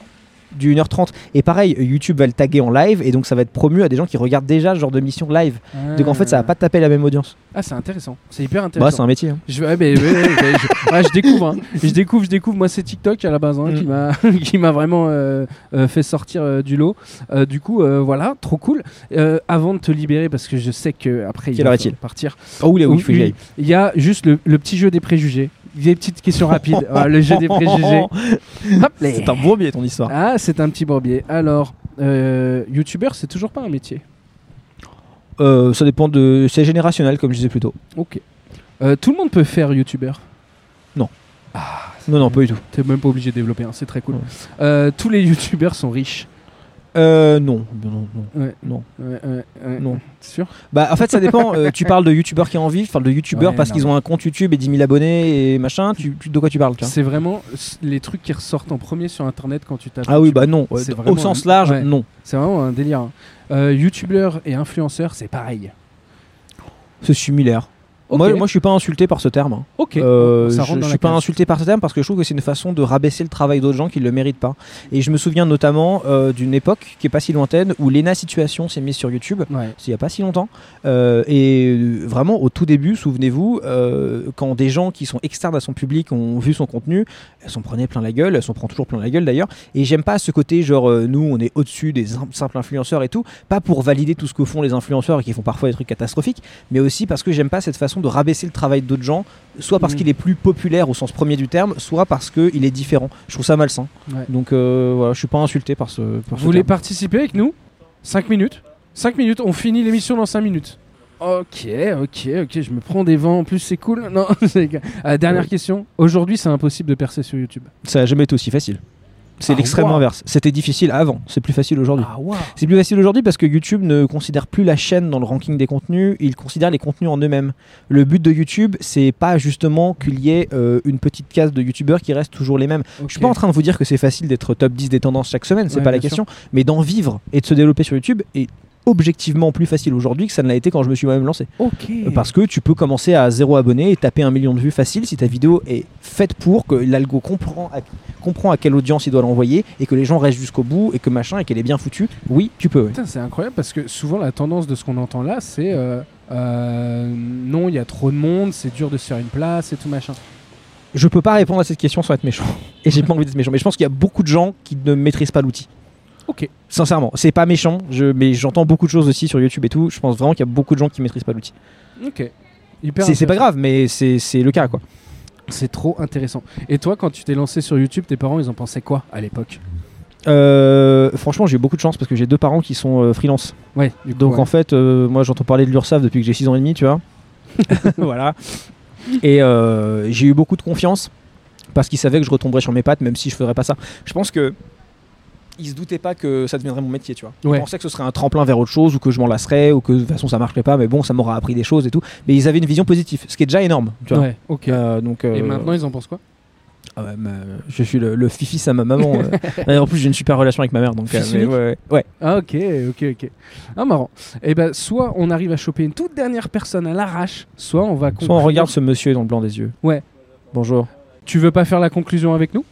Speaker 1: du 1h30. Et pareil, YouTube va le taguer en live, et donc ça va être promu à des gens qui regardent déjà ce genre de mission live.
Speaker 2: Ah.
Speaker 1: Donc en fait, ça va pas taper la même audience.
Speaker 2: Ah, c'est intéressant. C'est hyper
Speaker 1: Bah, c'est
Speaker 2: intéressant.
Speaker 1: un métier. hein.
Speaker 2: je, ouais, mais- ouais, ouais, ouais, je, ouais, je découvre. hein. Je découvre, je découvre. Moi, c'est TikTok à la base hein,
Speaker 1: Mm.
Speaker 2: qui m'a qui m'a vraiment euh, euh, fait sortir euh, du lot. Euh, du coup, euh, voilà, trop cool. Euh, avant de te libérer, parce que je sais que après,
Speaker 1: Quelle
Speaker 2: va
Speaker 1: heure est-il
Speaker 2: partir.
Speaker 1: Oh, oui, oui,
Speaker 2: Oui,
Speaker 1: il faut que j'y
Speaker 2: oui.
Speaker 1: aille.
Speaker 2: Il y a juste le, le petit jeu des préjugés. Des petites questions rapides. Ah, le jeu des préjugés. Hop, les-
Speaker 1: C'est un bon biais ton histoire.
Speaker 2: Ah, c'est un petit bourbier. Alors, euh, youtubeur, c'est toujours pas un métier. Ah.
Speaker 1: Euh, ça dépend de. C'est générationnel, comme je disais plus tôt.
Speaker 2: Ok. Euh, tout le monde peut faire youtubeur.
Speaker 1: Non, non, pas du tout.
Speaker 2: T'es même pas obligé de développer, hein, c'est très cool.
Speaker 1: Ouais.
Speaker 2: Euh, tous les youtubeurs sont riches.
Speaker 1: Euh, non. non, non.
Speaker 2: Ouais.
Speaker 1: Non.
Speaker 2: Ouais, ouais, ouais.
Speaker 1: Non.
Speaker 2: T'es sûr
Speaker 1: Bah, en fait, ça dépend. euh, tu parles de youtubeurs qui en vivent, tu parles de youtubeurs
Speaker 2: Ouais,
Speaker 1: parce
Speaker 2: non.
Speaker 1: qu'ils ont un compte YouTube et 10 000 abonnés et machin. Tu, tu- de quoi tu parles tu vois
Speaker 2: C'est vraiment s- les trucs qui ressortent en premier sur internet quand tu tapes.
Speaker 1: Ah oui,
Speaker 2: YouTube.
Speaker 1: bah non. Ouais,
Speaker 2: C'est
Speaker 1: Au
Speaker 2: vraiment
Speaker 1: sens
Speaker 2: un-
Speaker 1: large,
Speaker 2: ouais.
Speaker 1: non.
Speaker 2: C'est vraiment un délire. hein. Euh, youtubeur et influenceur, c'est pareil.
Speaker 1: C'est similaire.
Speaker 2: Ok.
Speaker 1: Moi, moi, je suis pas insulté par ce terme. hein.
Speaker 2: Ok.
Speaker 1: Euh,
Speaker 2: Ça
Speaker 1: je
Speaker 2: rentre
Speaker 1: je
Speaker 2: dans la
Speaker 1: suis pas
Speaker 2: case.
Speaker 1: insulté par ce terme parce que je trouve que c'est une façon de rabaisser le travail d'autres gens qui le méritent pas. Et je me souviens notamment euh, d'une époque qui est pas si lointaine où Lena Situation s'est mise sur YouTube.
Speaker 2: Ouais.
Speaker 1: C'est il n'y a pas si longtemps. Euh, et euh, vraiment, au tout début, souvenez-vous, euh, quand des gens qui sont externes à son public ont vu son contenu, elles s'en prenaient plein la gueule, elles s'en prennent toujours plein la gueule d'ailleurs. Et j'aime pas ce côté, genre, euh, nous, on est au-dessus des sim- simples influenceurs et tout, pas pour valider tout ce que font les influenceurs et qui font parfois des trucs catastrophiques, mais aussi parce que j'aime pas cette façon de rabaisser le travail d'autres gens, soit parce
Speaker 2: Mhm.
Speaker 1: qu'il est plus populaire au sens premier du terme, soit parce qu'il est différent. Je trouve ça malsain.
Speaker 2: Ouais.
Speaker 1: Donc euh, voilà, je suis pas insulté par ce. par ce
Speaker 2: Vous voulez
Speaker 1: terme.
Speaker 2: participer avec nous 5 minutes 5 minutes, on finit l'émission dans 5 minutes. Ok, ok, ok, je me prends des vents, en plus c'est cool. Non, c'est- Euh, dernière question. Aujourd'hui, c'est impossible de percer sur YouTube.
Speaker 1: Ça a jamais été aussi facile. C'est
Speaker 2: Ah,
Speaker 1: l'extrême
Speaker 2: waouh.
Speaker 1: inverse. C'était difficile avant, c'est plus facile aujourd'hui.
Speaker 2: waouh
Speaker 1: C'est plus facile aujourd'hui parce que YouTube ne considère plus la chaîne dans le ranking des contenus, il considère les contenus en eux-mêmes. Le but de YouTube, c'est pas justement qu'il y ait euh, une petite case de YouTubeurs qui restent toujours les mêmes. Je suis pas en train de vous dire que c'est facile d'être top 10 des tendances chaque semaine, c'est
Speaker 2: Ouais,
Speaker 1: pas la
Speaker 2: bien
Speaker 1: question, mais d'en vivre et de se développer sur YouTube est objectivement plus facile aujourd'hui que ça ne l'a été quand je me suis moi-même lancé.
Speaker 2: Ok.
Speaker 1: Euh, Parce que tu peux commencer à zéro abonné et taper un million de vues facile si ta vidéo est faite pour que l'algo comprend à, comprend à quelle audience il doit l'envoyer et que les gens restent jusqu'au bout et que machin et qu'elle est bien foutue. Oui, tu peux. ouais.
Speaker 2: Putain, c'est incroyable parce que souvent la tendance de ce qu'on entend là, c'est euh, euh, non, il y a trop de monde, c'est dur de se faire une place et tout machin.
Speaker 1: Je peux pas répondre à cette question sans être méchant. Et j'ai pas envie d'être méchant. Mais je pense qu'il y a beaucoup de gens qui ne maîtrisent pas l'outil.
Speaker 2: Ok.
Speaker 1: Sincèrement, c'est pas méchant, je, mais j'entends beaucoup de choses aussi sur YouTube et tout. Je pense vraiment qu'il y a beaucoup de gens qui maîtrisent pas l'outil.
Speaker 2: Ok. Hyper
Speaker 1: C'est c'est pas
Speaker 2: intéressant.
Speaker 1: grave, mais c'est c'est le cas quoi.
Speaker 2: C'est trop intéressant. Et toi, quand tu t'es lancé sur YouTube, tes parents, ils en pensaient quoi à l'époque
Speaker 1: Euh, franchement, j'ai eu beaucoup de chance parce que j'ai deux parents qui sont euh, freelance.
Speaker 2: Ouais, du coup,
Speaker 1: Donc
Speaker 2: ouais.
Speaker 1: en fait, euh, moi j'entends parler de l'URSAF depuis que j'ai 6 ans et demi, tu vois. voilà. Et euh, j'ai eu beaucoup de confiance parce qu'ils savaient que je retomberais sur mes pattes, même si je ferais pas ça. Je pense que ils se doutaient pas que ça deviendrait mon métier, tu vois.
Speaker 2: Ouais.
Speaker 1: Ils pensaient que ce serait un tremplin vers autre chose ou que je m'en lasserais ou que de toute façon ça marcherait pas, mais bon, ça m'aura appris des choses et tout. Mais ils avaient une vision positive, ce qui est déjà énorme, tu vois.
Speaker 2: Ouais, ok.
Speaker 1: Euh, donc,
Speaker 2: Et
Speaker 1: euh,
Speaker 2: maintenant, ils en pensent quoi
Speaker 1: ah ouais, bah, je suis le, le fifi à ma maman. euh. Et en plus, j'ai une super relation avec ma mère, donc euh,
Speaker 2: Fils
Speaker 1: mais
Speaker 2: unique
Speaker 1: ouais, ouais. ouais.
Speaker 2: Ah, ok, ok, ok. Ah, marrant. Et ben, soit on arrive à choper une toute dernière personne à l'arrache, soit on va.
Speaker 1: Soit on
Speaker 2: conclure.
Speaker 1: regarde ce monsieur dans le blanc des yeux.
Speaker 2: Ouais.
Speaker 1: Bonjour.
Speaker 2: Tu veux pas faire la conclusion avec nous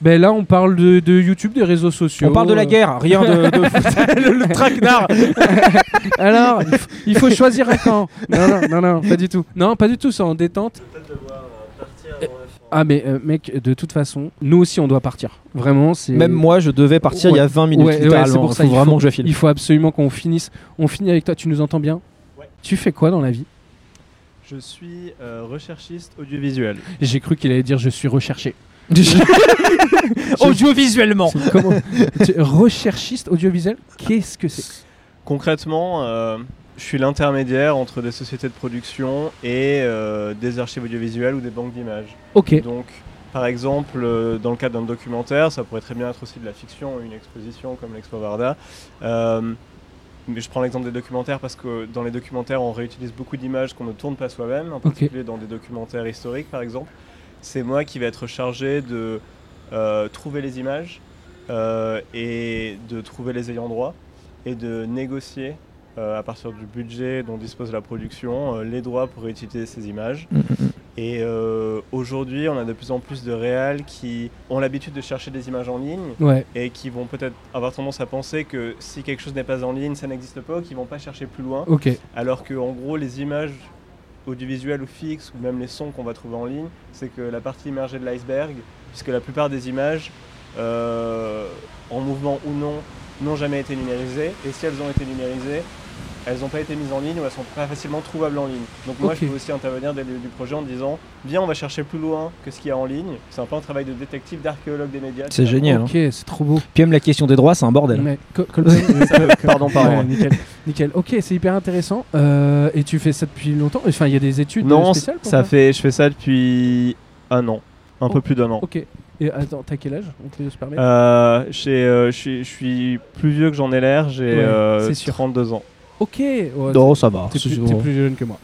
Speaker 2: Ben là, on parle de, de YouTube, des réseaux sociaux.
Speaker 1: On parle de la
Speaker 2: euh,
Speaker 1: guerre, rien de, de foot. le, le traquenard.
Speaker 2: Alors, il f- il faut choisir un camp. Non, non, non, non, pas du tout. Non, pas du tout, ça en détente. Ah, mais euh, mec, de toute façon, nous aussi, on doit partir. Vraiment, c'est.
Speaker 1: Même moi, je devais partir il y a 20 minutes
Speaker 2: Ouais, ouais,
Speaker 1: littéralement.
Speaker 2: c'est pour ça,
Speaker 1: faut
Speaker 2: il
Speaker 1: vraiment
Speaker 2: faut-
Speaker 1: que je file.
Speaker 2: Il faut absolument qu'on finisse. On finit avec toi, tu nous entends bien Tu fais quoi dans la vie
Speaker 5: Je suis euh, recherchiste audiovisuel.
Speaker 2: J'ai cru qu'il allait dire je suis recherché.
Speaker 1: Audiovisuellement.
Speaker 2: C'est comment Tu- Recherchiste audiovisuel Qu'est-ce que c'est
Speaker 5: Concrètement, euh, je suis l'intermédiaire entre des sociétés de production et euh, des archives audiovisuelles ou des banques d'images.
Speaker 2: Ok,
Speaker 5: Donc, par exemple, euh, dans le cadre d'un documentaire, ça pourrait très bien être aussi de la fiction ou une exposition comme l'Expo Varda. Euh, mais je prends l'exemple des documentaires parce que dans les documentaires, on réutilise beaucoup d'images qu'on ne tourne pas soi-même, en particulier dans des documentaires historiques, par exemple. C'est moi qui vais être chargé de euh, trouver les images euh, et de trouver les ayants droit et de négocier euh, à partir du budget dont dispose la production euh, les droits pour réutiliser ces images. Et euh, aujourd'hui, on a de plus en plus de réals qui ont l'habitude de chercher des images en ligne
Speaker 2: ouais,
Speaker 5: et qui vont peut-être avoir tendance à penser que si quelque chose n'est pas en ligne, ça n'existe pas ou qu'ils vont pas chercher plus loin.
Speaker 2: ok.
Speaker 5: Alors que en gros, les images audiovisuelles ou fixes, ou même les sons qu'on va trouver en ligne, c'est que la partie immergée de l'iceberg, puisque la plupart des images, euh, en mouvement ou non, n'ont jamais été numérisées. Et si elles ont été numérisées, elles n'ont pas été mises en ligne ou elles sont pas facilement trouvables en ligne. Donc moi,
Speaker 2: Ok.
Speaker 5: je peux aussi intervenir dès le début du projet en disant, viens, on va chercher plus loin que ce qu'il y a en ligne. C'est un peu un travail de détective, d'archéologue des médias.
Speaker 1: C'est
Speaker 5: finalement.
Speaker 1: génial. hein.
Speaker 2: Ok, c'est trop beau.
Speaker 1: Puis même la question des droits, c'est un bordel.
Speaker 2: Mais Col- Colbert-
Speaker 5: Pardon, pardon.
Speaker 2: Ouais, nickel, nickel. Ok, c'est hyper intéressant. Euh, et tu fais ça depuis longtemps Enfin, il y a des études
Speaker 5: Non,
Speaker 2: spéciales pour
Speaker 5: ça fait, je fais ça depuis un an, un peu plus d'un an.
Speaker 2: Ok. Et attends, t'as quel âge On peut se permettre
Speaker 5: Euh, j'ai, euh, je suis- je suis plus vieux que j'en ai l'air, j'ai
Speaker 2: Ouais,
Speaker 5: euh,
Speaker 2: c'est sûr.
Speaker 5: 32 ans.
Speaker 2: Ok. ouais,
Speaker 1: Non, Oh, ça va.
Speaker 2: t'es
Speaker 1: c'est-
Speaker 2: plus,
Speaker 1: c'est
Speaker 2: t'es
Speaker 1: bon.
Speaker 2: plus jeune que moi.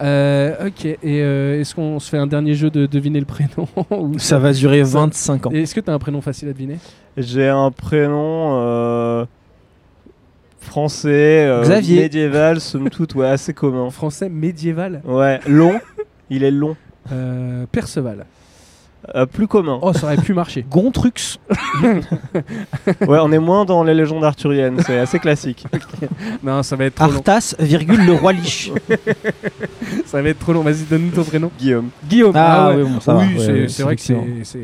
Speaker 2: Euh, ok. Et euh, est-ce qu'on se fait un dernier jeu de deviner le prénom ou-
Speaker 1: Ça va durer 25 ans.
Speaker 2: Et Est-ce que t'as un prénom facile à deviner
Speaker 5: J'ai un prénom euh, français, euh,
Speaker 1: Xavier.
Speaker 5: médiéval, somme toute, ouais, assez commun.
Speaker 2: En français médiéval,
Speaker 5: Ouais, long, il est long.
Speaker 2: euh, Perceval.
Speaker 5: Euh, plus commun.
Speaker 2: Oh, ça aurait pu marcher.
Speaker 1: Gontrux.
Speaker 5: Ouais, on est moins dans les légendes arthuriennes, c'est assez classique.
Speaker 2: Non, ça va être trop long.
Speaker 1: Arthas, virgule, le roi Lich.
Speaker 2: Ça va être trop long. Vas-y, donne-nous ton prénom.
Speaker 5: Guillaume.
Speaker 2: Guillaume.
Speaker 1: Ah oui, bon, ça va. Ouais,
Speaker 2: Bah c'est
Speaker 1: ouais,
Speaker 2: c'est vrai que c'est.
Speaker 1: effectivement.
Speaker 2: c'est-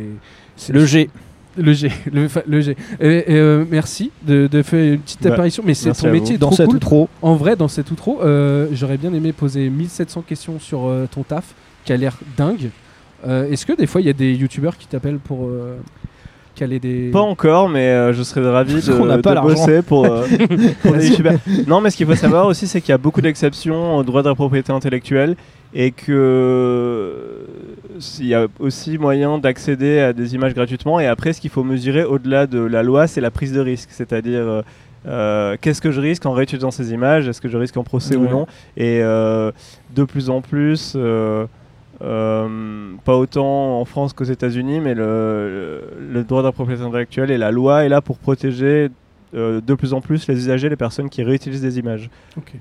Speaker 2: c'est-
Speaker 1: Le G.
Speaker 2: Le G. Le, fa- le G. Et- et, euh, merci de, de faire une petite
Speaker 5: Bah,
Speaker 2: apparition. Mais c'est
Speaker 5: merci
Speaker 2: ton
Speaker 5: à
Speaker 2: métier. est
Speaker 1: Dans
Speaker 2: trop
Speaker 1: cet
Speaker 2: cool.
Speaker 1: outro.
Speaker 2: En vrai, dans cet outro, euh, j'aurais bien aimé poser 1700 questions sur euh, ton taf, qui a l'air dingue. Euh, Est-ce que des fois, il y a des youtubeurs qui t'appellent pour euh, caler des.
Speaker 5: Pas encore, mais euh, je serais ravi
Speaker 1: Parce
Speaker 5: de,
Speaker 1: qu'on n'a
Speaker 5: de
Speaker 1: pas l'argent.
Speaker 5: bosser pour, euh, pour les youtubeurs. Non, mais ce qu'il faut savoir aussi, c'est qu'il y a beaucoup d'exceptions au droit de la propriété intellectuelle et que s'il y a aussi moyen d'accéder à des images gratuitement. Et après, ce qu'il faut mesurer au-delà de la loi, c'est la prise de risque, c'est-à-dire. euh, euh, Qu'est-ce que je risque en réutilisant ces images Est-ce que je risque en procès ou
Speaker 2: Ouais.
Speaker 5: non Et euh, de plus en plus, euh, euh, pas autant en France qu'aux États-Unis, mais le, le droit de la propriété intellectuelle et la loi est là pour protéger euh, de plus en plus les usagers, les personnes qui réutilisent des images.
Speaker 2: Ok.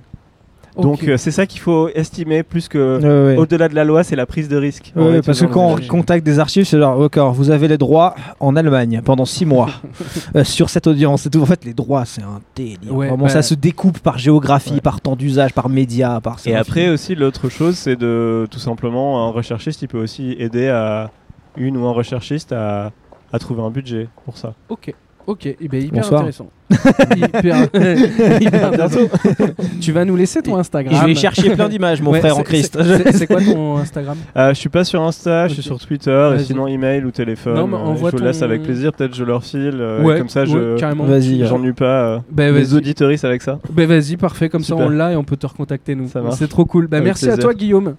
Speaker 5: Donc
Speaker 2: Ok.
Speaker 5: euh, c'est ça qu'il faut estimer plus que
Speaker 1: Ouais, ouais.
Speaker 5: au-delà de la loi, c'est la prise de risque.
Speaker 1: Ouais,
Speaker 2: On est
Speaker 1: parce que
Speaker 2: toujours
Speaker 1: quand
Speaker 2: dans
Speaker 1: on
Speaker 2: le-
Speaker 1: contacte des archives, c'est genre, d'accord, vous avez les droits en Allemagne pendant 6 mois euh, sur cette audience et tout. En fait, les droits, c'est un délire.
Speaker 2: Ouais,
Speaker 1: Vraiment,
Speaker 2: bah-
Speaker 1: ça se découpe par géographie,
Speaker 5: Ouais.
Speaker 1: par temps d'usage, par média, par. c'est
Speaker 5: Et
Speaker 1: un
Speaker 5: après
Speaker 1: film.
Speaker 5: aussi, l'autre chose, c'est de tout simplement un recherchiste, il peut aussi aider à une ou un recherchiste à, à trouver un budget pour ça.
Speaker 2: Ok, ok, eh ben, hyper
Speaker 1: Bonsoir.
Speaker 2: intéressant. hyper, hyper intéressant. tu vas nous laisser ton
Speaker 1: Et je
Speaker 2: Instagram.
Speaker 1: vais chercher plein d'images, mon
Speaker 2: Ouais,
Speaker 1: frère en
Speaker 2: c'est-
Speaker 1: Christ.
Speaker 2: c'est- C'est c'est quoi ton Instagram
Speaker 5: Euh, je suis pas sur Insta, je suis
Speaker 2: Ok.
Speaker 5: sur Twitter, et
Speaker 2: Vas-y.
Speaker 5: sinon email ou téléphone.
Speaker 2: Non, mais
Speaker 5: Euh,
Speaker 2: envoie
Speaker 5: je vous
Speaker 2: ton-
Speaker 5: laisse avec plaisir, peut-être je leur file, euh, et comme ça
Speaker 2: ouais,
Speaker 5: je
Speaker 2: carrément.
Speaker 1: Vas-y, euh,
Speaker 5: j'ennuie pas euh,
Speaker 2: Bah,
Speaker 5: les
Speaker 2: vas-y,
Speaker 5: auditoristes avec ça.
Speaker 2: Bah, vas-y, parfait, comme ça
Speaker 5: Super.
Speaker 2: on l'a et on peut te recontacter nous.
Speaker 5: Ça marche.
Speaker 2: C'est trop cool. Bah,
Speaker 5: Avec
Speaker 2: merci à
Speaker 5: plaisir.
Speaker 2: toi Guillaume.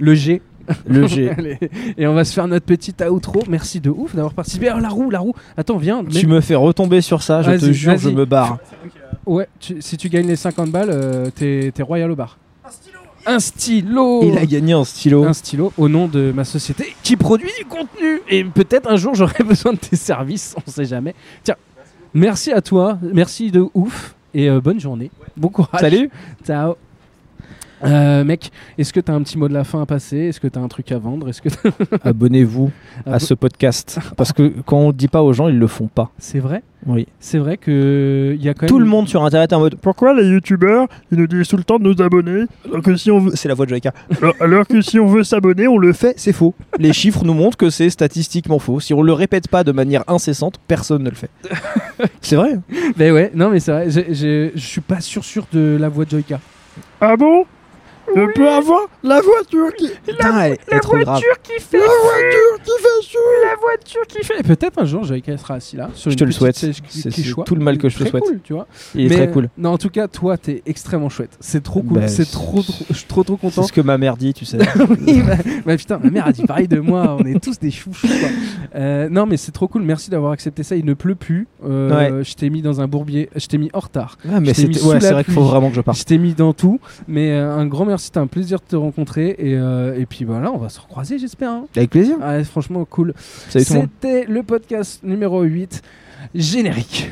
Speaker 2: Le G.
Speaker 1: le G.
Speaker 2: Allez, Et on va se faire notre petite outro. Merci de ouf d'avoir participé. Oh la roue, la roue. Attends, viens. mais-
Speaker 1: Tu me fais retomber sur ça, je te
Speaker 2: Vas-y,
Speaker 1: jure, je
Speaker 2: vas-y.
Speaker 1: me barre.
Speaker 2: Ouais, tu- si tu gagnes les 50 balles, euh, t'es t'es royal au bar. Un stylo.
Speaker 1: Il a gagné en stylo.
Speaker 2: un stylo au nom de ma société qui produit du contenu. Et peut-être un jour j'aurai besoin de tes services, on sait jamais. Tiens, merci à toi, merci de ouf et euh, bonne journée. Bon courage.
Speaker 1: Salut.
Speaker 2: Ciao. Euh, mec, est-ce que t'as un petit mot de la fin à passer Est-ce que t'as un truc à vendre Est-ce que t'as-
Speaker 1: Abonnez-vous à ce podcast parce que quand on dit pas aux gens, ils le font pas.
Speaker 2: c'est vrai
Speaker 1: Oui.
Speaker 2: C'est vrai que il y a quand même
Speaker 1: Tout le monde sur internet est en mode
Speaker 6: Pourquoi les youtubeurs, ils nous disent tout le temps de nous abonner, alors que si on veut,
Speaker 1: c'est la voix de Joyka.
Speaker 6: alors- alors que si on veut s'abonner, on le fait
Speaker 1: fait, c'est faux. Les chiffres nous montrent que c'est statistiquement faux. Si on le répète pas de manière incessante, personne ne le fait. c'est vrai.
Speaker 2: Mais ouais, non mais c'est vrai. j'ai- j'ai- Je suis pas sûr sûr de la voix de Joyka.
Speaker 6: Ah bon Je peux avoir la voiture qui,
Speaker 1: Putain, elle est trop grave.
Speaker 6: la voiture qui fait chaud
Speaker 2: Et peut-être un jour Joyka sera assis là. Sur
Speaker 1: Je
Speaker 2: une
Speaker 1: te le
Speaker 2: petite
Speaker 1: souhaite.
Speaker 2: siège qui-
Speaker 1: C'est-
Speaker 2: qui
Speaker 1: c'est
Speaker 2: choix.
Speaker 1: tout le mal que je te
Speaker 2: Très
Speaker 1: souhaite.
Speaker 2: cool, tu vois.
Speaker 1: Il est
Speaker 2: Mais,
Speaker 1: très cool.
Speaker 2: Non, en tout cas, toi, t'es extrêmement chouette. C'est trop cool.
Speaker 1: Bah,
Speaker 2: c'est
Speaker 1: je-
Speaker 2: trop, trop- je suis trop, trop
Speaker 1: C'est
Speaker 2: content.
Speaker 1: ce que ma mère dit, tu sais.
Speaker 2: Oui, bah, bah, putain, ma mère a dit pareil de moi. On est tous des chouchous. quoi. Euh, non, mais c'est trop cool. Merci d'avoir accepté ça. Il ne pleut plus. Euh, Je t'ai mis dans un bourbier. Je t'ai mis en retard.
Speaker 1: Ah, mais
Speaker 2: Je t'ai
Speaker 1: c'était-
Speaker 2: mis sous
Speaker 1: ouais,
Speaker 2: la
Speaker 1: c'est vrai qu'il faut
Speaker 2: pluie.
Speaker 1: vraiment que je parte.
Speaker 2: Je t'ai mis dans tout. Mais euh, un grand merci. C'était un plaisir de te rencontrer. Et, euh, et puis voilà, on va se recroiser, j'espère. hein.
Speaker 1: Avec plaisir.
Speaker 2: Ouais, franchement, cool.
Speaker 1: Salut tout le monde.
Speaker 2: C'était le podcast numéro 8. Générique.